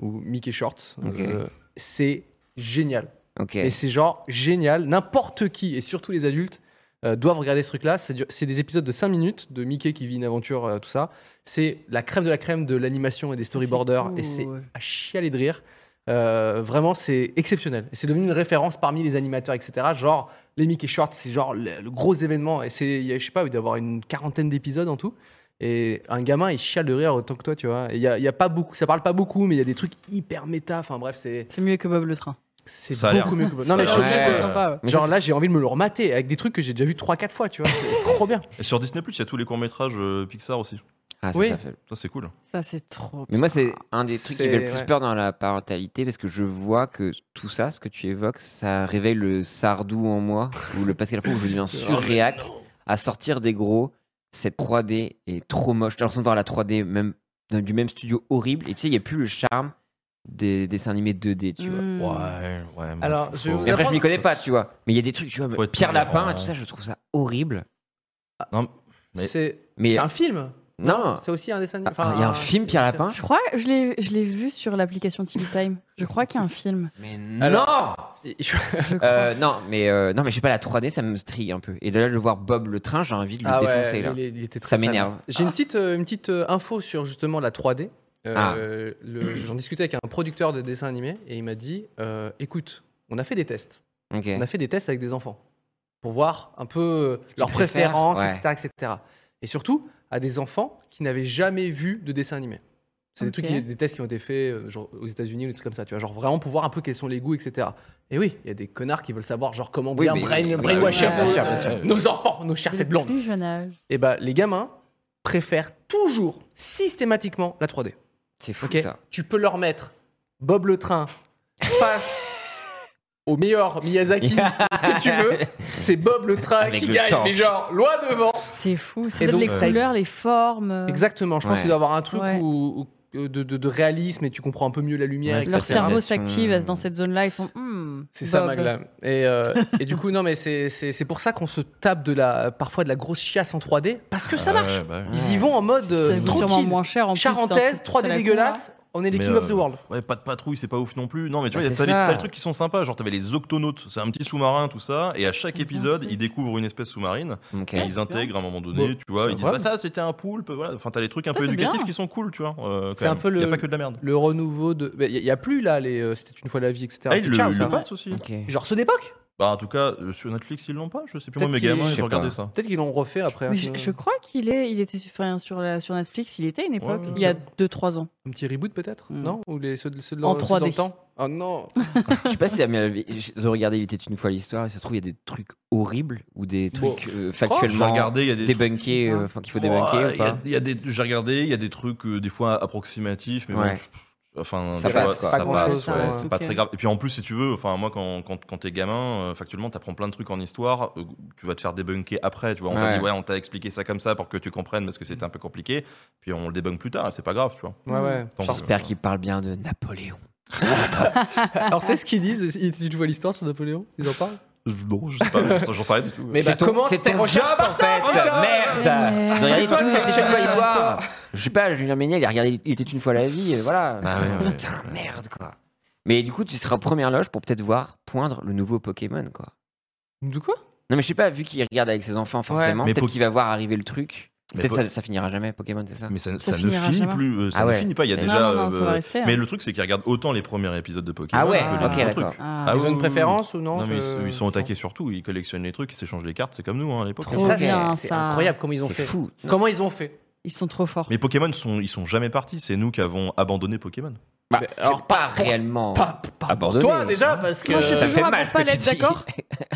Speaker 1: ou Mickey Shorts.
Speaker 3: Ok.
Speaker 1: Euh, c'est génial.
Speaker 3: Ok.
Speaker 1: Et c'est genre génial. N'importe qui, et surtout les adultes, euh, doivent regarder ce truc-là. C'est du- C'est des épisodes de 5 minutes de Mickey qui vit une aventure, euh, tout ça. C'est la crème de la crème de l'animation et des storyboarders. Et c'est
Speaker 4: cool.
Speaker 1: à chialer de rire. Euh, vraiment, c'est exceptionnel. Et C'est devenu une référence parmi les animateurs, etc. Genre, les Mickey Shorts, c'est genre le, le gros événement. Et c'est, il y a- je sais pas, il doit y avoir une quarantaine d'épisodes en tout. Et un gamin, il chiale de rire autant que toi, tu vois. Et il y a, il y a pas beaucoup, ça parle pas beaucoup, mais il y a des trucs hyper méta. Enfin bref, c'est,
Speaker 4: C'est mieux que Bob le train.
Speaker 1: c'est
Speaker 2: Ça a l'air.
Speaker 1: beaucoup mieux que. Non, mais
Speaker 2: Ça
Speaker 1: je suis
Speaker 2: a l'air.
Speaker 1: obligé de-
Speaker 4: C'est
Speaker 2: Ouais.
Speaker 4: sympa. ouais.
Speaker 3: Mais
Speaker 1: Genre
Speaker 3: ça,
Speaker 1: là, j'ai envie de me le remater avec des trucs que j'ai déjà vu 3-4 fois, tu vois. C'est trop bien.
Speaker 2: Et sur Disney Plus il y a tous les courts métrages Pixar aussi.
Speaker 3: Ah, ça,
Speaker 1: Oui.
Speaker 3: ça fait-
Speaker 2: Ça c'est cool.
Speaker 4: Ça c'est trop.
Speaker 3: Mais moi, c'est un des trucs qui me fait le
Speaker 1: Ah, C'est-
Speaker 3: plus
Speaker 1: ouais.
Speaker 3: peur dans la parentalité parce que je vois que tout ça, ce que tu évoques, ça réveille le sardou en moi ou le Pascal Pro où je
Speaker 1: Oh,
Speaker 3: deviens surréac à sortir des gros. Cette 3D est trop moche. J'ai l'impression de voir la 3D même, dans- du même studio horrible. Et tu sais, il n'y a plus le charme des dessins animés 2D, tu vois.
Speaker 2: Hmm.
Speaker 4: Mm.
Speaker 2: ouais. bon,
Speaker 1: Alors,
Speaker 2: faut-
Speaker 1: je vais
Speaker 2: faut-
Speaker 1: vous
Speaker 3: Et après, je m'y
Speaker 1: apprendre-
Speaker 3: connais pas, tu vois. Mais il y a des trucs, tu
Speaker 2: Faut
Speaker 3: vois,
Speaker 2: être
Speaker 3: Pierre Lapin
Speaker 2: tolérant.
Speaker 3: et tout ça, je trouve ça horrible.
Speaker 2: Non, Mais-
Speaker 1: C'est
Speaker 3: Mais
Speaker 1: c'est un film.
Speaker 3: non,
Speaker 1: C'est aussi un dessin
Speaker 3: Ah,
Speaker 1: animé.
Speaker 3: il y a un film Pierre Lapin.
Speaker 4: Je crois, je l'ai, je l'ai vu sur l'application TV Time. Je crois qu'il y a un film.
Speaker 3: Mais
Speaker 1: Alors-
Speaker 3: non.
Speaker 4: Je crois.
Speaker 3: Euh, non, mais euh, non, mais j'ai pas la 3D, ça me trie un peu. Et de là, de voir Bob le train, j'ai envie de le
Speaker 1: Ah ouais,
Speaker 3: défoncer là.
Speaker 1: il, est- il était très
Speaker 3: Ça
Speaker 1: sale.
Speaker 3: m'énerve.
Speaker 1: J'ai une petite, euh, une petite euh, info sur justement la 3D. Euh,
Speaker 3: Ah.
Speaker 1: le- J'en discutais avec un producteur de dessins animés et il m'a dit euh, écoute, on a fait des tests.
Speaker 3: Ok.
Speaker 1: On a fait des tests avec des enfants pour voir un peu euh,
Speaker 3: qu'ils
Speaker 1: leurs
Speaker 3: préfèrent,
Speaker 1: préférences,
Speaker 3: ouais.
Speaker 1: etc., etc. Et surtout à des enfants qui n'avaient jamais vu de dessin animé. C'est des
Speaker 4: Ok.
Speaker 1: trucs, qui- des tests qui ont été faits euh, genre, aux États-Unis ou des trucs comme ça, tu vois, genre vraiment pour voir un peu quels sont les goûts, etc. Et oui, il y a des connards qui veulent savoir genre comment
Speaker 3: Oui,
Speaker 1: bien
Speaker 3: mais-
Speaker 1: brain-
Speaker 3: Ah bah
Speaker 1: brainwasher
Speaker 4: oui, bien
Speaker 1: nos-
Speaker 4: sûr, bien sûr.
Speaker 1: euh, nos enfants, nos chères
Speaker 4: Dès
Speaker 1: têtes
Speaker 4: le
Speaker 1: blondes
Speaker 4: Plus jeune âge.
Speaker 1: et bah les gamins préfèrent toujours systématiquement la 3D.
Speaker 3: C'est fou
Speaker 1: Ok,
Speaker 3: ça.
Speaker 1: tu peux leur mettre Bob le train face au meilleur Miyazaki, ce que tu veux. C'est Bob le train
Speaker 3: Avec
Speaker 1: qui
Speaker 3: le
Speaker 1: gagne,
Speaker 3: tank.
Speaker 1: mais genre loin devant.
Speaker 4: C'est fou. C'est
Speaker 1: Et
Speaker 4: peut-être
Speaker 1: donc, euh,
Speaker 4: les
Speaker 1: ça
Speaker 4: couleurs, les formes. euh,
Speaker 1: Exactement, je pense
Speaker 3: Ouais.
Speaker 1: qu'il doit y avoir un truc
Speaker 4: Ouais.
Speaker 1: où- où- de, de- de réalisme et tu comprends un peu mieux la lumière,
Speaker 3: Ouais,
Speaker 1: etc.
Speaker 4: Leur
Speaker 3: Exactement.
Speaker 4: cerveau
Speaker 3: Exactement.
Speaker 4: s'active à- dans cette zone-là. Ils font. Hmm,
Speaker 1: C'est ça,
Speaker 4: Bob.
Speaker 1: Magla. Et, euh, et du coup, non, mais c'est- c'est c'est pour ça qu'on se tape de la, parfois de la grosse chiasse en 3D, parce que ça
Speaker 2: Ah
Speaker 3: Euh,
Speaker 1: marche.
Speaker 2: ouais, bah oui.
Speaker 1: Ils y vont en mode
Speaker 4: Ça
Speaker 1: euh,
Speaker 4: coûte sûrement
Speaker 1: tranquille.
Speaker 4: moins cher en plus, hein, c'est hein. un
Speaker 1: Charentaise,
Speaker 4: truc
Speaker 1: 3D
Speaker 4: à la con, là.
Speaker 1: dégueulasse. on est les
Speaker 2: Mais,
Speaker 1: King of the
Speaker 2: euh,
Speaker 1: World.
Speaker 2: Ouais, pas de patrouille, c'est pas ouf non plus. Non, mais tu
Speaker 3: Bah,
Speaker 2: vois, il y a-
Speaker 3: c'est
Speaker 2: t'as des,
Speaker 3: ça.
Speaker 2: t'as des trucs qui sont sympas. Genre, t'avais les octonautes, c'est un petit sous-marin, tout ça. Et à chaque
Speaker 4: Ça me dit un
Speaker 2: épisode,
Speaker 4: truc.
Speaker 2: ils découvrent une espèce sous-marine.
Speaker 3: Ok.
Speaker 2: Et ils intègrent à un moment donné,
Speaker 1: Ouais,
Speaker 2: tu vois.
Speaker 1: c'est
Speaker 2: Ils disent, bah
Speaker 1: incroyable.
Speaker 2: ça, c'était un poulpe. Voilà. Enfin, t'as des trucs un
Speaker 4: Ça,
Speaker 2: peu
Speaker 4: c'est
Speaker 2: éducatifs
Speaker 4: bien.
Speaker 2: qui sont cool, tu vois. euh, quand
Speaker 1: C'est un
Speaker 2: même.
Speaker 1: peu
Speaker 2: Il y a
Speaker 1: le-
Speaker 2: pas que de la merde.
Speaker 1: Le renouveau de. Il n'y a, plus là, les. euh, C'était une fois la vie, etc.
Speaker 2: Ah,
Speaker 1: C'est
Speaker 2: ils le,
Speaker 1: ciao,
Speaker 2: ils
Speaker 1: ça.
Speaker 2: le passent aussi.
Speaker 3: Ok.
Speaker 1: Genre ceux d'époque
Speaker 2: Bah, en tout cas, euh, sur Netflix, ils l'ont pas. Je sais plus. Moi,
Speaker 1: Peut-être
Speaker 2: mes
Speaker 1: qu'ils-
Speaker 2: gamins,
Speaker 3: je
Speaker 2: ils
Speaker 3: sais
Speaker 2: regardaient
Speaker 3: pas.
Speaker 2: ça.
Speaker 1: Peut-être qu'ils l'ont refait après.
Speaker 4: Mais
Speaker 1: hein,
Speaker 4: je,
Speaker 1: c'est-
Speaker 4: je crois qu'il est, il était enfin, sur, la, sur Netflix, il était à une époque,
Speaker 2: Ouais, ouais.
Speaker 4: il y a 2-3 ans.
Speaker 1: Un petit reboot peut-être
Speaker 4: Mm.
Speaker 1: Non Ou les, ceux de, ceux de
Speaker 4: En
Speaker 1: leur- ceux dans le
Speaker 4: 3D.
Speaker 1: temps Ah non
Speaker 3: Je sais pas si Damien Levy- Ils ont regardé Il était une fois l'histoire et ça se trouve, il y a des trucs horribles ou des
Speaker 1: Bon,
Speaker 3: trucs euh,
Speaker 2: J'ai
Speaker 3: factuellement
Speaker 2: regardé, il y a des hein.
Speaker 3: débunkés, euh, enfin qu'il faut débunker ou
Speaker 2: Ouais, il y a-
Speaker 3: pas
Speaker 2: il y a des- J'ai regardé, il y a des trucs euh, des fois approximatifs, mais bon,
Speaker 3: Ouais.
Speaker 2: pff, Enfin,
Speaker 3: Ça
Speaker 2: tu vois,
Speaker 3: passe, quoi.
Speaker 2: ça
Speaker 1: Pas
Speaker 2: passe,
Speaker 1: grand-chose,
Speaker 2: ouais,
Speaker 1: ouais.
Speaker 2: c'est pas
Speaker 4: hein, Ok.
Speaker 2: très grave. Et puis en plus, si tu veux, enfin moi quand quand, quand t'es gamin, euh, factuellement, t'apprends plein de trucs en histoire, euh, tu vas te faire débunker après, tu vois. On t'a
Speaker 3: Ouais.
Speaker 2: dit ouais, on t'a expliqué ça comme ça pour que tu comprennes parce que c'était un peu compliqué. Puis on le débunk plus tard, et c'est pas grave, tu vois.
Speaker 1: Ouais, ouais.
Speaker 2: Donc,
Speaker 3: J'espère qu'il parle bien de Napoléon.
Speaker 1: Alors, c'est ce qu'ils disent Il était une fois l'histoire sur Napoléon Ils en parlent
Speaker 2: euh, Non, je sais pas, j'en sais rien du tout.
Speaker 1: Mais
Speaker 3: C'est
Speaker 1: bah,
Speaker 3: ton-
Speaker 1: comment
Speaker 3: c'est
Speaker 1: c'était
Speaker 3: ton job en fait Merde
Speaker 4: Mais-
Speaker 3: Vous regardez
Speaker 1: C'est toi
Speaker 3: tout,
Speaker 1: qui
Speaker 3: Il
Speaker 1: as
Speaker 3: était une
Speaker 1: fait
Speaker 3: fois
Speaker 1: cette
Speaker 3: l'histoire Je sais pas, Julien Méniel, il a regardé Il était une fois la vie, euh, voilà.
Speaker 2: Ah ouais, ouais,
Speaker 3: Putain,
Speaker 2: ouais.
Speaker 3: merde quoi. Mais du coup, tu seras en première loge pour peut-être voir poindre le nouveau Pokémon quoi.
Speaker 1: De quoi
Speaker 3: Non mais je sais pas, vu qu'il regarde avec ses enfants forcément,
Speaker 2: Mais
Speaker 3: peut-être
Speaker 2: Po-
Speaker 3: qu'il va voir arriver le truc.
Speaker 2: Mais
Speaker 3: Peut-être
Speaker 2: Po-
Speaker 3: ça, ça finira jamais Pokémon, c'est ça
Speaker 2: Mais ça,
Speaker 4: Ça
Speaker 2: ça ne
Speaker 4: finira
Speaker 2: finit
Speaker 4: jamais.
Speaker 2: plus, euh, ça
Speaker 3: Ah
Speaker 2: ne
Speaker 3: ouais.
Speaker 2: finit pas. Il y a
Speaker 3: Non,
Speaker 2: déjà.
Speaker 4: non, non, ça
Speaker 2: euh,
Speaker 4: va rester, hein.
Speaker 2: Mais le truc, c'est qu'ils regardent autant les premiers épisodes de Pokémon.
Speaker 3: Ah ouais,
Speaker 2: que les
Speaker 3: ok,
Speaker 2: nouveaux
Speaker 3: d'accord.
Speaker 2: trucs.
Speaker 4: Ah,
Speaker 2: Ah
Speaker 1: Ils
Speaker 2: oui,
Speaker 1: ont une
Speaker 2: oui,
Speaker 1: préférence ou non
Speaker 2: Non, mais ils,
Speaker 1: je-
Speaker 2: ils sont au taquet sur tout, ils collectionnent les trucs, ils s'échangent les cartes, c'est comme nous hein, à l'époque.
Speaker 3: Trop
Speaker 1: Et
Speaker 4: Trop
Speaker 1: ça, c'est
Speaker 4: bien,
Speaker 1: c'est
Speaker 4: ça.
Speaker 1: incroyable comment ils ont
Speaker 3: C'est
Speaker 1: fait.
Speaker 3: fou.
Speaker 1: Comment ils ont fait
Speaker 4: Ils sont trop forts.
Speaker 2: Mais Pokémon, sont, ils sont jamais partis, c'est nous qui avons abandonné Pokémon.
Speaker 3: Bah,
Speaker 1: Mais alors,
Speaker 3: alors pas
Speaker 1: pour-
Speaker 3: réellement.
Speaker 1: Pas, pas
Speaker 3: Abandonné.
Speaker 1: toi déjà, parce que
Speaker 4: Moi, je suis
Speaker 3: ça
Speaker 4: toujours
Speaker 3: fait
Speaker 4: à
Speaker 3: mal
Speaker 4: pour
Speaker 3: ce
Speaker 4: pas
Speaker 3: que tu
Speaker 4: l'être
Speaker 3: dis.
Speaker 4: d'accord.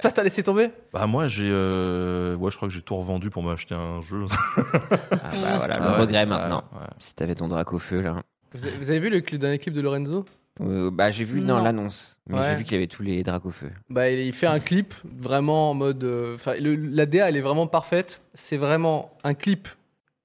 Speaker 1: toi t'as laissé tomber.
Speaker 2: Bah moi j'ai... euh, Ouais je crois que j'ai tout revendu pour m'acheter un jeu.
Speaker 3: Ah, bah, voilà, le
Speaker 2: Ouais,
Speaker 3: regret
Speaker 2: ouais,
Speaker 3: maintenant.
Speaker 2: ouais.
Speaker 3: Si t'avais ton drac au feu là.
Speaker 1: Vous avez, vous avez vu le, cl- dernier clip de Lorenzo
Speaker 3: Euh, bah j'ai vu dans
Speaker 4: Non.
Speaker 3: l'annonce, mais
Speaker 1: Ouais.
Speaker 3: j'ai vu qu'il y avait tous les dracs au feu.
Speaker 1: Bah, il il fait un clip vraiment en mode. euh, Enfin, le- la DA, elle est vraiment parfaite. C'est vraiment un clip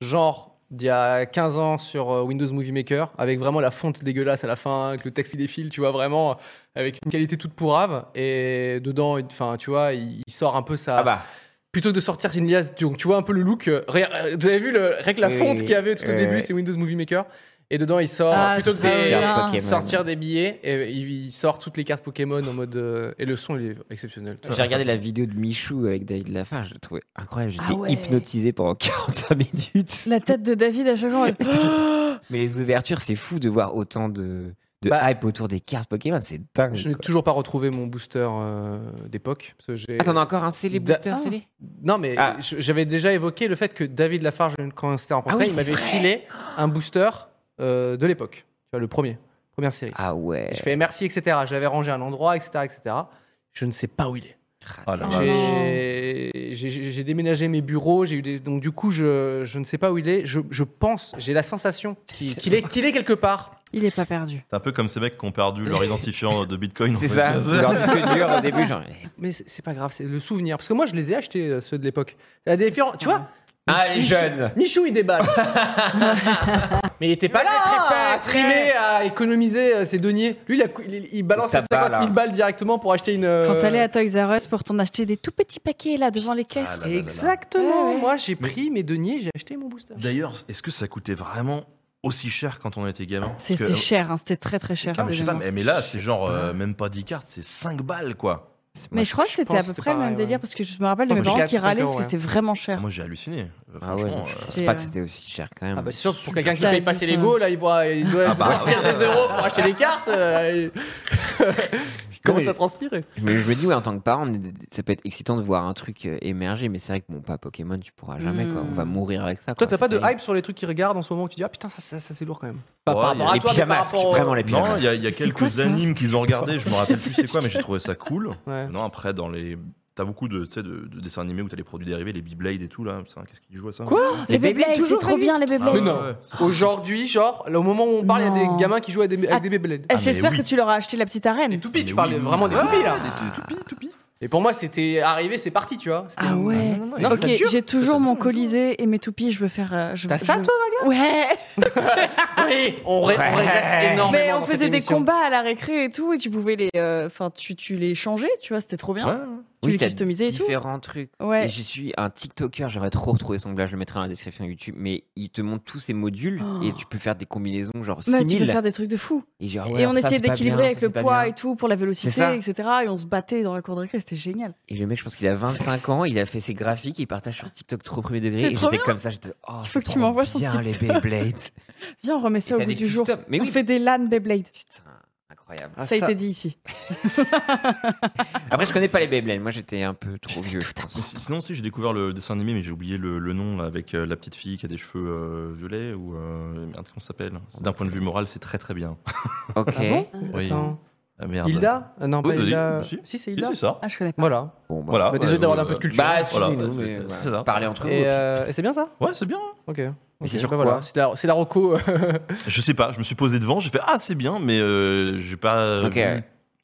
Speaker 1: genre d'il y a 15 ans sur euh, Windows Movie Maker, avec vraiment la fonte dégueulasse à la fin, avec le texte qui défile, tu vois, vraiment, euh, avec une qualité toute pourrave. Et dedans, il- enfin, tu vois, il, il sort un peu sa.
Speaker 3: Ah bah.
Speaker 1: Plutôt que de sortir une liasse, donc tu vois un peu le look. euh, rien- euh, vous avez vu le, rien que la
Speaker 3: Oui,
Speaker 1: fonte
Speaker 3: oui,
Speaker 1: qu'il y avait tout au
Speaker 3: oui,
Speaker 1: début,
Speaker 3: oui.
Speaker 1: c'est Windows Movie Maker. Et dedans, il sort
Speaker 4: Ah,
Speaker 1: plutôt que
Speaker 4: c'est
Speaker 1: des.
Speaker 4: bien.
Speaker 3: Pokémon.
Speaker 1: Sortir des billets et il il sort toutes les cartes Pokémon en mode euh, et le son il est exceptionnel.
Speaker 3: J'ai regardé la vidéo de Michou avec David Lafarge, je l'ai trouvé incroyable. J'étais
Speaker 4: Ah ouais.
Speaker 3: hypnotisé pendant 45 minutes.
Speaker 4: La tête de David à chaque fois.
Speaker 3: Mais les ouvertures, c'est fou de voir autant de, de
Speaker 1: Bah,
Speaker 3: hype autour des cartes Pokémon, c'est dingue.
Speaker 1: Je n'ai
Speaker 3: quoi.
Speaker 1: toujours pas retrouvé mon booster euh, d'époque. parce que j'ai-
Speaker 3: Ah, t'en as encore un scellé
Speaker 1: Da-
Speaker 3: booster
Speaker 4: Ah.
Speaker 3: scellé
Speaker 1: Non mais
Speaker 3: Ah.
Speaker 1: je- j'avais déjà évoqué le fait que David Lafarge quand on s'était rencontré,
Speaker 3: Ah oui,
Speaker 1: il
Speaker 3: c'est
Speaker 1: m'avait
Speaker 3: vrai.
Speaker 1: filé un booster euh, de l'époque, tu vois le premier, première série.
Speaker 3: Ah ouais.
Speaker 1: Et je fais merci etc. Je l'avais rangé à un endroit etc etc. Je ne sais pas où il est. Oh
Speaker 2: Ah là
Speaker 4: Ah
Speaker 2: là.
Speaker 4: ouais.
Speaker 1: J'ai- j'ai j'ai- j'ai déménagé mes bureaux, j'ai eu des- donc du coup je, je ne sais pas où il est. Je, je pense, j'ai la sensation qu'il qu'il est qu'il est quelque part.
Speaker 4: Il est pas perdu.
Speaker 2: C'est un peu comme ces mecs qui ont perdu leur identifiant de Bitcoin. en
Speaker 3: C'est
Speaker 2: fait.
Speaker 3: ça, leur disque dur au début, genre. eh,
Speaker 1: Mais c'est c'est pas grave, c'est le souvenir. Parce que moi je les ai achetés euh, ceux de l'époque. La différence, tu vois.
Speaker 3: Ah, les
Speaker 1: Michou-
Speaker 3: jeunes
Speaker 1: Michou il déballe. Mais il était pas là hein, à trimer, à économiser euh, ses deniers. Lui il, a cou- il, il balance
Speaker 3: Le
Speaker 1: ses
Speaker 3: tabac,
Speaker 1: 50 000
Speaker 3: là.
Speaker 1: balles directement pour acheter une.
Speaker 4: Quand
Speaker 1: euh,
Speaker 4: t'allais à Toys R Us pour t'en acheter des tout petits paquets là devant les
Speaker 2: Ah
Speaker 4: caisses.
Speaker 2: là là
Speaker 1: C'est
Speaker 2: là là.
Speaker 1: exactement.
Speaker 4: Ouais, ouais.
Speaker 1: Moi j'ai pris mes deniers, j'ai acheté mon booster.
Speaker 2: D'ailleurs, est-ce que ça coûtait vraiment aussi cher quand on était gamin Parce
Speaker 4: C'était
Speaker 2: que-
Speaker 4: cher, hein, c'était très très cher.
Speaker 2: Ah, mais, je sais pas,
Speaker 4: évidemment.
Speaker 2: mais, mais là, c'est genre euh, même pas 10 cartes, c'est 5 balles quoi.
Speaker 4: Mais je crois que c'était
Speaker 1: pense
Speaker 4: à peu
Speaker 1: que c'était
Speaker 4: près le
Speaker 1: pareil,
Speaker 4: même délire
Speaker 1: ouais.
Speaker 4: parce que je me rappelle de
Speaker 1: Je
Speaker 4: mes
Speaker 1: pense que
Speaker 4: parents
Speaker 1: c'était
Speaker 4: qui
Speaker 1: à
Speaker 4: râlaient
Speaker 1: 5
Speaker 4: parce que
Speaker 1: euros,
Speaker 4: c'était vraiment cher.
Speaker 2: Moi j'ai halluciné. euh,
Speaker 3: Ah ouais,
Speaker 2: franchement,
Speaker 3: donc je
Speaker 2: euh,
Speaker 3: sais pas que c'était aussi cher quand même.
Speaker 1: Ah bah c'est sûr, pour quelqu'un qui
Speaker 4: Ça
Speaker 1: paye
Speaker 4: dit
Speaker 1: pas ses
Speaker 4: ça.
Speaker 1: Lego, là, il, voit, il doit
Speaker 2: Ah bah.
Speaker 1: sortir des euros pour acheter des cartes. euh, il commence à transpirer.
Speaker 3: Mais je me dis, ouais, en tant que parent, on est- ça peut être excitant de voir un truc euh, émerger, mais c'est vrai que, bon, pas Pokémon, tu pourras jamais, quoi. On va mourir avec ça.
Speaker 1: Hmm. Toi,
Speaker 3: quoi.
Speaker 1: t'as pas
Speaker 3: C'est
Speaker 1: de
Speaker 3: terrible.
Speaker 1: hype sur les trucs qu'ils regardent en ce moment où tu dis Ah putain, ça, ça, ça, c'est lourd quand même. Pas
Speaker 2: Ouais,
Speaker 1: par
Speaker 2: il y a
Speaker 1: rapport à
Speaker 3: Les
Speaker 1: toi, mais par
Speaker 3: pyjamas,
Speaker 1: rapport au-
Speaker 3: vraiment les pyjamas.
Speaker 2: Non, il y a, il y a quelques
Speaker 4: quoi, ça
Speaker 2: animes qu'ils ont regardé, je me rappelle plus c'est quoi, mais j'ai trouvé ça cool.
Speaker 1: Ouais.
Speaker 2: Non, après, dans les. T'as beaucoup de, tu sais, de, de dessins animés où t'as les produits dérivés, les Beyblade et tout, là. Putain, Qu'est-ce qu'ils jouent à ça
Speaker 4: Quoi Les
Speaker 3: Les
Speaker 4: Beyblades,
Speaker 3: Beyblades,
Speaker 4: c'est
Speaker 3: toujours
Speaker 4: trop bien les
Speaker 2: Ah,
Speaker 1: Mais
Speaker 4: Beyblades.
Speaker 1: non.
Speaker 2: ouais.
Speaker 1: Aujourd'hui, genre, là, au moment où on parle, il y a
Speaker 4: Non.
Speaker 1: des gamins qui jouent avec des, avec
Speaker 4: Ah,
Speaker 1: des Beyblades.
Speaker 4: Eh,
Speaker 2: mais
Speaker 4: J'espère
Speaker 2: oui.
Speaker 4: que tu leur as acheté la petite
Speaker 1: Des
Speaker 4: arène.
Speaker 1: toupies,
Speaker 2: Mais
Speaker 1: tu parles
Speaker 2: oui, oui,
Speaker 1: vraiment des
Speaker 2: ouais,
Speaker 1: toupies là.
Speaker 2: des- des toupies, toupies.
Speaker 1: Et pour moi, c'était arrivé, c'est parti, tu vois. C'était-
Speaker 4: Ah ouais.
Speaker 2: non, non,
Speaker 1: non,
Speaker 4: Ok,
Speaker 1: ça dure.
Speaker 4: j'ai toujours
Speaker 2: ça
Speaker 4: mon
Speaker 2: dure.
Speaker 4: colisée et mes toupies. Je veux faire. euh, je-
Speaker 1: T'as ça,
Speaker 4: je-
Speaker 1: toi,
Speaker 4: Ouais.
Speaker 1: Oui, on, ré- on régresse énormément.
Speaker 4: Mais on
Speaker 1: dans cette
Speaker 4: faisait des
Speaker 1: émission.
Speaker 4: combats à la récré et tout, et tu pouvais les, euh, enfin, tu, tu les changeais, tu vois, c'était trop bien.
Speaker 2: Ouais, ouais.
Speaker 4: tu les customisais et tout.
Speaker 3: différents trucs.
Speaker 4: Ouais.
Speaker 3: Et je suis un TikToker, j'aurais trop retrouvé son blage, je le mettrai dans la description YouTube, mais il te montre tous ces modules
Speaker 4: Oh.
Speaker 3: et tu peux faire des combinaisons genre
Speaker 4: Bah, tu
Speaker 3: 6000.
Speaker 4: peux faire des trucs de fou.
Speaker 3: Et, genre, ouais,
Speaker 4: et
Speaker 3: alors
Speaker 4: on
Speaker 3: ça,
Speaker 4: essayait
Speaker 3: c'est pas
Speaker 4: d'équilibrer
Speaker 3: bien,
Speaker 4: avec
Speaker 3: ça,
Speaker 4: le
Speaker 3: c'est pas
Speaker 4: poids
Speaker 3: bien.
Speaker 4: et tout pour la
Speaker 3: C'est ça.
Speaker 4: vélocité, etc. Et on se battait dans la cour de récré, c'était génial.
Speaker 3: Et le mec, je pense qu'il a 25 ans, il a fait ses graphiques, il partage sur TikTok trop premier degré.
Speaker 4: C'est
Speaker 3: Et
Speaker 4: trop
Speaker 3: j'étais
Speaker 4: bien.
Speaker 3: comme ça, j'étais. Oh,
Speaker 4: Faut que
Speaker 3: c'est
Speaker 4: tu m'envoies
Speaker 3: trop
Speaker 4: son
Speaker 3: bien les
Speaker 4: TikTok.
Speaker 3: Beyblades.
Speaker 4: Viens, on remet
Speaker 3: Et
Speaker 4: ça
Speaker 3: t'as
Speaker 4: au bout
Speaker 3: des
Speaker 4: du jour.
Speaker 3: customs. Mais
Speaker 4: on
Speaker 3: oui.
Speaker 4: fait des LAN Beyblade.
Speaker 3: Putain, incroyable.
Speaker 1: Ah,
Speaker 4: ça a été dit ici.
Speaker 3: Après, je connais pas les Beyblades. Moi, j'étais un peu trop vieux. je pense.
Speaker 2: Mais si- Sinon aussi j'ai découvert le dessin animé mais j'ai oublié le, le nom là, avec euh, la petite fille qui a des cheveux euh, violets ou euh, merde comment ça s'appelle. D'un point de vue moral c'est très très bien.
Speaker 3: Ok.
Speaker 1: Ah bon
Speaker 2: Oui.
Speaker 1: Attends.
Speaker 2: Ah, merde.
Speaker 1: Hilda Ah Non,
Speaker 2: Oui,
Speaker 1: pas
Speaker 2: bah,
Speaker 1: Hilda.
Speaker 2: si.
Speaker 1: Si, c'est
Speaker 2: Si,
Speaker 1: Hilda.
Speaker 2: c'est ça.
Speaker 4: Ah, je connais pas.
Speaker 1: Voilà.
Speaker 3: Bon, bah.
Speaker 2: Voilà.
Speaker 1: Bah, désolé d'avoir
Speaker 2: euh,
Speaker 1: un peu de culture.
Speaker 3: Bah,
Speaker 2: Voilà.
Speaker 3: excusez-nous, mais
Speaker 2: C'est
Speaker 3: voilà.
Speaker 2: ça.
Speaker 3: parler entre
Speaker 1: Et,
Speaker 3: vous.
Speaker 1: euh, et c'est bien ça
Speaker 2: Ouais c'est bien.
Speaker 1: Ok. Ok,
Speaker 3: c'est sur
Speaker 1: bah voilà,
Speaker 3: quoi
Speaker 1: C'est la, euh, c'est la Rocco.
Speaker 2: Je sais pas je me suis posé devant j'ai fait ah c'est bien mais euh, j'ai pas
Speaker 3: Ok,
Speaker 2: vu
Speaker 3: ouais.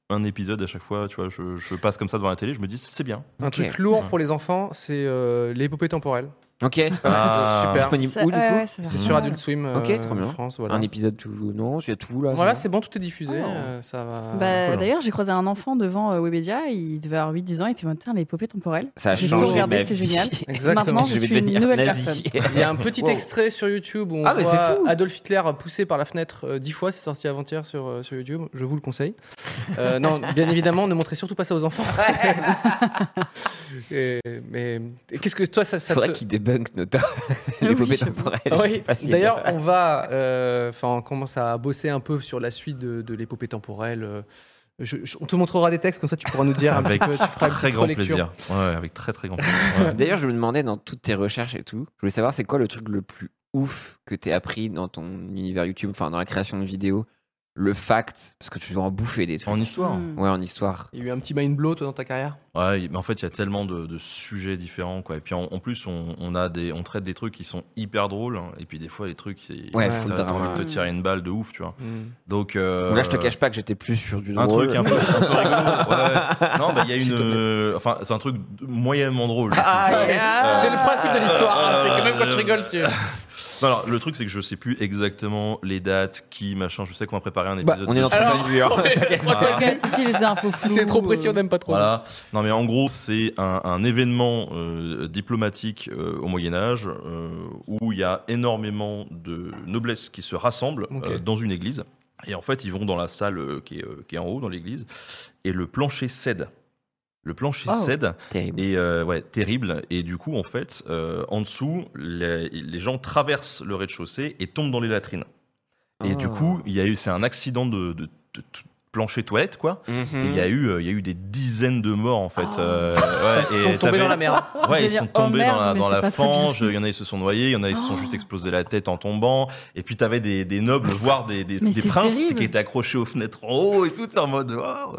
Speaker 2: un épisode à chaque fois tu vois je, je passe comme ça devant la télé je me dis c'est bien.
Speaker 1: Un
Speaker 3: Ok.
Speaker 1: truc lourd pour les enfants, c'est euh, l'épopée temporelle.
Speaker 3: Ok, c'est pas mal.
Speaker 2: Ah.
Speaker 3: Super. Disponible
Speaker 4: Ça- euh,
Speaker 3: où, du
Speaker 4: ouais,
Speaker 3: coup
Speaker 4: ouais, ça
Speaker 1: C'est
Speaker 4: va.
Speaker 1: sur Adult Swim euh,
Speaker 3: Ok, trop bien.
Speaker 1: en France. Voilà,
Speaker 3: Un épisode tout. Non, il y a tout là.
Speaker 1: voilà
Speaker 3: ça
Speaker 1: c'est bon, tout est diffusé.
Speaker 3: Ah.
Speaker 1: euh, ça va.
Speaker 4: Bah,
Speaker 2: Voilà.
Speaker 4: D'ailleurs, j'ai croisé un enfant devant euh, Webedia, il devait avoir 8-10 ans, il était en mode Putain, l'épopée temporelle.
Speaker 3: Ça a
Speaker 4: J'ai
Speaker 3: changé.
Speaker 4: tout regardé,
Speaker 3: ma
Speaker 4: c'est
Speaker 3: vie.
Speaker 4: génial.
Speaker 1: Exactement.
Speaker 4: Maintenant,
Speaker 3: je
Speaker 4: je,
Speaker 3: vais
Speaker 4: suis une
Speaker 3: devenir
Speaker 4: nouvelle
Speaker 3: nazi.
Speaker 4: personne.
Speaker 1: Il y a un petit
Speaker 3: Wow.
Speaker 1: extrait sur YouTube où on
Speaker 3: Ah, mais c'est
Speaker 1: voit
Speaker 3: fou.
Speaker 1: Adolf Hitler poussé par la fenêtre euh, dix fois. C'est sorti avant-hier sur, euh, sur YouTube. Je vous le conseille. Euh, non, bien évidemment, ne montrez surtout pas ça aux enfants. Et- mais et qu'est-ce que toi, ça, ça
Speaker 3: Faudrait
Speaker 1: te-
Speaker 3: qu'il débunk notre
Speaker 4: Oui,
Speaker 3: l'épopée
Speaker 4: j'avoue.
Speaker 3: temporelle. Je sais
Speaker 1: Oui,
Speaker 3: pas si-
Speaker 1: d'ailleurs, on va, euh, enfin, on commence à bosser un peu sur la suite de, de l'épopée temporelle. euh, je- je- on te montrera des textes comme ça, tu pourras nous dire un
Speaker 2: Avec
Speaker 1: petit peu. Tu feras une
Speaker 2: Très
Speaker 1: petite
Speaker 2: grand
Speaker 1: relecture.
Speaker 2: plaisir. Ouais avec très très grand plaisir. Ouais.
Speaker 3: D'ailleurs, je me demandais dans toutes tes recherches et tout, je voulais savoir c'est quoi le truc le plus ouf que t'aies appris dans ton univers YouTube, enfin dans la création de vidéos, le fact, parce que tu dois en bouffer des trucs.
Speaker 2: En histoire.
Speaker 4: Hmm.
Speaker 3: Ouais, en histoire.
Speaker 1: Il y a eu un petit mind blow toi dans ta carrière.
Speaker 2: Ouais, mais en fait, il y a tellement de, de sujets différents, quoi. Et puis en, en plus, on, on a des, on traite des trucs qui sont hyper drôles, hein. et puis des fois, les trucs, c'est-
Speaker 3: Ouais,
Speaker 2: t'as-
Speaker 3: full
Speaker 2: t'as
Speaker 3: drama.
Speaker 2: envie de te tirer une balle de ouf, tu vois. Donc euh,
Speaker 3: Bon, là, je te cache pas que j'étais plus sur du
Speaker 2: un
Speaker 3: drôle.
Speaker 2: truc un peu, un peu rigolo. Ouais. Non, mais il y a
Speaker 3: Je suis
Speaker 2: une,
Speaker 3: tombé.
Speaker 2: euh, enfin, c'est un truc moyennement drôle.
Speaker 3: Ah,
Speaker 2: Euh,
Speaker 1: C'est le principe de l'histoire. hein,
Speaker 2: euh,
Speaker 1: c'est que même quand tu rigoles, tu.
Speaker 2: Non, alors, le truc, c'est que je sais plus exactement les dates, qui, machin. Je sais qu'on va préparer un
Speaker 3: Bah,
Speaker 2: épisode.
Speaker 3: on est dans
Speaker 2: dessus.
Speaker 3: le
Speaker 1: Alors,
Speaker 3: sens du hein.
Speaker 1: ouais,
Speaker 3: T'inquiète.
Speaker 2: moi,
Speaker 4: C'est ok, aussi les infos
Speaker 1: Si
Speaker 4: floues,
Speaker 1: c'est trop précis,
Speaker 4: euh,
Speaker 1: on n'aime pas trop.
Speaker 2: Voilà. Non, mais en gros, c'est un, un événement euh, diplomatique euh, au Moyen Âge euh, où il y a énormément de noblesse qui se rassemble
Speaker 1: Ok.
Speaker 2: euh, dans une église. Et en fait, ils vont dans la salle euh, qui, est, euh, qui est en haut dans l'église et le plancher cède. Le plancher
Speaker 3: Ah,
Speaker 1: Oh.
Speaker 2: cède
Speaker 3: Terrible.
Speaker 2: et euh, ouais, terrible. Et du coup, en fait, euh, en dessous, les, les gens traversent le rez-de-chaussée et tombent dans les latrines. Et
Speaker 3: Ah.
Speaker 2: du coup, il y a eu, c'est un accident de, de- de- de plancher toilette, quoi. Et Il
Speaker 3: Mhm.
Speaker 2: y a
Speaker 4: Hmm.
Speaker 2: eu, euh, il y a eu des dizaines de morts en fait.
Speaker 4: Oh.
Speaker 2: Euh, ouais,
Speaker 1: Ils
Speaker 2: et
Speaker 1: sont tombés
Speaker 2: t'avais-
Speaker 1: dans la merde.
Speaker 2: Ouais,
Speaker 4: J'allais
Speaker 2: ils sont
Speaker 4: dire, oh
Speaker 2: tombés dans la,
Speaker 4: merde, mais
Speaker 2: dans
Speaker 4: c'est
Speaker 2: la
Speaker 4: pas très bien
Speaker 2: fange.
Speaker 4: fait.
Speaker 2: Il y en a, ils se sont noyés. Il y en a, ils se sont
Speaker 4: Oh.
Speaker 2: juste explosés la tête en tombant. Et puis t'avais des, des nobles, voire des, des,
Speaker 4: Mais
Speaker 2: des
Speaker 4: c'est
Speaker 2: princes
Speaker 4: terrible.
Speaker 2: qui étaient accrochés aux fenêtres en haut et tout. C'est en mode waouh,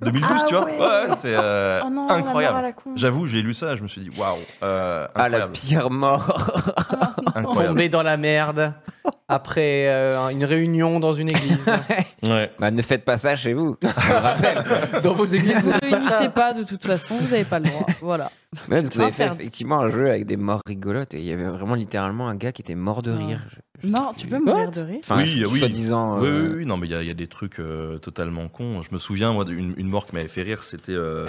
Speaker 2: 2012,
Speaker 4: Ah
Speaker 2: tu vois.
Speaker 4: ouais.
Speaker 2: Ouais, c'est euh,
Speaker 4: Oh non, la mort à
Speaker 2: incroyable.
Speaker 4: la con.
Speaker 2: J'avoue, j'ai lu ça, je me suis dit waouh, euh,
Speaker 3: Ah, la
Speaker 2: incroyable,
Speaker 3: pire mort.
Speaker 2: incroyable.
Speaker 1: Tombés dans la merde après euh, une réunion dans une église.
Speaker 2: Ouais.
Speaker 3: bah, ne faites pas ça chez vous.
Speaker 1: dans vos églises,
Speaker 4: Vous
Speaker 1: vous
Speaker 4: ne
Speaker 1: faites pas ça.
Speaker 4: réunissez pas de toute façon, vous n'avez pas le droit. Voilà.
Speaker 3: Même parce que vous avez fait
Speaker 4: Interdit.
Speaker 3: effectivement un jeu avec des morts rigolotes et il y avait vraiment littéralement un gars qui était mort de rire. Je- je
Speaker 4: Non,
Speaker 3: sais
Speaker 4: tu
Speaker 3: plus.
Speaker 4: peux mourir de rire.
Speaker 3: Enfin,
Speaker 2: Oui,
Speaker 3: oui,
Speaker 2: oui.
Speaker 3: soi-disant.
Speaker 2: Oui,
Speaker 3: euh,
Speaker 2: oui, oui, non, mais il y, a- il y a des trucs euh, totalement cons. Je me souviens, moi, d'une une mort qui m'avait fait rire, c'était euh,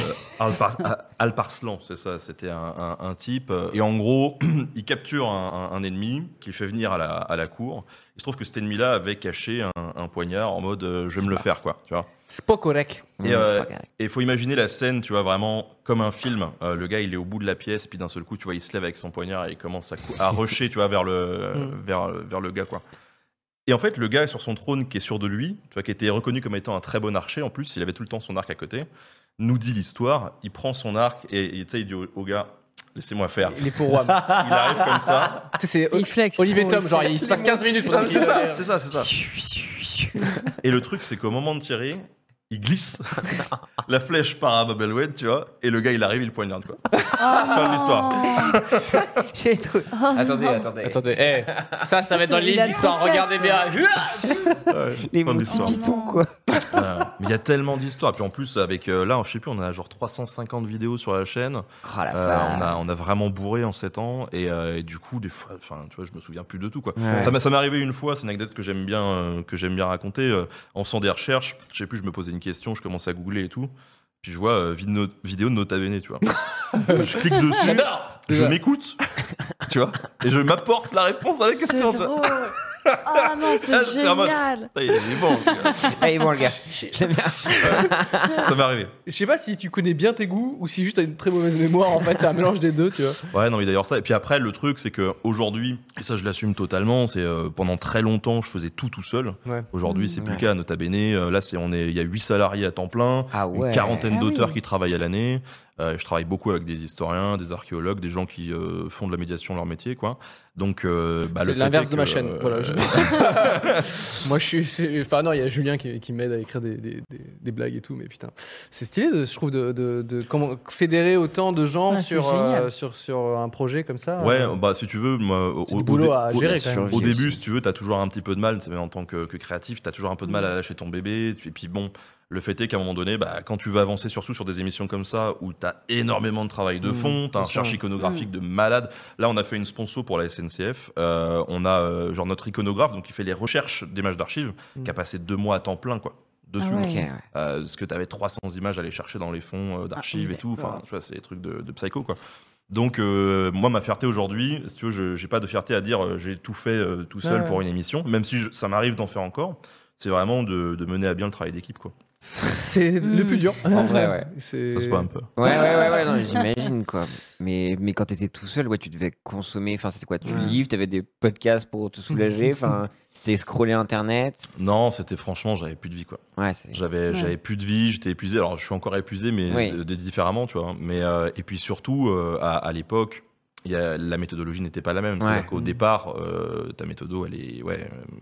Speaker 2: Alpar- A- Alparslan, c'est ça, c'était un, un- un type. euh, Et en gros, il capture un, un- un ennemi qu'il fait venir à la, à la cour. Il se trouve que cet ennemi-là avait caché un, un poignard en mode euh, je vais me le faire, quoi, tu vois.
Speaker 1: C'est pas correct.
Speaker 3: mm,
Speaker 2: Et, euh,
Speaker 3: c'est pas grave.
Speaker 2: Et il faut imaginer la scène, tu vois, vraiment comme un film. Euh, le gars, il est au bout de la pièce, puis d'un seul coup, tu vois, il se lève avec son poignard et il commence à, cou- à rusher, tu vois, vers le,
Speaker 1: Mm.
Speaker 2: vers, vers le gars, quoi. Et en fait, le gars sur son trône, qui est sûr de lui, tu vois, qui était reconnu comme étant un très bon archer, en plus, il avait tout le temps son arc à côté, nous dit l'histoire, il prend son arc et et, tu sais, il dit au, au gars, laissez-moi faire.
Speaker 1: Il est pour Wam.
Speaker 2: Il arrive comme ça.
Speaker 1: Tu sais, c'est
Speaker 4: Il flex.
Speaker 1: Olivier
Speaker 4: trop,
Speaker 1: Tom,
Speaker 4: il
Speaker 1: genre,
Speaker 4: flex.
Speaker 1: il se passe 15 minutes pour
Speaker 2: Ah, mais
Speaker 1: dire
Speaker 2: c'est
Speaker 1: qu'il
Speaker 2: ça,
Speaker 1: est-
Speaker 2: c'est ça, c'est ça. Et le truc, c'est qu'au moment de tirer, il glisse. la flèche part à Babelwed, tu vois, et le gars, il arrive, il le poignarde, quoi.
Speaker 3: Ah.
Speaker 2: Fin de l'histoire.
Speaker 4: Oh,
Speaker 3: J'ai trouvé. Attendez, attendez.
Speaker 1: Attendez, eh, ça, ça va être dans
Speaker 4: Il
Speaker 1: l'île
Speaker 4: a
Speaker 1: d'histoire.
Speaker 4: tout fait,
Speaker 1: Regardez
Speaker 4: ça.
Speaker 1: bien.
Speaker 2: Ouais,
Speaker 3: Les
Speaker 2: fin
Speaker 3: petits
Speaker 2: de l'histoire.
Speaker 3: pitons, quoi.
Speaker 2: Voilà. Mais il y a tellement d'histoires. Puis en plus, avec euh, là, je sais plus, on a genre 350 vidéos sur la chaîne.
Speaker 3: Oh la
Speaker 2: Euh, on,
Speaker 3: vache.
Speaker 2: a, on a vraiment bourré en 7 ans. Et, euh, et du coup, des fois, enfin, tu vois, je me souviens plus de tout. Quoi.
Speaker 3: Ouais.
Speaker 2: Ça m'est- Ça m'est arrivé une fois, c'est une anecdote que j'aime bien, euh, que j'aime bien raconter. euh, en faisant des recherches, je sais plus, je me posais une question, je commençais à googler et tout. Puis je vois euh, vid- no- vidéo de Nota Bene, tu vois. je clique dessus, je m'écoute, tu vois, et je m'apporte la réponse à la
Speaker 4: C'est
Speaker 2: question, tu vois.
Speaker 4: drôle. Ah non,
Speaker 2: Ah,
Speaker 4: c'est
Speaker 2: j'étais en mode-
Speaker 4: génial.
Speaker 2: Putain, Il est bon, tu vois.
Speaker 3: Allez, bon, Ah, le gars. J'aime bien.
Speaker 2: ça m'est arrivé.
Speaker 1: Je sais pas si tu connais bien tes goûts ou si juste t'as une très mauvaise mémoire en fait, c'est un mélange des deux, tu vois.
Speaker 2: Ouais, non, mais d'ailleurs ça. Et puis après, le truc, c'est que aujourd'hui, et ça, je l'assume totalement. C'est euh, pendant très longtemps, je faisais tout tout seul.
Speaker 1: Ouais.
Speaker 2: Aujourd'hui, c'est plus
Speaker 3: Ouais.
Speaker 2: le cas. Nota Bene, euh, là, c'est on est, il y a 8 salariés à temps plein,
Speaker 3: Ah ouais.
Speaker 2: une quarantaine
Speaker 4: Ah
Speaker 2: d'auteurs
Speaker 4: oui.
Speaker 2: qui travaillent à l'année. Euh, je travaille beaucoup avec des historiens, des archéologues, des gens qui euh, font de la médiation leur métier, quoi. Donc, euh, bah, le
Speaker 1: c'est
Speaker 2: fait
Speaker 1: l'inverse
Speaker 2: est
Speaker 1: de ma
Speaker 2: que,
Speaker 1: chaîne.
Speaker 2: euh,
Speaker 1: Voilà, je- Moi, je suis. c'est- Enfin, non, il y a Julien qui, qui m'aide à écrire des, des- des- des blagues et tout, mais putain, c'est stylé, de- je trouve, de, de- de- comment fédérer autant de gens
Speaker 4: Ah, c'est
Speaker 1: sur,
Speaker 4: génial.
Speaker 1: euh, sur, sur un projet comme ça.
Speaker 2: Ouais,
Speaker 1: Euh,
Speaker 2: bah si tu veux, moi, au,
Speaker 1: c'est du
Speaker 2: au
Speaker 1: boulot
Speaker 2: dé-
Speaker 1: à
Speaker 2: au-
Speaker 1: gérer quand même.
Speaker 3: survie.
Speaker 2: au
Speaker 3: vie
Speaker 2: début,
Speaker 3: aussi.
Speaker 2: si tu veux, t'as toujours un petit peu de mal, tu sais, en tant que, que créatif, t'as toujours un peu
Speaker 1: Mm.
Speaker 2: de mal à lâcher ton bébé. Et puis bon, le fait est qu'à un moment donné, bah, quand tu vas avancer, surtout sur des émissions comme ça, où t'as énormément de travail de
Speaker 1: Mmh,
Speaker 2: fond, t'as
Speaker 1: bien
Speaker 2: un
Speaker 1: sûr.
Speaker 2: cherche iconographique de malade. Là, on a fait une sponsor pour la SNCF. Euh, on a euh, genre notre iconographe, donc il fait les recherches d'images d'archives,
Speaker 1: Mmh.
Speaker 2: qui a passé deux mois à temps plein, quoi. Dessus,
Speaker 4: Ah ouais.
Speaker 3: Ok, ouais.
Speaker 2: Euh, parce que t'avais 300 images à aller chercher dans les fonds euh, d'archives
Speaker 4: Ah,
Speaker 2: et tout. Enfin,
Speaker 4: d'accord.
Speaker 2: tu vois, c'est des trucs de, de psycho, quoi. Donc, euh, moi, ma fierté aujourd'hui, si tu veux, je- j'ai pas de fierté à dire euh, j'ai tout fait euh, tout seul
Speaker 1: Ouais.
Speaker 2: pour une émission, même si je- ça m'arrive d'en faire encore. C'est vraiment de, de mener à bien le travail d'équipe, quoi.
Speaker 1: C'est le plus dur.
Speaker 3: Hmm. En vrai, ouais.
Speaker 1: C'est...
Speaker 2: Ça se voit un peu.
Speaker 3: Ouais, ouais, ouais, ouais, non, mais j'imagine quoi. Mais, mais quand t'étais tout seul, ouais, tu devais consommer. Enfin, c'était quoi Tu
Speaker 1: Ouais.
Speaker 3: livres, t'avais des podcasts pour te soulager. Enfin, c'était scroller internet.
Speaker 2: Non, c'était franchement, j'avais plus de vie, quoi.
Speaker 3: Ouais, c'est.
Speaker 2: J'avais,
Speaker 4: Ouais.
Speaker 2: j'avais plus de vie, j'étais épuisé. Alors, je suis encore épuisé, mais
Speaker 3: Oui.
Speaker 2: d- d- différemment, tu vois. Mais euh, et puis surtout, euh, à, à l'époque, il y a- la méthodologie n'était pas la même.
Speaker 3: Ouais.
Speaker 2: C'est-à-dire qu'au
Speaker 1: Mhm.
Speaker 2: départ, euh, ta méthode, elle est, ouais. euh,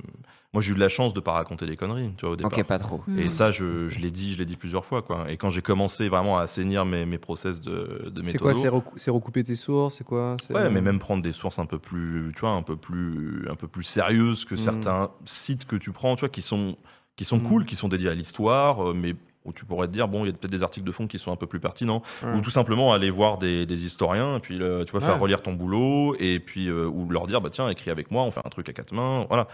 Speaker 2: moi, j'ai eu de la chance de pas raconter des conneries, tu vois, au départ.
Speaker 3: Ok, pas trop.
Speaker 2: Et ça, je, je l'ai dit, je l'ai dit plusieurs fois, quoi. Et quand j'ai commencé vraiment à assainir mes, mes process de, de
Speaker 1: C'est quoi
Speaker 2: méthodo-
Speaker 1: c'est, recou- c'est recouper tes sources C'est quoi c'est-
Speaker 2: Ouais, mais même prendre des sources un peu plus, tu vois, un peu plus, un peu plus sérieuses que
Speaker 1: Mm.
Speaker 2: certains sites que tu prends, tu vois, qui sont, qui sont
Speaker 1: Mm.
Speaker 2: cool, qui sont dédiés à l'histoire, euh, mais où tu pourrais te dire, bon, il y a peut-être des articles de fond qui sont un peu plus pertinents,
Speaker 1: Ouais.
Speaker 2: ou tout simplement aller voir des, des historiens, et puis, le- tu vois,
Speaker 1: Ouais.
Speaker 2: faire relire ton boulot, et puis, euh, ou leur dire, bah tiens, écris avec moi, on fait un truc à quatre mains, voilà.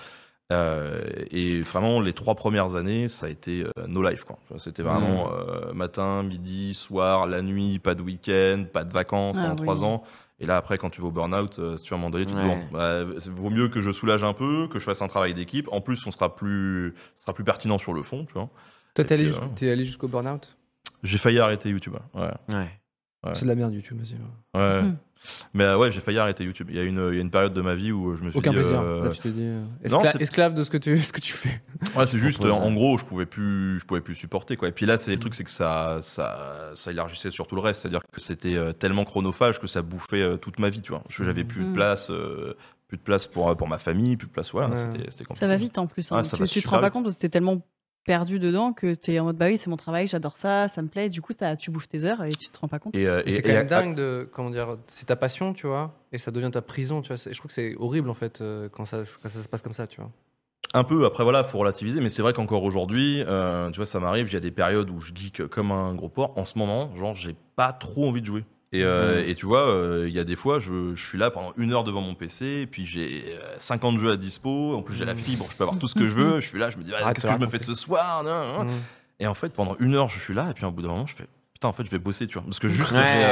Speaker 2: Euh, et vraiment, les trois premières années, ça a été euh, no life, quoi. Tu vois, C'était
Speaker 1: Mm.
Speaker 2: vraiment euh, matin, midi, soir, la nuit, pas de week-end, pas de vacances
Speaker 4: Ah
Speaker 2: pendant trois
Speaker 4: oui.
Speaker 2: ans. Et là, après, quand tu vas au burn-out, euh, si tu vas m'en donner, tu te dis,
Speaker 3: Ouais.
Speaker 2: bon, bah, c'est- vaut mieux que je soulage un peu, que je fasse un travail d'équipe. En plus, on sera plus, ce sera plus pertinent sur le fond, tu vois.
Speaker 1: Toi, t'es allé,
Speaker 2: Et
Speaker 1: jus-
Speaker 2: puis, ouais.
Speaker 1: t'es allé jusqu'au burn-out
Speaker 2: J'ai failli arrêter YouTube. hein. Ouais.
Speaker 3: Ouais.
Speaker 2: Ouais.
Speaker 1: C'est de la merde, YouTube, vas-y.
Speaker 2: Ouais.
Speaker 4: Hmm.
Speaker 2: Mais euh, ouais, j'ai failli arrêter YouTube. Il y, a une, il y a une période de ma vie où je me suis
Speaker 1: Aucun
Speaker 2: dit.
Speaker 1: plaisir.
Speaker 2: euh,
Speaker 1: Là, tu t'es dit. euh,
Speaker 2: non,
Speaker 1: escla-
Speaker 2: c'est-
Speaker 1: Esclave de ce que tu, ce que tu fais.
Speaker 2: Ouais, c'est juste,
Speaker 3: peut-
Speaker 2: euh, en gros, je pouvais plus, je pouvais plus supporter quoi. Et puis là, c'est le truc, c'est que ça, ça, ça élargissait sur tout le reste. C'est-à-dire que c'était euh, tellement chronophage que ça bouffait euh, toute ma vie, tu vois. Je j'avais plus
Speaker 4: Mm.
Speaker 2: de place, euh, plus de place pour euh, pour ma famille, plus de place. Voilà,
Speaker 1: Ouais.
Speaker 2: c'était, c'était compliqué.
Speaker 4: Ça va vite en plus. hein.
Speaker 2: Ah, ça
Speaker 4: tu
Speaker 2: va
Speaker 4: tu te
Speaker 2: super
Speaker 4: rends pas
Speaker 2: vite.
Speaker 4: compte parce que t'es tellement perdu dedans que t'es en mode bah oui, c'est mon travail, j'adore ça, ça me plaît. Du coup, t'as- tu bouffes tes heures et tu te rends pas compte.
Speaker 2: Et, euh, et-
Speaker 1: c'est quand
Speaker 2: et-
Speaker 1: même dingue de comment dire c'est ta passion tu vois et ça devient ta prison tu vois C'est- je trouve que c'est horrible en fait euh, quand ça quand ça se passe comme ça tu vois
Speaker 2: Un peu, après voilà, faut relativiser, mais c'est vrai qu'encore aujourd'hui, euh, tu vois, ça m'arrive, il y a des périodes où je geek comme un gros porc. En ce moment, genre, j'ai pas trop envie de jouer. Et,
Speaker 3: Mmh.
Speaker 2: euh, et tu vois, euh, il y a des fois, je, je suis là pendant une heure devant mon PC, et puis j'ai euh, 50 jeux à dispo, en plus
Speaker 3: Mmh.
Speaker 2: j'ai la fibre, je peux avoir tout ce que je veux, je suis là, je me dis, ah,
Speaker 1: Arrête
Speaker 2: qu'est-ce
Speaker 1: de
Speaker 2: que je me
Speaker 1: raconter.
Speaker 2: fais ce soir nan,
Speaker 3: Mmh.
Speaker 2: nan, nan.
Speaker 1: Mm.
Speaker 2: Et en fait, pendant une heure, je suis là, et puis au bout d'un moment, je fais, putain, en fait, je vais bosser, tu vois. Parce que juste,
Speaker 3: Ouais.
Speaker 2: j'ai,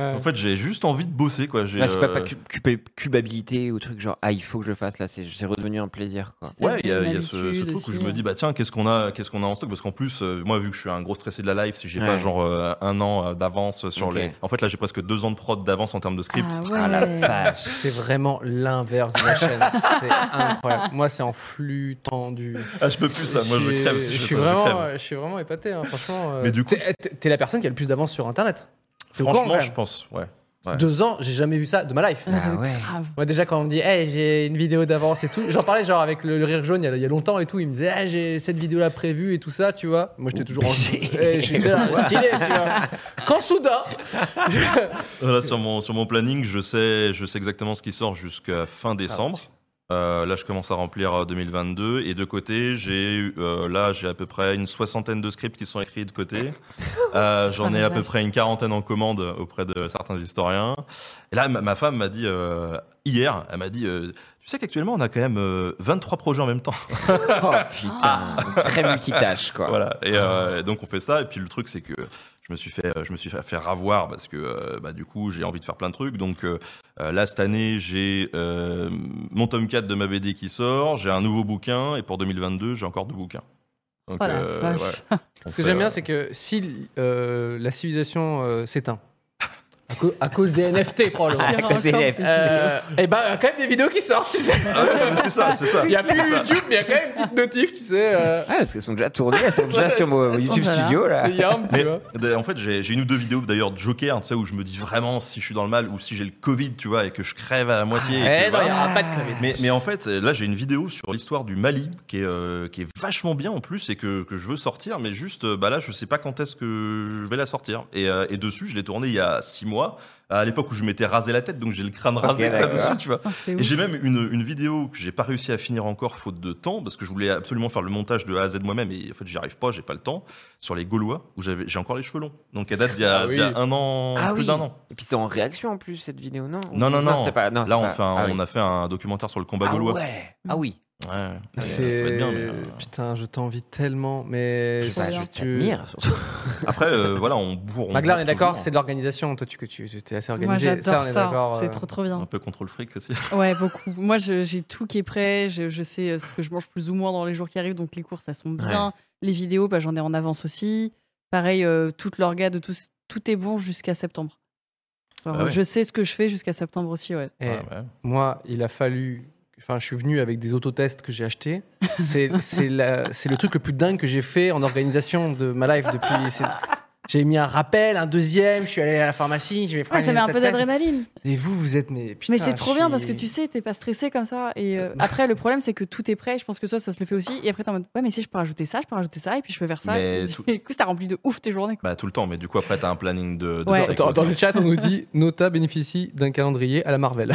Speaker 2: euh,
Speaker 4: Ouais.
Speaker 2: en fait, j'ai juste envie de bosser, quoi. J'ai,
Speaker 3: Là, c'est pas,
Speaker 2: euh,
Speaker 3: pas cu- cu- culpabilité ou truc genre, ah, il faut que je le fasse là, c'est c'est redevenu un plaisir quoi.
Speaker 4: T'as
Speaker 2: Ouais, il y a,
Speaker 4: une
Speaker 2: il y a ce, ce
Speaker 4: habitude
Speaker 2: truc où je
Speaker 4: aussi. hein.
Speaker 2: me dis, bah tiens, qu'est-ce qu'on a, qu'est-ce qu'on a en stock Parce qu'en plus, euh, moi, vu que je suis un gros stressé de la live, si j'ai
Speaker 3: Ouais.
Speaker 2: pas genre euh, un an euh, d'avance sur
Speaker 3: Ok.
Speaker 2: les. En fait, là, j'ai presque deux ans de prod d'avance en termes de script.
Speaker 4: Ah ouais.
Speaker 3: Ah la vache.
Speaker 1: c'est vraiment l'inverse de la chaîne c'est incroyable moi c'est en flux tendu
Speaker 2: Ah, je peux plus ça, moi, je
Speaker 1: suis-
Speaker 2: crève. si
Speaker 1: je
Speaker 2: fais
Speaker 1: suis
Speaker 2: ça,
Speaker 1: vraiment
Speaker 2: crève.
Speaker 1: euh, je suis vraiment épaté hein, franchement euh,
Speaker 2: Mais du coup-
Speaker 1: t'es, t'es- t'es la personne qui a le plus d'avance sur internet t'es au courant, quand
Speaker 2: Franchement,
Speaker 1: même.
Speaker 2: je pense, ouais. Ouais.
Speaker 1: deux ans j'ai jamais vu ça de ma life
Speaker 3: Ah ouais.
Speaker 4: Grave.
Speaker 1: Moi déjà quand on me dit hey j'ai une vidéo d'avance et tout, j'en parlais genre avec le, le rire jaune il y, a, il y a longtemps et tout, il me disait hey, j'ai cette vidéo là prévue et tout ça tu vois. Moi j'étais toujours en hey, j'étais là, stylé tu vois. Quand soudain
Speaker 2: Voilà, Euh, sur mon sur mon planning, je sais, je sais exactement ce qui sort jusqu'à fin décembre. Euh, là, je commence à remplir euh, 2022 et de côté, j'ai euh, là, j'ai à peu près une soixantaine de scripts qui sont écrits de côté. Euh, J'en
Speaker 4: Ah,
Speaker 2: ai
Speaker 4: la
Speaker 2: à peu
Speaker 4: vache.
Speaker 2: près une quarantaine en commande auprès de certains historiens. Et là, ma, ma femme m'a dit euh, hier, elle m'a dit, euh, tu sais qu'actuellement, on a quand même euh, 23 projets en même temps.
Speaker 3: Oh putain. Très multitâche quoi.
Speaker 2: voilà. Et euh, donc on fait ça. Et puis le truc, c'est que je me suis fait, je me suis fait faire avoir parce que euh, bah, du coup, j'ai envie de faire plein de trucs. Donc euh, euh, là, cette année, j'ai euh, mon tome 4 de ma BD qui sort, j'ai un nouveau bouquin et pour 2022, j'ai encore deux bouquins. Donc, euh,
Speaker 4: Oh la vache.
Speaker 2: On
Speaker 1: Ce que
Speaker 2: fait,
Speaker 1: j'aime
Speaker 2: euh,
Speaker 1: bien, c'est que si euh, la civilisation euh, s'éteint, à, cau- à cause des NFT probablement,
Speaker 4: Il y aura encore
Speaker 3: des
Speaker 4: plus.
Speaker 3: F.
Speaker 1: euh, et ben, il y a quand même des vidéos qui sortent, tu sais.
Speaker 2: Ah ouais, mais c'est ça, c'est ça.
Speaker 1: Il n'y a plus
Speaker 2: C'est ça.
Speaker 1: YouTube, mais il y a quand même une petite notif, tu sais. euh,
Speaker 3: Ah, parce qu'elles sont déjà tournées, elles sont déjà sur mon
Speaker 4: Elles sont
Speaker 3: YouTube
Speaker 4: déjà là.
Speaker 3: Studio là.
Speaker 1: des yams, tu
Speaker 2: Mais
Speaker 1: vois.
Speaker 2: d- en fait, j'ai j'ai une ou deux vidéos d'ailleurs de Joker, tu sais, où je me dis vraiment si je suis dans le mal ou si j'ai le Covid, tu vois, et que je crève à la moitié. et que
Speaker 1: Eh non, il
Speaker 2: voilà.
Speaker 1: n'y aura
Speaker 3: Ah.
Speaker 1: pas de Covid.
Speaker 2: mais, mais en fait, là, j'ai une vidéo sur l'histoire du Mali qui est, euh, qui est vachement bien en plus et que, que je veux sortir, mais juste, euh, bah là, je sais pas quand est-ce que je vais la sortir. Et, euh, et dessus, je l'ai tournée il y a six mois, à l'époque où je m'étais rasé la tête, donc j'ai le crâne rasé
Speaker 3: d'accord.
Speaker 2: là dessus, tu vois.
Speaker 4: Oh, c'est
Speaker 2: Et
Speaker 4: ouf.
Speaker 2: j'ai même une, une vidéo que j'ai pas réussi à finir encore faute de temps parce que je voulais absolument faire le montage de A à Z moi-même et en fait j'y arrive pas, j'ai pas le temps sur les Gaulois où j'avais j'ai encore les cheveux longs. Donc à date d'il y, a-
Speaker 1: Ah oui.
Speaker 2: d'il y a un an
Speaker 3: Ah
Speaker 2: plus
Speaker 3: oui.
Speaker 2: d'un an.
Speaker 3: Et puis c'est en réaction en plus cette vidéo, non
Speaker 2: Non non non.
Speaker 3: c'était pas, non
Speaker 2: Là
Speaker 3: c'était
Speaker 2: on
Speaker 3: pas-
Speaker 2: fait un-
Speaker 3: ah oui.
Speaker 2: on a fait un documentaire sur le combat
Speaker 3: Ah
Speaker 2: gaulois.
Speaker 3: ouais.
Speaker 4: Mm.
Speaker 3: Ah oui.
Speaker 2: Ouais, ouais,
Speaker 1: C'est-
Speaker 2: ça va être bien, mais, euh,
Speaker 1: Putain, je t'envie tellement, mais
Speaker 3: Bah,
Speaker 4: bien.
Speaker 3: je
Speaker 1: si tu...
Speaker 3: t'admire surtout.
Speaker 2: Après euh, voilà on bourre.
Speaker 1: Maglar, on est d'accord, c'est
Speaker 2: c'est
Speaker 1: de l'organisation. Toi, tu, que tu, tu es assez
Speaker 4: Moi,
Speaker 1: organisé.
Speaker 4: j'adore
Speaker 1: on est
Speaker 4: ça.
Speaker 1: d'accord,
Speaker 4: C'est
Speaker 1: euh,
Speaker 4: trop, trop bien.
Speaker 2: un peu contre le fric aussi.
Speaker 4: Ouais, beaucoup. Moi, je- j'ai tout qui est prêt. Je, je sais euh, ce que je mange plus ou moins dans les jours qui arrivent. Donc, les courses, elles sont bien. Les vidéos, bah, j'en ai en avance aussi. Pareil, euh, toute l'orga de tout, tout est bon jusqu'à septembre. Genre,
Speaker 2: Bah ouais.
Speaker 4: Je sais ce que je fais jusqu'à septembre aussi, ouais.
Speaker 1: eh,
Speaker 2: Ouais, ouais.
Speaker 1: Moi, il a fallu. Enfin, je suis venu avec des autotests que j'ai achetés. C'est c'est la- c'est le truc le plus dingue que j'ai fait en organisation de ma life depuis. c'est- J'ai mis un rappel, un deuxième. Je suis allé à la pharmacie. Je vais
Speaker 4: Ouais,
Speaker 1: prendre
Speaker 4: ça met un peu
Speaker 1: autotest.
Speaker 4: d'adrénaline.
Speaker 1: Et vous, vous êtes mais.
Speaker 4: Mais
Speaker 1: putain,
Speaker 4: c'est trop
Speaker 1: je
Speaker 4: bien parce que
Speaker 1: suis-
Speaker 4: tu sais, t'es pas stressé comme ça. Et euh, après, le problème, c'est que tout est prêt. Je pense que toi, ça se le fait aussi. Et après, t'es en mode, ouais, mais si je peux rajouter ça, je peux rajouter ça, et puis je peux faire ça.
Speaker 2: Mais
Speaker 4: Et
Speaker 2: tout-
Speaker 4: Du coup, ça remplit de ouf tes journées. quoi.
Speaker 2: Bah tout le temps mais du coup après t'as un planning de. de
Speaker 4: Ouais.
Speaker 2: fric,
Speaker 1: Dans, dans le
Speaker 2: ouais.
Speaker 1: chat, on nous dit Nota bénéficie d'un calendrier à la Marvel.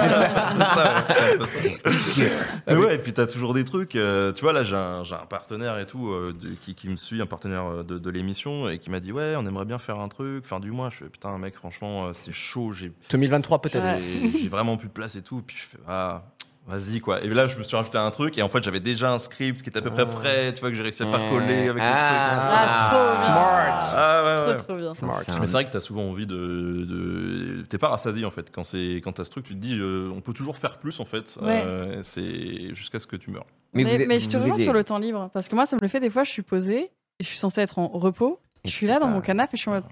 Speaker 2: Ça, ouais, c'est un peu ça. Mais ouais, et puis t'as toujours des trucs. euh, tu vois, là, j'ai un, j'ai un partenaire et tout euh, de- qui, qui me suit, un partenaire euh, de, de l'émission, et qui m'a dit Ouais, on aimerait bien faire un truc, fin du mois. Je fais Putain, mec, franchement, euh, c'est chaud, j'ai
Speaker 1: 2023 peut-être.
Speaker 4: Ouais.
Speaker 2: j'ai- j'ai vraiment plus de place et tout. Puis je fais Ah, vas-y, quoi. Et là, je me suis rajouté un truc, et en fait, j'avais déjà un script qui était à peu près
Speaker 1: Ah.
Speaker 2: prêt, tu vois, que j'ai réussi à faire coller avec le truc.
Speaker 3: Ah,
Speaker 4: Ah,
Speaker 2: Ah, ouais, ouais.
Speaker 4: Trop, trop bien.
Speaker 3: Smart.
Speaker 2: Mais c'est vrai que t'as souvent envie de. de- T'es pas rassasié en fait. Quand, c'est- quand t'as ce truc, tu te dis euh, on peut toujours faire plus en fait.
Speaker 4: Ouais.
Speaker 2: Euh, c'est jusqu'à ce que tu meurs.
Speaker 4: Mais,
Speaker 3: vous êtes-
Speaker 4: mais je te
Speaker 3: vous
Speaker 4: rejoins
Speaker 3: aidez.
Speaker 4: sur le temps libre. Parce que moi, ça me le fait des fois, je suis posée et je suis censée être en repos.
Speaker 3: Et
Speaker 4: je suis là
Speaker 3: tu
Speaker 4: dans
Speaker 3: vas-
Speaker 4: mon canapé et je suis en mode,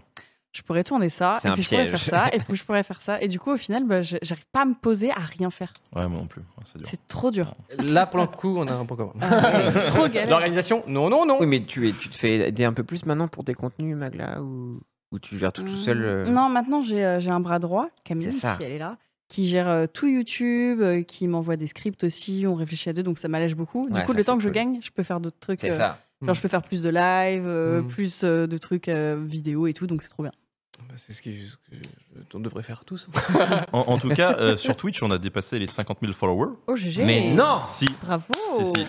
Speaker 4: je pourrais tourner ça,
Speaker 3: C'est
Speaker 4: et
Speaker 3: un
Speaker 4: puis je pourrais
Speaker 3: piège.
Speaker 4: faire ça, et puis je pourrais faire ça. Et du coup, au final, bah, je- j'arrive pas à me poser, à rien faire.
Speaker 2: Ouais, moi non plus. Ouais, c'est dur.
Speaker 4: C'est trop dur.
Speaker 1: Là, pour le coup, on a un peu commun.
Speaker 4: Ah, C'est trop galère.
Speaker 1: L'organisation, non, non, non.
Speaker 3: Oui, mais tu, es- tu te fais aider un peu plus maintenant pour tes contenus, Magla, ou, ou tu gères tout tout seul euh,
Speaker 4: Mmh. Mm. Non, maintenant, j'ai euh, j'ai un bras droit, Camille,
Speaker 3: C'est
Speaker 4: si
Speaker 3: ça.
Speaker 4: elle est là, qui gère euh, tout YouTube, euh, qui m'envoie des scripts aussi. On réfléchit à deux, donc ça m'allège beaucoup. Du
Speaker 3: Ouais,
Speaker 4: coup,
Speaker 3: ça,
Speaker 4: le
Speaker 3: c'est
Speaker 4: temps que
Speaker 3: cool.
Speaker 4: je gagne, je peux faire d'autres trucs.
Speaker 3: C'est
Speaker 4: euh,
Speaker 3: ça. Mmh.
Speaker 4: Genre, je peux faire plus de live, euh,
Speaker 1: Mm.
Speaker 4: plus euh, de trucs euh, vidéo et tout, donc c'est trop bien.
Speaker 1: Bah, C'est ce qui- ce que je- on devrait faire tous.
Speaker 2: En, en tout cas, euh, sur Twitch, on a dépassé les 50 000 followers.
Speaker 4: Oh, GG.
Speaker 3: Mais non
Speaker 2: Si,
Speaker 4: Bravo
Speaker 2: si,
Speaker 1: Oh.
Speaker 2: si.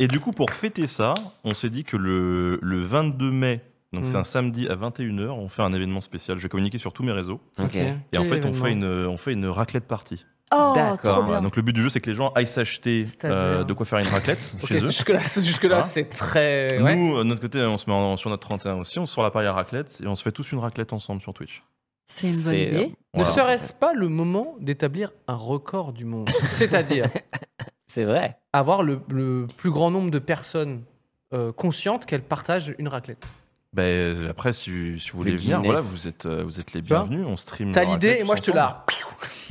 Speaker 2: Et du coup, pour fêter ça, on s'est dit que le, le 22 mai, donc
Speaker 1: Mm.
Speaker 2: c'est un samedi à 21h, on fait un événement spécial. Je vais communiquer sur tous mes réseaux.
Speaker 3: Ok.
Speaker 2: Et en fait, on fait, une, on fait une raclette party.
Speaker 4: Oh,
Speaker 3: D'accord.
Speaker 4: trop bien.
Speaker 2: Voilà, donc le but du jeu, c'est que les gens aillent s'acheter
Speaker 1: Ah. C'est-à-dire
Speaker 2: euh, de quoi faire une raclette
Speaker 1: Ok,
Speaker 2: chez eux.
Speaker 1: jusque-là, jusque-là,
Speaker 2: Ah.
Speaker 1: c'est très.
Speaker 2: Nous,
Speaker 1: Ouais.
Speaker 2: euh, de notre côté, on se met en- sur notre 31 aussi, on se sort l'appareil à raclette et on se fait tous une raclette ensemble sur Twitch.
Speaker 4: C'est une bonne idée.
Speaker 1: Ne
Speaker 2: Voilà.
Speaker 1: serait-ce pas le moment d'établir un record du monde C'est-à-dire
Speaker 3: C'est vrai.
Speaker 1: avoir le, le plus grand nombre de personnes euh, conscientes qu'elles partagent une raclette.
Speaker 2: Ben, après, si, si vous voulez
Speaker 3: Le
Speaker 2: venir,
Speaker 3: Guinness.
Speaker 2: voilà, vous êtes, euh, vous êtes les
Speaker 1: vois
Speaker 2: bienvenus. On stream.
Speaker 1: T'as
Speaker 2: la
Speaker 1: l'idée
Speaker 2: raclette
Speaker 1: et
Speaker 2: tous
Speaker 1: moi je te
Speaker 2: ensemble.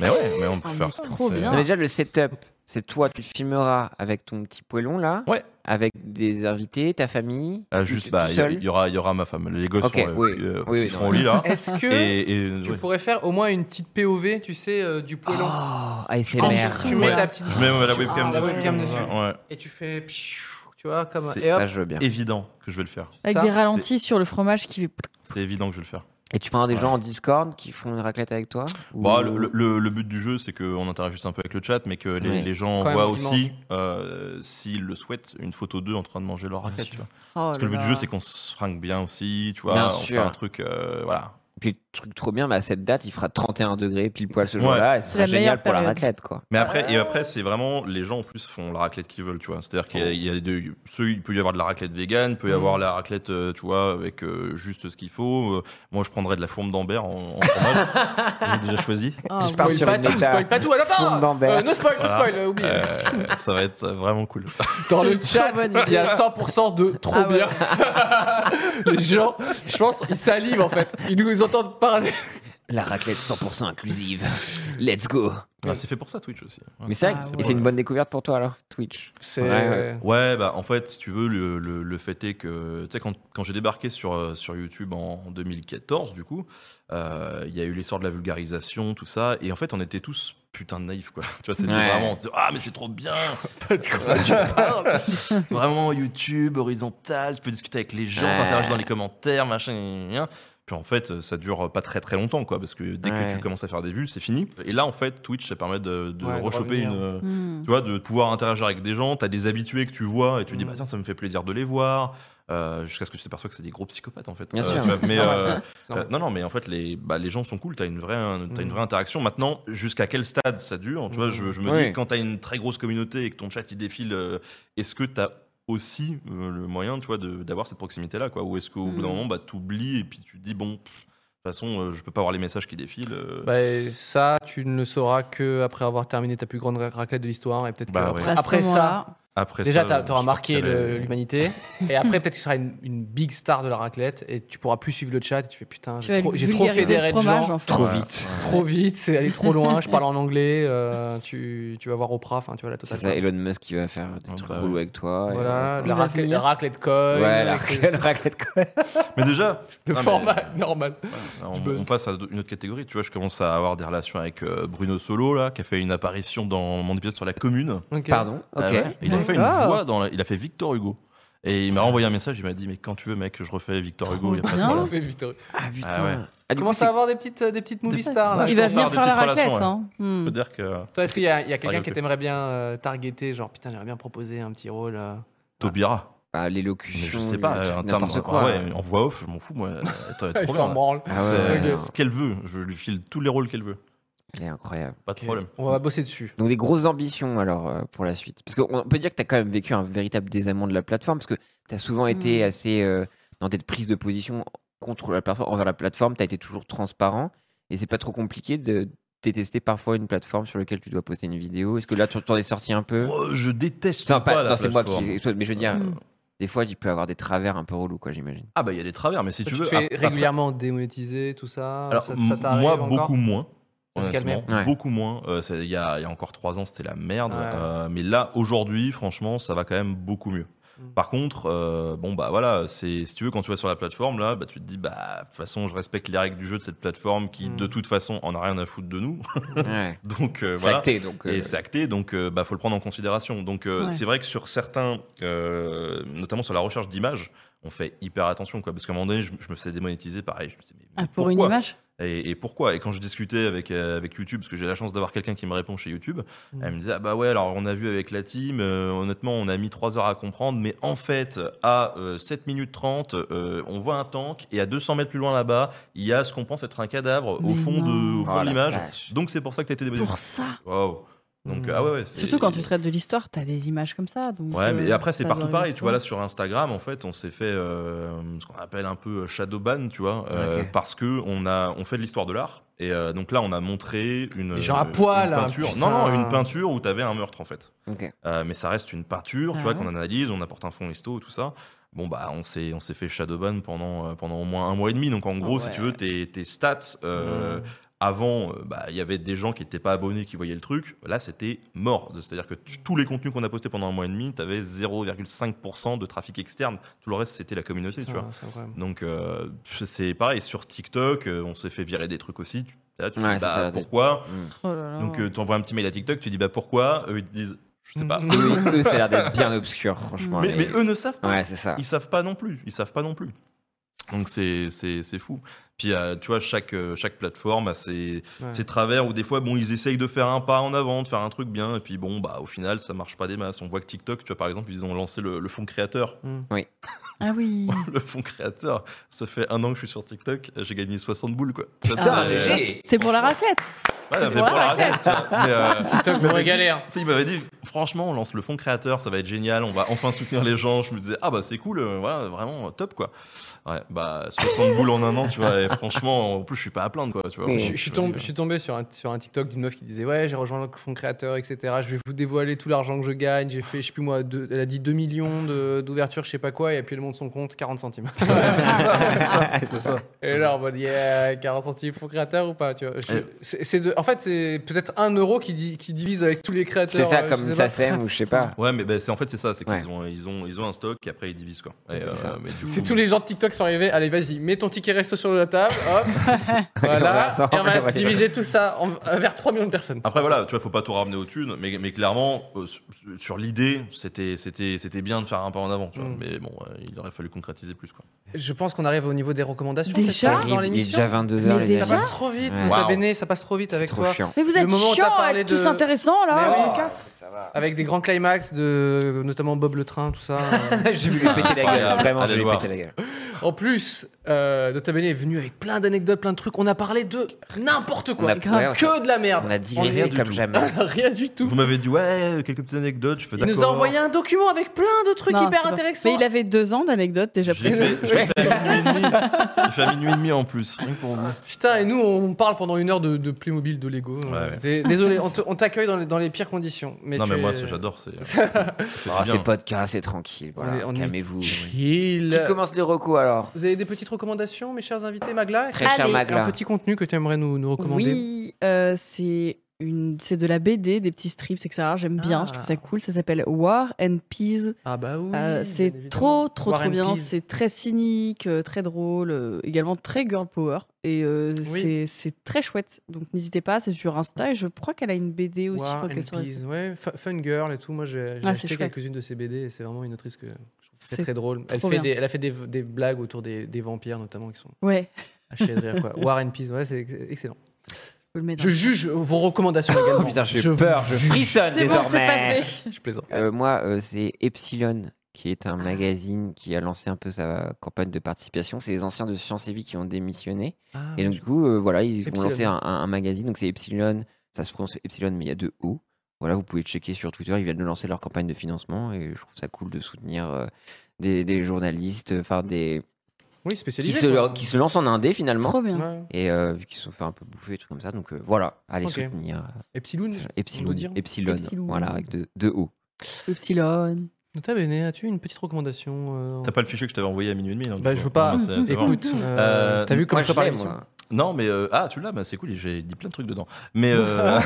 Speaker 1: la.
Speaker 2: Mais ouais, mais on euh, peut
Speaker 4: Ah, mais
Speaker 2: faire ça.
Speaker 4: trop
Speaker 2: C'est-
Speaker 4: bien.
Speaker 3: Non, mais
Speaker 4: Ah.
Speaker 3: déjà, le setup, c'est toi, tu filmeras avec ton petit poêlon là,
Speaker 2: Ouais.
Speaker 3: avec des invités, ta famille,
Speaker 2: Ah,
Speaker 3: tu-
Speaker 2: juste,
Speaker 3: tout
Speaker 2: bah, il y, a-
Speaker 3: seul.
Speaker 2: il y aura, il y aura ma femme. Les gosses
Speaker 3: Ok,
Speaker 2: sont, euh,
Speaker 3: oui,
Speaker 2: euh,
Speaker 3: oui, oui,
Speaker 2: sont
Speaker 3: non.
Speaker 2: au lit là.
Speaker 1: Est-ce que
Speaker 2: et, et,
Speaker 1: tu
Speaker 2: ouais. Ah,
Speaker 1: pourrais faire au moins une petite POV, tu sais, euh, du
Speaker 3: Oh,
Speaker 1: poêlon
Speaker 4: En
Speaker 3: ASMR.
Speaker 4: dessous.
Speaker 1: Tu mets
Speaker 2: Ouais.
Speaker 1: ta petite.
Speaker 2: Je mets ouais, la webcam
Speaker 1: Ah, la
Speaker 2: dessus.
Speaker 1: webcam dessus.
Speaker 2: Ouais, ouais.
Speaker 1: Et tu fais. pfiou, Tu vois, comme.
Speaker 2: C'est
Speaker 1: Et hop.
Speaker 3: Ça, je veux bien.
Speaker 2: Évident que je vais le faire.
Speaker 4: Avec
Speaker 1: ça,
Speaker 4: des ralentis sur le fromage qui fait. Oh
Speaker 2: C'est évident que je vais le faire.
Speaker 3: Et tu prends des
Speaker 2: Ouais.
Speaker 3: gens en Discord qui font une raclette avec toi ou-
Speaker 2: Bon, Bah, le- le, le- le but du jeu, c'est qu'on interagisse un peu avec le chat, mais que les,
Speaker 3: Ouais.
Speaker 2: les gens
Speaker 1: Quand même,
Speaker 2: voient
Speaker 1: ils
Speaker 2: aussi, euh, s'ils le souhaitent, une photo d'eux en train de manger leur raclette. tu vois.
Speaker 4: Oh
Speaker 2: Parce que
Speaker 4: là
Speaker 2: le but du
Speaker 4: là.
Speaker 2: jeu, c'est qu'on se fringue bien aussi, tu vois.
Speaker 3: Bien
Speaker 2: on fait
Speaker 3: sûr.
Speaker 2: un truc, euh, voilà.
Speaker 3: Puis puis le truc trop bien, bah, à cette date, il fera 31 degrés pile poil ce jour-là, et ce sera
Speaker 4: la
Speaker 3: génial
Speaker 4: meilleure
Speaker 3: pour la
Speaker 4: période.
Speaker 3: raclette, quoi.
Speaker 2: Mais après, et après, c'est vraiment les gens en plus font la raclette qu'ils veulent, tu vois. C'est-à-dire
Speaker 3: Oh.
Speaker 2: qu'il y a, il y a des- ceux, il peut y avoir de la raclette vegan, il peut y
Speaker 3: Mm.
Speaker 2: avoir la raclette, euh, tu vois, avec euh, juste ce qu'il faut. Euh, moi, je prendrais de la fourme d'ambert en, en fromage. J'ai déjà choisi.
Speaker 4: Ah,
Speaker 3: Je pars
Speaker 1: Spoil
Speaker 3: sur
Speaker 1: pas
Speaker 3: une
Speaker 1: tout,
Speaker 3: méta-
Speaker 1: spoil pas tout.
Speaker 3: Fond
Speaker 1: Attends,
Speaker 3: d'Ambert.
Speaker 1: euh, no spoil, no
Speaker 2: Voilà.
Speaker 1: spoil, euh, oublie.
Speaker 2: Euh, ça va être vraiment cool.
Speaker 1: Dans le
Speaker 4: trop
Speaker 1: chat,
Speaker 4: bonne idée.
Speaker 1: il y a 100% de trop
Speaker 4: Ah ouais.
Speaker 1: bien. Les gens, je pense, ils salivent en fait. Ils nous entendent parler.
Speaker 3: La raclette 100% inclusive. Let's go.
Speaker 2: Ah, c'est fait pour ça, Twitch aussi. Ouais,
Speaker 3: Mais c'est vrai que-
Speaker 4: Ah
Speaker 3: et
Speaker 4: ouais.
Speaker 3: c'est une bonne découverte pour toi alors, Twitch.
Speaker 1: C'est euh,
Speaker 3: Ouais, ouais.
Speaker 2: Ouais, bah en fait, si tu veux, le, le, le fait est que, tu sais, quand, quand j'ai débarqué sur, euh, sur YouTube en, en 2014, du coup, euh, il y a eu l'essor de la vulgarisation, tout ça, et en fait, on était tous putain de naïfs, quoi. Tu vois, c'était
Speaker 3: Ouais.
Speaker 2: vraiment, on se disait, ah, mais c'est trop bien,
Speaker 1: pas de quoi tu parles.
Speaker 2: vraiment YouTube, horizontal, tu peux discuter avec les gens,
Speaker 3: Ouais.
Speaker 2: t'interagis dans les commentaires, machin, gna, gna, gna. Puis en fait, ça dure pas très très longtemps, quoi, parce que dès
Speaker 3: Ouais.
Speaker 2: que tu commences à faire des vues, c'est fini. Et là, en fait, Twitch, ça permet de, de
Speaker 1: Ouais, de
Speaker 2: rechoper
Speaker 1: revenir.
Speaker 2: une.
Speaker 4: Hmm.
Speaker 2: Tu vois, de pouvoir interagir avec des gens, t'as des habitués que tu vois et tu dis,
Speaker 1: Mm.
Speaker 2: bah tiens, ça me fait plaisir de les voir. Euh, jusqu'à ce que tu t'aperçois que c'est des gros psychopathes en fait.
Speaker 3: Bien
Speaker 2: Euh,
Speaker 3: sûr.
Speaker 2: tu vois, mais,
Speaker 1: C'est normal.
Speaker 2: euh,
Speaker 1: C'est normal.
Speaker 2: euh, non, non, mais en fait, les, bah, les gens sont cool, t'as une vraie, un- t'as une
Speaker 1: Mm.
Speaker 2: vraie interaction. Maintenant, jusqu'à quel stade ça dure Tu vois,
Speaker 1: Mm.
Speaker 2: je, je me
Speaker 3: Oui.
Speaker 2: dis, quand t'as une très grosse communauté et que ton chat il défile, euh, est-ce que t'as aussi euh, le moyen, tu vois, de- d'avoir cette proximité-là, quoi Ou est-ce qu'au bout d'un
Speaker 4: Mm.
Speaker 2: moment, bah, t'oublies et puis tu te dis, bon, pff, de toute façon, euh, je peux pas voir les messages qui défilent. euh,
Speaker 1: Bah, ça, tu ne le sauras que après avoir terminé ta plus grande ra- raclette de l'histoire et peut-être
Speaker 2: Bah,
Speaker 1: que
Speaker 2: ouais.
Speaker 1: après,
Speaker 4: À ce
Speaker 1: après ça,
Speaker 4: moment-là,
Speaker 2: après
Speaker 1: déjà,
Speaker 2: ça,
Speaker 1: t'as-
Speaker 2: je
Speaker 1: t'auras
Speaker 2: partirai-
Speaker 1: marqué le- l'humanité et après, peut-être que tu seras une, une big star de la raclette et tu pourras plus suivre le chat et tu fais putain,
Speaker 4: tu vas
Speaker 1: j'ai trop, j'ai trop
Speaker 4: vulgariser
Speaker 1: fédéré
Speaker 4: le
Speaker 1: de gens.
Speaker 4: fromage en fait.
Speaker 3: Trop
Speaker 2: Ouais.
Speaker 3: vite.
Speaker 1: Trop vite, c'est aller trop loin, je parle en anglais, euh, tu, tu vas voir Oprah, enfin tu vois la
Speaker 3: C'est
Speaker 1: totale.
Speaker 3: ça, Elon Musk qui va faire des
Speaker 2: Ah,
Speaker 3: trucs
Speaker 2: bah
Speaker 3: relous
Speaker 2: ouais.
Speaker 3: avec toi. et-
Speaker 1: Voilà,
Speaker 4: Il
Speaker 1: la
Speaker 4: va
Speaker 1: raclette,
Speaker 4: venir.
Speaker 1: la raclette coin,
Speaker 3: Ouais, la
Speaker 1: la-
Speaker 3: raclette, la raclette quoi.
Speaker 2: Mais déjà,
Speaker 1: le
Speaker 2: Ah, mais-
Speaker 1: format normal.
Speaker 2: Alors,
Speaker 1: Du
Speaker 2: on,
Speaker 1: buzz.
Speaker 2: on passe à une autre catégorie. Tu vois, je commence à avoir des relations avec euh, Bruno Solo, là, qui a fait une apparition dans mon épisode sur la commune.
Speaker 1: Ok.
Speaker 3: Pardon, ok.
Speaker 2: Ah ouais. Et il a fait une
Speaker 4: D'accord.
Speaker 2: voix dans. la- Il a fait Victor Hugo. Et il m'a renvoyé un message. Il m'a dit, mais quand tu veux, mec, je refais Victor
Speaker 4: Trop
Speaker 2: Hugo. Il y a pas de
Speaker 4: bien.
Speaker 1: On
Speaker 2: problème.
Speaker 1: l'a fait, Victor.
Speaker 3: Ah putain.
Speaker 2: Ah ouais.
Speaker 3: Ah, du
Speaker 1: Commence
Speaker 3: coup, c'est-
Speaker 1: à avoir des petites, euh, des petites movie stars là.
Speaker 4: Il
Speaker 2: Je
Speaker 4: va
Speaker 2: commence à
Speaker 4: venir
Speaker 2: avoir des
Speaker 4: faire la
Speaker 2: petites
Speaker 4: raclette.
Speaker 2: relations,
Speaker 4: hein. Hmm.
Speaker 2: Je peux dire que
Speaker 1: Toi, est-ce qu'il y a, il y a quelqu'un
Speaker 2: Regarde
Speaker 1: qui
Speaker 2: le
Speaker 1: t'aimerais bien euh, targeter, genre putain, j'aimerais bien proposer un petit rôle euh.
Speaker 2: Tobira.
Speaker 3: Ah,
Speaker 2: Mais
Speaker 3: l'élocution.
Speaker 2: je sais pas,
Speaker 3: le-
Speaker 2: euh, en termes
Speaker 3: n'importe
Speaker 2: de
Speaker 3: quoi.
Speaker 2: ouais, en voix off, je m'en fous, moi. Elle doit être
Speaker 1: Elle
Speaker 2: trop
Speaker 1: s'en
Speaker 2: bien.
Speaker 1: branle.
Speaker 3: Ah
Speaker 2: C'est
Speaker 3: ouais,
Speaker 1: Ok.
Speaker 3: non,
Speaker 2: ce qu'elle veut. Je lui file tous les rôles qu'elle veut.
Speaker 3: elle est incroyable.
Speaker 2: Pas de problème.
Speaker 1: On va bosser dessus.
Speaker 3: Donc des grosses ambitions alors euh, pour la suite. Parce qu'on peut dire que tu as quand même vécu un véritable désamant de la plateforme, parce que tu as souvent été
Speaker 2: Mmh.
Speaker 4: Mm.
Speaker 3: assez euh, dans des prises de position contre la plateforme, envers la plateforme, tu as été toujours transparent, et c'est pas trop compliqué de détester parfois une plateforme sur laquelle tu dois poster une vidéo. Est-ce que là tu t'en es sorti un peu
Speaker 2: Oh, je déteste
Speaker 3: Euh. Non,
Speaker 2: pas
Speaker 3: pas,
Speaker 2: la
Speaker 3: non, c'est moi
Speaker 2: plateforme. Mmh.
Speaker 3: qui... Mais je veux dire,
Speaker 4: Mm.
Speaker 3: des fois tu peux avoir des travers un peu relous, quoi, j'imagine.
Speaker 2: Ah bah il y a des travers, mais si
Speaker 1: Tu,
Speaker 2: tu, veux,
Speaker 1: te fais
Speaker 2: ap- après-
Speaker 1: régulièrement démonétiser, tout ça.
Speaker 2: Alors,
Speaker 1: Ah, ça,
Speaker 2: m-
Speaker 1: ça t'arrive
Speaker 2: moi,
Speaker 1: encore
Speaker 2: beaucoup moins.
Speaker 1: Ça s'est
Speaker 2: honnêtement.
Speaker 1: calmé.
Speaker 3: Ouais.
Speaker 2: Beaucoup moins. Euh, c'est- Il y, a, il y a encore trois ans, c'était la merde.
Speaker 1: Ouais.
Speaker 2: Euh, mais là, aujourd'hui, franchement, ça va quand même beaucoup mieux.
Speaker 1: Mm.
Speaker 2: Par contre, euh, bon bah voilà, c'est si tu veux quand tu vas sur la plateforme là, bah tu te dis bah de toute façon je respecte les règles du jeu de cette plateforme qui
Speaker 1: Mm.
Speaker 2: de toute façon en a rien à foutre de nous,
Speaker 3: ouais.
Speaker 2: donc euh,
Speaker 3: C'est
Speaker 2: voilà.
Speaker 3: acté, donc. euh,
Speaker 2: Et c'est acté, donc euh, bah, faut le prendre en considération. Donc euh,
Speaker 4: Ouais.
Speaker 2: c'est vrai que sur certains, euh, notamment sur la recherche d'images, on fait hyper attention, quoi. Parce qu'à un moment donné, je, je me faisais démonétiser, pareil. Je me disais, mais,
Speaker 4: Ah,
Speaker 2: mais
Speaker 4: pour une
Speaker 2: pourquoi
Speaker 4: image
Speaker 2: et, et pourquoi Et quand je discutais avec, euh, avec YouTube, parce que j'ai la chance d'avoir quelqu'un qui me répond chez YouTube,
Speaker 1: Mm.
Speaker 2: elle me disait Ah bah ouais, alors on a vu avec la team, euh, honnêtement, on a mis 3 heures à comprendre, mais en fait, à euh, 7 minutes 30, euh, on voit un tank, et à 200 mètres plus loin là-bas, il y a ce qu'on pense être un cadavre au
Speaker 4: Mais
Speaker 2: fond de,
Speaker 4: non.
Speaker 2: au fond
Speaker 3: oh, la
Speaker 2: de l'image.
Speaker 3: vache.
Speaker 2: Donc c'est pour ça que t'as été déboussolé.
Speaker 4: Pour ça
Speaker 2: Waouh Donc,
Speaker 1: Mm.
Speaker 2: ah ouais, ouais. c'est-
Speaker 4: Surtout quand tu traites de l'histoire, t'as des images comme ça. donc,
Speaker 2: Ouais, mais
Speaker 4: euh,
Speaker 2: après, c'est
Speaker 4: ça
Speaker 2: partout
Speaker 4: doit
Speaker 2: pareil.
Speaker 4: arriver
Speaker 2: Tu vois, là,
Speaker 4: souvent.
Speaker 2: sur Instagram, en fait, on s'est fait euh, ce qu'on appelle un peu shadowban, tu vois, euh,
Speaker 3: Ok.
Speaker 2: parce que on, a, on fait de l'histoire de l'art. Et euh, donc là, on a montré une.
Speaker 1: Les gens à
Speaker 2: une
Speaker 1: poil, hein,
Speaker 2: peinture.
Speaker 1: putain.
Speaker 2: non, non, une peinture où t'avais un meurtre, en fait.
Speaker 3: Ok.
Speaker 2: Euh, mais ça reste une peinture, tu
Speaker 4: Ah
Speaker 2: vois,
Speaker 4: ouais.
Speaker 2: qu'on analyse, on apporte un fond histo, tout ça. Bon, bah, on s'est, on s'est fait shadowban pendant, euh, pendant au moins un mois et demi. Donc, en gros, si tu veux, tes, tes stats. euh, Avant, euh, bah, il y avait des gens qui n'étaient pas abonnés qui voyaient le truc. Là, c'était mort. C'est-à-dire que tu- tous les contenus qu'on a postés pendant un mois et demi, tu avais 0,5% de trafic externe. Tout le reste, c'était la communauté, tu vois.
Speaker 1: Putain, c'est incroyable.
Speaker 2: Donc, euh, c'est pareil. Sur TikTok, euh, on s'est fait virer des trucs aussi. Tu- Là, tu te
Speaker 3: Ouais,
Speaker 2: dis,
Speaker 3: c'est
Speaker 2: bah,
Speaker 3: ça, la-
Speaker 2: pourquoi
Speaker 3: Mm.
Speaker 4: Oh là là.
Speaker 2: donc euh, tu envoies un petit mail à TikTok, tu dis bah pourquoi Eux ils te disent je sais pas.
Speaker 1: Mm.
Speaker 3: Eux, eux, ça a l'air d'être bien obscur, franchement.
Speaker 2: mais,
Speaker 3: les-
Speaker 2: mais eux ne savent pas.
Speaker 3: Ouais, c'est ça.
Speaker 2: Ils savent pas non plus. Ils savent pas non plus. Donc c'est c'est c'est fou. Puis euh, tu vois, chaque, euh, chaque plateforme a ses,
Speaker 1: Ouais.
Speaker 2: ses travers où des fois, bon, ils essayent de faire un pas en avant, de faire un truc bien, et puis bon, bah au final, ça marche pas des masses. On voit que TikTok, tu vois, par exemple, ils ont lancé le, le fonds créateur.
Speaker 4: Ah oui.
Speaker 2: Le fonds créateur, ça fait un an que je suis sur TikTok, j'ai gagné 60 boules, quoi.
Speaker 3: Putain,
Speaker 2: Euh,
Speaker 3: GG
Speaker 4: C'est pour la raclette.
Speaker 2: Ouais,
Speaker 4: C'est
Speaker 2: mais
Speaker 4: pour
Speaker 2: pour
Speaker 4: la
Speaker 2: la
Speaker 4: raclette.
Speaker 2: raclette, tu vois. Mais, euh,
Speaker 1: TikTok me galère.
Speaker 2: Tu sais, il m'avait dit, franchement, on lance le fonds créateur, ça va être génial, on va enfin soutenir les gens. Je me disais, ah bah c'est cool, euh, voilà, vraiment euh, top quoi. Ouais, bah 60 boules en un an, tu vois, et franchement, en plus, je suis pas à plaindre quoi, tu vois.
Speaker 3: Mais
Speaker 2: Donc,
Speaker 1: Je, je suis tombé,
Speaker 2: me
Speaker 1: je
Speaker 2: dis,
Speaker 1: suis tombé sur, un, sur un TikTok d'une meuf qui disait Ouais, j'ai rejoint le fonds créateur, etc. Je vais vous dévoiler tout l'argent que je gagne. J'ai fait, je sais plus moi, deux- elle a dit 2 millions de- d'ouvertures, je sais pas quoi, et puis elle monte son compte 40 centimes.
Speaker 2: Ah, C'est ça.
Speaker 1: et là, en mode Yeah, 40 centimes fonds créateur ou pas tu vois, je-
Speaker 3: Euh.
Speaker 1: c'est, c'est de- En fait, c'est peut-être un euro qui, di- qui divise avec tous les créateurs.
Speaker 3: C'est ça,
Speaker 1: euh, je
Speaker 3: comme
Speaker 1: sais
Speaker 3: ça
Speaker 1: pas.
Speaker 3: sème ou je sais pas.
Speaker 2: Ouais, mais bah, c'est en fait, c'est ça, c'est qu'ils
Speaker 3: Ouais.
Speaker 2: ont, ils ont, ils ont un stock et après ils divisent quoi. Et, euh,
Speaker 3: ça.
Speaker 2: mais du
Speaker 1: C'est
Speaker 2: coup-
Speaker 1: tous les gens de TikTok qui sont arrivés. Allez, vas-y, mets ton ticket resto sur la table. Hop, voilà.
Speaker 3: va
Speaker 1: Et on va
Speaker 3: ensemble.
Speaker 1: diviser tout ça en- vers 3 millions de personnes.
Speaker 2: Après voilà, tu vois, faut pas tout ramener aux thunes, mais, mais clairement, euh, sur- sur l'idée, c'était, c'était, c'était bien de faire un pas en avant, tu vois.
Speaker 1: Mm.
Speaker 2: Mais bon, euh, il aurait fallu concrétiser plus quoi.
Speaker 1: Je pense qu'on arrive au niveau des recommandations.
Speaker 4: Déjà
Speaker 1: c'est ça, dans
Speaker 3: Terrible, Il est
Speaker 1: l'émission.
Speaker 3: déjà 22h,
Speaker 4: Mais
Speaker 3: les
Speaker 1: Ça
Speaker 4: déjà
Speaker 3: amis.
Speaker 1: passe trop vite,
Speaker 3: Ouais.
Speaker 1: mon
Speaker 2: Waouh.
Speaker 1: Béné, ça passe trop vite
Speaker 3: C'est
Speaker 1: avec
Speaker 3: trop
Speaker 1: toi.
Speaker 3: chiant.
Speaker 4: Mais vous êtes
Speaker 1: Le moment où t'as
Speaker 4: chiant
Speaker 1: parlé
Speaker 4: avec
Speaker 1: de-
Speaker 4: tous intéressants
Speaker 1: Mais
Speaker 4: là. Oh.
Speaker 1: oui.
Speaker 4: Casse.
Speaker 1: Avec des grands climax de notamment Bob le train, tout ça. euh.
Speaker 3: Je vais lui péter la gueule,
Speaker 2: Incroyable.
Speaker 3: vraiment, je
Speaker 2: Allez
Speaker 3: vais
Speaker 2: le
Speaker 3: lui
Speaker 2: voir.
Speaker 3: péter la gueule.
Speaker 1: en plus, euh, Nota Bene est venu avec plein d'anecdotes, plein de trucs. On a parlé de n'importe
Speaker 3: On
Speaker 1: quoi,
Speaker 3: a- ouais, on
Speaker 1: que de la merde.
Speaker 3: On a
Speaker 1: rien
Speaker 3: divisé
Speaker 1: du
Speaker 3: comme
Speaker 2: tout.
Speaker 3: jamais.
Speaker 1: tout. Ah, Rien du tout.
Speaker 2: Vous m'avez dit ouais, quelques petites anecdotes, je fais
Speaker 1: Il
Speaker 2: d'accord.
Speaker 1: nous a envoyé un document avec plein de trucs
Speaker 4: Non,
Speaker 1: hyper
Speaker 4: c'est pas-
Speaker 1: intéressants.
Speaker 4: Mais il avait deux ans d'anecdotes déjà
Speaker 2: Je l'ai
Speaker 4: prévues.
Speaker 2: fait, je l'ai fait à minuit et demi. J'ai fait à minuit et demi en plus. Rien que pour vous.
Speaker 1: Putain, et nous, on parle pendant une heure de, de Playmobil, de Lego.
Speaker 2: ouais.
Speaker 1: C'est- Désolé, on te- on t'accueille dans, les- dans les pires conditions. Mais
Speaker 2: non,
Speaker 1: tu
Speaker 2: mais moi,
Speaker 1: es-
Speaker 2: ce j'adore, c'est. c'est
Speaker 3: Ah,
Speaker 2: bien.
Speaker 3: c'est podcast, c'est tranquille.
Speaker 1: On est-
Speaker 3: Voilà,
Speaker 1: on est
Speaker 3: calmez-vous.
Speaker 1: Chill.
Speaker 3: Qui commence le recours alors
Speaker 1: Vous avez des petites recommandations, mes chers invités, Magla
Speaker 3: Très cher
Speaker 4: Allez,
Speaker 3: Magla.
Speaker 1: Un petit contenu que tu aimerais nous, nous recommander
Speaker 4: Oui, euh, c'est une, c'est de la BD, des petits strips, etc. J'aime bien,
Speaker 1: Ah.
Speaker 4: je trouve ça cool. Ça s'appelle War and Peace.
Speaker 1: Ah bah oui.
Speaker 4: Euh,
Speaker 1: bien
Speaker 4: c'est
Speaker 1: évidemment.
Speaker 4: trop, trop,
Speaker 1: War
Speaker 4: trop
Speaker 1: and
Speaker 4: bien.
Speaker 1: Peace.
Speaker 4: C'est très cynique, euh, très drôle, euh, également très girl power. Et euh,
Speaker 1: Oui.
Speaker 4: c'est- c'est très chouette. Donc n'hésitez pas, c'est sur Insta. Et je crois qu'elle a une BD aussi. je
Speaker 1: War
Speaker 4: crois
Speaker 1: and
Speaker 4: qu'elle sort-
Speaker 1: Peace, ouais. Fu- Fun Girl et tout. Moi, j'ai j'ai
Speaker 4: Ah, c'est
Speaker 1: acheté
Speaker 4: chouette.
Speaker 1: quelques-unes de ses BD et c'est vraiment une autrice que je trouve très
Speaker 4: C'est
Speaker 1: très drôle. Elle,
Speaker 4: trop
Speaker 1: fait
Speaker 4: bien.
Speaker 1: des, elle a fait des, des blagues autour des, des vampires, notamment, qui sont
Speaker 4: Ouais,
Speaker 1: à chier de rire. Quoi. War and Peace, ouais, c'est ex- excellent.
Speaker 4: je vous le mets dans-
Speaker 1: Je juge vos recommandations également.
Speaker 3: Oh, Putain, j'ai
Speaker 1: vous
Speaker 3: peur, je
Speaker 1: juge.
Speaker 3: frissonne
Speaker 4: C'est bon, c'est
Speaker 3: désormais.
Speaker 4: passé.
Speaker 1: Je plaisante.
Speaker 3: Euh, moi, euh, c'est Epsilon, qui est un magazine qui a lancé un peu sa campagne de participation. C'est les anciens de Sciences et Vie qui ont démissionné.
Speaker 1: Ah,
Speaker 3: Et donc, du coup, euh, voilà, ils
Speaker 1: Epsilon.
Speaker 3: ont lancé un, un- un magazine. Donc, c'est Epsilon. Ça se prononce Epsilon, mais il y a deux O. Voilà, vous pouvez checker sur Twitter. Ils viennent de lancer leur campagne de financement. Et je trouve ça cool de soutenir euh, des, des journalistes, euh, enfin, des.
Speaker 1: oui,
Speaker 3: Qui
Speaker 1: spécialisé.
Speaker 3: se,
Speaker 1: quoi.
Speaker 3: qui se lancent en indé finalement.
Speaker 4: Trop bien.
Speaker 1: Ouais.
Speaker 3: Et euh, vu qu'ils se sont fait un peu bouffer, des trucs comme ça. Donc, euh, voilà, allez
Speaker 1: Ok.
Speaker 3: soutenir.
Speaker 1: Epsilon,
Speaker 3: euh,
Speaker 1: On peut
Speaker 3: Epsilon,
Speaker 1: dire
Speaker 3: Epsilon,
Speaker 4: Epsilon.
Speaker 3: Voilà, avec deux deux O.
Speaker 4: Epsilon.
Speaker 1: Nota Bene, as-tu une petite recommandation euh,
Speaker 2: T'as pas le fichier que je t'avais envoyé à minuit et demi. là, du
Speaker 1: Bah,
Speaker 2: coup.
Speaker 1: je veux pas.
Speaker 2: Non, mais c'est- c'est marrant.
Speaker 1: Écoute, euh,
Speaker 2: Euh,
Speaker 1: t'as vu comment
Speaker 3: Moi,
Speaker 1: je
Speaker 3: je
Speaker 1: parlais
Speaker 3: l'ai,
Speaker 1: l'émission
Speaker 3: moi.
Speaker 2: Non, mais euh, ah, tu l'as, bah, c'est cool, et j'ai dit plein de trucs dedans. Mais euh,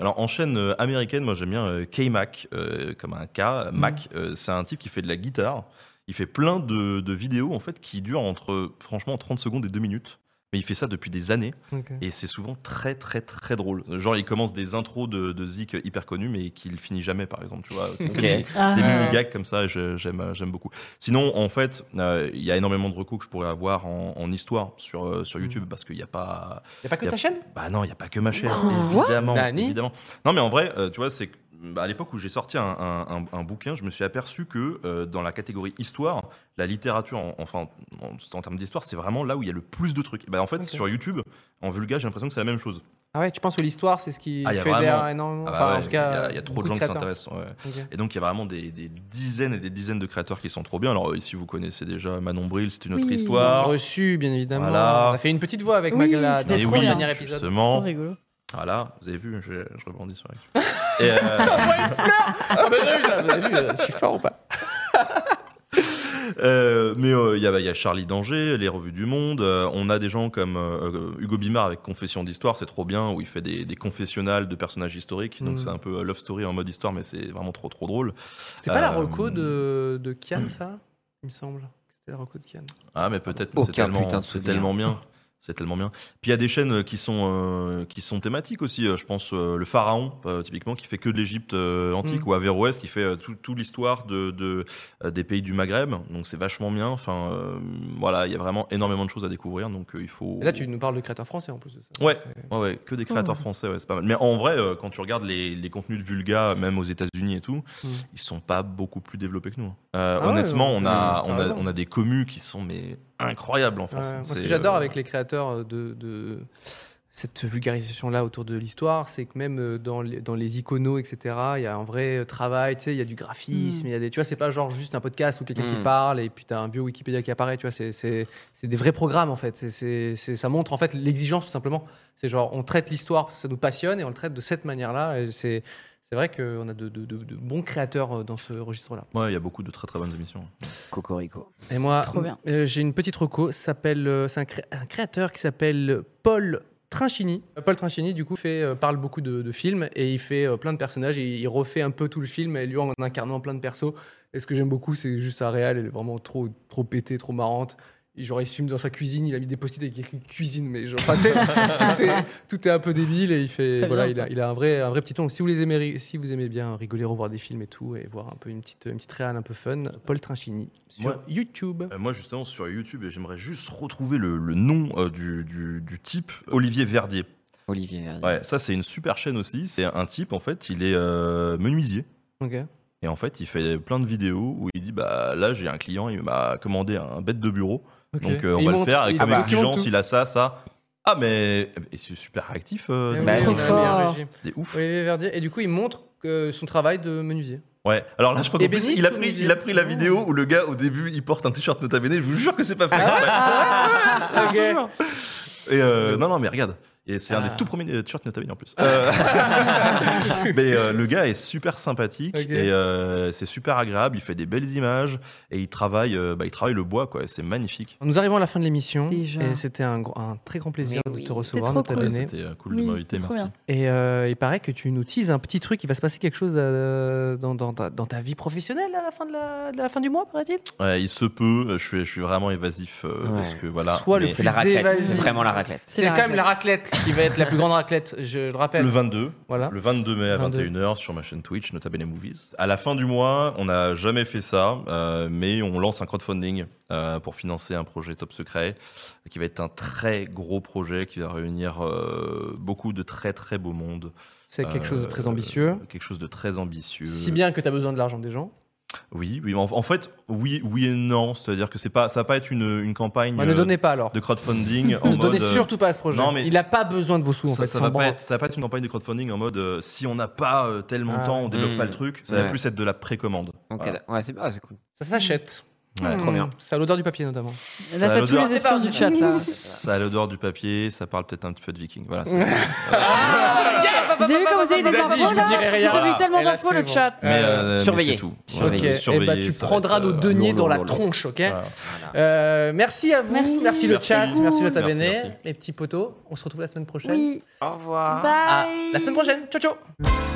Speaker 2: alors en chaîne euh, américaine, moi j'aime bien euh, K-Mac, euh, comme un K, euh, Mac. euh, c'est un type qui fait de la guitare. Il fait plein de, de vidéos en fait qui durent entre euh, franchement 30 secondes et 2 minutes. Mais il fait ça depuis des années.
Speaker 1: Ok.
Speaker 2: Et c'est souvent très très très drôle. Genre il commence des intros de, de zik hyper connus mais qu'il finit jamais par exemple. Tu vois, c'est que
Speaker 3: Ok.
Speaker 2: des-
Speaker 4: Ah.
Speaker 2: des mini gags comme ça, je- j'aime, euh, j'aime beaucoup. Sinon, en fait, euh, il y a énormément de recours que je pourrais avoir en, en histoire sur, euh, sur YouTube parce qu'il n'y a pas.
Speaker 1: Y a pas que
Speaker 2: Y a-
Speaker 1: ta chaîne
Speaker 2: Bah non, il n'y a pas que ma chaîne,
Speaker 4: Quoi
Speaker 2: évidemment,
Speaker 1: Nani
Speaker 2: évidemment. Non, mais en vrai, euh, tu vois, c'est que, bah, à l'époque où j'ai sorti un, un- un- un bouquin, je me suis aperçu que euh, dans la catégorie histoire, la littérature, en- enfin, en, en termes d'histoire, c'est vraiment là où il y a le plus de trucs. Bah, en fait,
Speaker 1: Ok.
Speaker 2: sur YouTube, en vulgaire, j'ai l'impression que c'est la même chose.
Speaker 1: Ah ouais, tu penses que l'histoire, c'est ce qui
Speaker 2: Ah, y a
Speaker 1: fait
Speaker 2: vraiment-
Speaker 1: derrière énormément
Speaker 2: Ah bah
Speaker 1: Enfin,
Speaker 2: ouais,
Speaker 1: en tout cas,
Speaker 2: il y a- il y, a trop de gens qui s'intéressent. ouais.
Speaker 1: s'intéressent.
Speaker 2: Et donc, il y a vraiment des, des dizaines et des dizaines de créateurs qui sont trop bien. Alors, euh, si vous connaissez déjà Manon Bril, c'est une autre
Speaker 4: Oui.
Speaker 2: histoire.
Speaker 1: Reçu, bien évidemment.
Speaker 2: Voilà.
Speaker 1: On a fait une petite voix avec
Speaker 4: Oui,
Speaker 1: Magala
Speaker 4: c'était
Speaker 1: dans
Speaker 2: Mais
Speaker 4: trop
Speaker 1: le
Speaker 2: oui,
Speaker 4: bien.
Speaker 1: dernier épisode.
Speaker 4: Trop
Speaker 2: justement.
Speaker 4: rigolo.
Speaker 2: Voilà, vous avez vu, je, je rebondis sur la- Et, euh,
Speaker 1: Ah bah, j'ai vu ça, vous avez vu, euh, je suis fort ou pas
Speaker 2: euh, mais euh, il y, a- il y a Charlie Danger, les revues du monde. euh, on a des gens comme euh, Hugo Bimard avec Confession d'histoire, c'est trop bien, où il fait des, des confessionnals de personnages historiques.
Speaker 1: Mm.
Speaker 2: Donc, c'est un peu euh, love story en mode histoire, mais c'est vraiment trop trop drôle.
Speaker 1: C'était pas la
Speaker 2: Euh, hmm.
Speaker 1: reco de, de Kian, ça Il me semble. que C'était la reco de Kian.
Speaker 2: Ah, mais peut-être, mais c'est
Speaker 3: Aucun
Speaker 2: tellement,
Speaker 3: putain de
Speaker 2: c'est
Speaker 3: souvenir.
Speaker 2: tellement bien. C'est tellement bien. Puis il y a des chaînes qui sont, euh, qui sont thématiques aussi. Je pense euh, le Pharaon, euh, typiquement, qui fait que de l'Égypte euh, antique,
Speaker 3: Mm.
Speaker 2: ou Averroès, qui fait euh, tout, tout l'histoire de, de, euh, des pays du Maghreb. Donc c'est vachement bien. Enfin, euh, voilà, il y a vraiment énormément de choses à découvrir. Donc euh, il faut.
Speaker 1: Et là, tu nous parles de créateurs français en plus de ça.
Speaker 2: Ouais.
Speaker 1: C'est-
Speaker 2: Ouais, ouais, que des
Speaker 1: Oh.
Speaker 2: créateurs français, ouais, c'est pas mal. Mais en vrai, euh, quand tu regardes les, les contenus de Vulga, même aux États-Unis et tout,
Speaker 1: Mm.
Speaker 2: ils sont pas beaucoup plus développés que nous. Euh,
Speaker 1: Ah ouais,
Speaker 2: honnêtement,
Speaker 1: donc,
Speaker 2: on, a,
Speaker 1: euh, t'as
Speaker 2: on, a,
Speaker 1: raison.
Speaker 2: on a des communes qui sont mais incroyables en France.
Speaker 1: Ouais, moi, ce
Speaker 2: C'est,
Speaker 1: que j'adore
Speaker 2: euh,
Speaker 1: avec les créateurs de, de cette vulgarisation-là autour de l'histoire, c'est que même euh, dans les, dans les iconos, etc., il y a un vrai euh, travail, tu sais, il y a du graphisme,
Speaker 4: Mm.
Speaker 1: il y a des, tu vois, c'est pas genre juste un podcast ou quelqu'un
Speaker 3: Mm.
Speaker 1: qui parle et puis t'as un vieux Wikipédia qui apparaît, tu vois, c'est- c'est c'est des vrais programmes en fait. C'est- c'est- c'est- ça montre en fait l'exigence tout simplement. C'est genre, on traite l'histoire parce que ça nous passionne et on le traite de cette manière-là. Et c'est c'est vrai qu'on a de, de- de- de bons créateurs euh, dans ce registre-là.
Speaker 2: Ouais, il y a beaucoup de très très bonnes émissions.
Speaker 3: Cocorico.
Speaker 1: Et moi,
Speaker 4: Trop bien.
Speaker 1: euh, j'ai une petite reco. ça s'appelle, euh, c'est un, cré- un créateur qui s'appelle Paul Trinchini. Euh, Paul Trinchini, du coup, fait, euh, parle beaucoup de, de films et il fait euh, plein de personnages. Et il refait un peu tout le film, et lui en incarnant plein de persos. Et ce que j'aime beaucoup, c'est juste sa réal, elle est vraiment trop, trop pétée, trop marrante. Et genre, il se filme dans sa cuisine, il a mis des post-it avec écrit cuisine, mais genre, enfin, tu sais, tout, est, tout est un peu débile et il fait,
Speaker 4: Très
Speaker 1: voilà,
Speaker 4: bien,
Speaker 1: il, a,
Speaker 4: ça.
Speaker 1: il a un vrai, un vrai petit ton. Donc, Si vous les aimez, ri- si vous aimez bien rigoler, revoir des films et tout, et voir un peu une petite, une petite réal un peu fun, Paul Trinchini sur
Speaker 2: Ouais.
Speaker 1: YouTube.
Speaker 2: Euh, Moi, justement, sur YouTube, j'aimerais juste retrouver le, le nom euh, du, du- du type, Olivier Verdier.
Speaker 3: Olivier
Speaker 1: Mm.
Speaker 3: Verdier.
Speaker 2: Ouais, ça, c'est une super chaîne aussi. C'est un type, en fait, il est euh, menuisier.
Speaker 1: Ok.
Speaker 2: Et en fait, il fait plein de vidéos où il dit Bah là, j'ai un client, il m'a commandé un bête de bureau.
Speaker 1: Ok.
Speaker 2: Donc, euh,
Speaker 1: Et
Speaker 2: on va
Speaker 1: il
Speaker 2: le
Speaker 1: montre-
Speaker 2: faire avec
Speaker 1: il-
Speaker 2: comme
Speaker 1: ah bah,
Speaker 2: exigence.
Speaker 1: tout.
Speaker 2: Il a ça, ça. Ah, mais et c'est super actif. euh,
Speaker 1: Eh
Speaker 2: du
Speaker 1: oui,
Speaker 3: Bah,
Speaker 2: coup,
Speaker 4: trop
Speaker 1: on a
Speaker 2: euh,
Speaker 1: mis un
Speaker 4: fort.
Speaker 1: régime.
Speaker 2: C'était ouf.
Speaker 1: Olivier Verdier. Et du coup, il montre euh, son travail de menuisier.
Speaker 2: Ouais. Alors là, je crois qu'en plus,
Speaker 1: Ébéniste
Speaker 2: il a
Speaker 1: ou
Speaker 2: pris,
Speaker 1: menuisier
Speaker 2: il a pris la vidéo où le gars, au début, il porte un t-shirt Nota Bene. Je vous jure que c'est pas fait. exprès.
Speaker 1: Ah,
Speaker 4: Ah.
Speaker 1: Ok.
Speaker 2: Et euh, non, non, mais regarde. Et c'est un
Speaker 1: Ah.
Speaker 2: des tout premiers euh, t-shirts Nota Bene en plus. Euh, mais euh, le gars est super sympathique
Speaker 1: Ok.
Speaker 2: et euh, c'est super agréable. Il fait des belles images et il travaille, euh, bah, il travaille le bois, quoi. et C'est magnifique.
Speaker 1: Nous arrivons à la fin de l'émission.
Speaker 4: Déjà.
Speaker 1: Et c'était un, gr- un très grand plaisir
Speaker 3: Mais
Speaker 1: de
Speaker 3: oui,
Speaker 1: te recevoir,
Speaker 4: trop
Speaker 1: Nota
Speaker 4: cool.
Speaker 2: Ouais,
Speaker 1: Bene.
Speaker 2: C'était euh, cool de
Speaker 4: Oui,
Speaker 2: m'inviter.
Speaker 4: c'est trop
Speaker 2: Merci.
Speaker 4: bien.
Speaker 1: Et euh, il paraît que tu nous teases un petit truc. Il va se passer quelque chose euh, dans, dans ta, dans ta vie professionnelle à la fin, de la, de la fin du mois, paraît-il
Speaker 2: Ouais, il se peut. Je suis, je suis vraiment évasif euh,
Speaker 3: Ouais.
Speaker 2: parce que voilà.
Speaker 1: Soit le
Speaker 2: mais
Speaker 3: C'est la
Speaker 1: Plus
Speaker 3: raclette.
Speaker 1: évasif.
Speaker 3: C'est vraiment la raclette.
Speaker 1: C'est quand même la raclette qui va être la plus grande raclette, je le rappelle.
Speaker 2: le 22.
Speaker 1: Voilà.
Speaker 2: Le 22 mai à
Speaker 1: 22.
Speaker 2: 21h sur ma chaîne Twitch, Nota Bene Movies. À la fin du mois, on n'a jamais fait ça, euh, mais on lance un crowdfunding euh, pour financer un projet top secret, qui va être un très gros projet qui va réunir euh, beaucoup de très très beaux mondes.
Speaker 1: C'est quelque chose de
Speaker 2: Euh,
Speaker 1: très ambitieux.
Speaker 2: Quelque chose de très ambitieux.
Speaker 1: Si bien que tu as besoin de l'argent des gens.
Speaker 2: Oui, oui. En, en fait, oui, oui et non. C'est-à-dire que c'est pas, ça va pas être une, une campagne
Speaker 1: Bah, ne
Speaker 2: euh,
Speaker 1: donnez pas alors.
Speaker 2: de crowdfunding en
Speaker 1: Ne
Speaker 2: mode.
Speaker 1: donnez
Speaker 2: euh,
Speaker 1: surtout pas à ce projet.
Speaker 2: non, mais
Speaker 1: il n'a pas besoin de vos sous en
Speaker 2: ça,
Speaker 1: fait.
Speaker 2: ça
Speaker 1: s'en
Speaker 2: va pas
Speaker 1: branle.
Speaker 2: être, ça va pas être une campagne de crowdfunding en mode euh, si on n'a pas euh, tel
Speaker 1: Ah
Speaker 2: montant, on
Speaker 1: ouais.
Speaker 2: développe
Speaker 3: Mm.
Speaker 2: pas le truc. Ça
Speaker 3: Ouais.
Speaker 2: va plus être de la précommande.
Speaker 3: Ok,
Speaker 2: Voilà.
Speaker 3: ouais, c'est ah, c'est cool.
Speaker 1: Ça s'achète. Mm.
Speaker 2: Ouais.
Speaker 3: Trop bien.
Speaker 1: C'est à l'odeur du papier notamment.
Speaker 2: Ça
Speaker 4: Là,
Speaker 2: a
Speaker 4: t'as tous
Speaker 2: l'odeur.
Speaker 4: les esprits du chat, là.
Speaker 2: Ça a l'odeur du papier, ça parle peut-être un petit peu de viking. Voilà. c'est-
Speaker 1: Ah, bah,
Speaker 4: Vous avez vu comme vous avez des
Speaker 1: Vas-y,
Speaker 4: infos,
Speaker 1: je vous dirai rien.
Speaker 4: là Vous avez eu tellement
Speaker 1: bah, Et là,
Speaker 4: d'infos,
Speaker 1: c'est
Speaker 4: le
Speaker 1: bon.
Speaker 4: chat.
Speaker 2: Mais,
Speaker 1: Euh,
Speaker 2: euh, mais
Speaker 3: surveiller.
Speaker 2: c'est tout.
Speaker 3: Surveiller.
Speaker 1: Ok,
Speaker 3: Ouais,
Speaker 1: eh ben, tu
Speaker 2: ça va
Speaker 1: prendras
Speaker 2: être,
Speaker 1: nos
Speaker 2: euh,
Speaker 1: deniers
Speaker 2: lourd,
Speaker 1: dans
Speaker 2: lourd,
Speaker 1: la
Speaker 2: lourd, lourd.
Speaker 1: tronche, ok
Speaker 2: Voilà.
Speaker 1: Euh, Merci à vous, merci,
Speaker 4: Merci.
Speaker 1: le
Speaker 2: Merci
Speaker 1: chat,
Speaker 4: beaucoup.
Speaker 1: merci Nota
Speaker 2: Merci,
Speaker 1: Bene,
Speaker 2: merci.
Speaker 1: les petits poteaux. On se retrouve la semaine prochaine.
Speaker 4: Oui.
Speaker 3: Au revoir.
Speaker 1: À
Speaker 4: Bye.
Speaker 1: Ah, la semaine prochaine, ciao ciao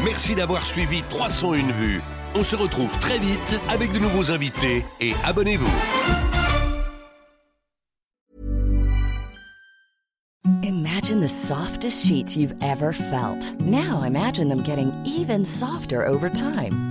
Speaker 5: Merci d'avoir suivi 301 vues. On se retrouve très vite avec de nouveaux invités et abonnez-vous.
Speaker 7: Imagine the softest sheets you've ever felt. Now imagine them getting even softer over time.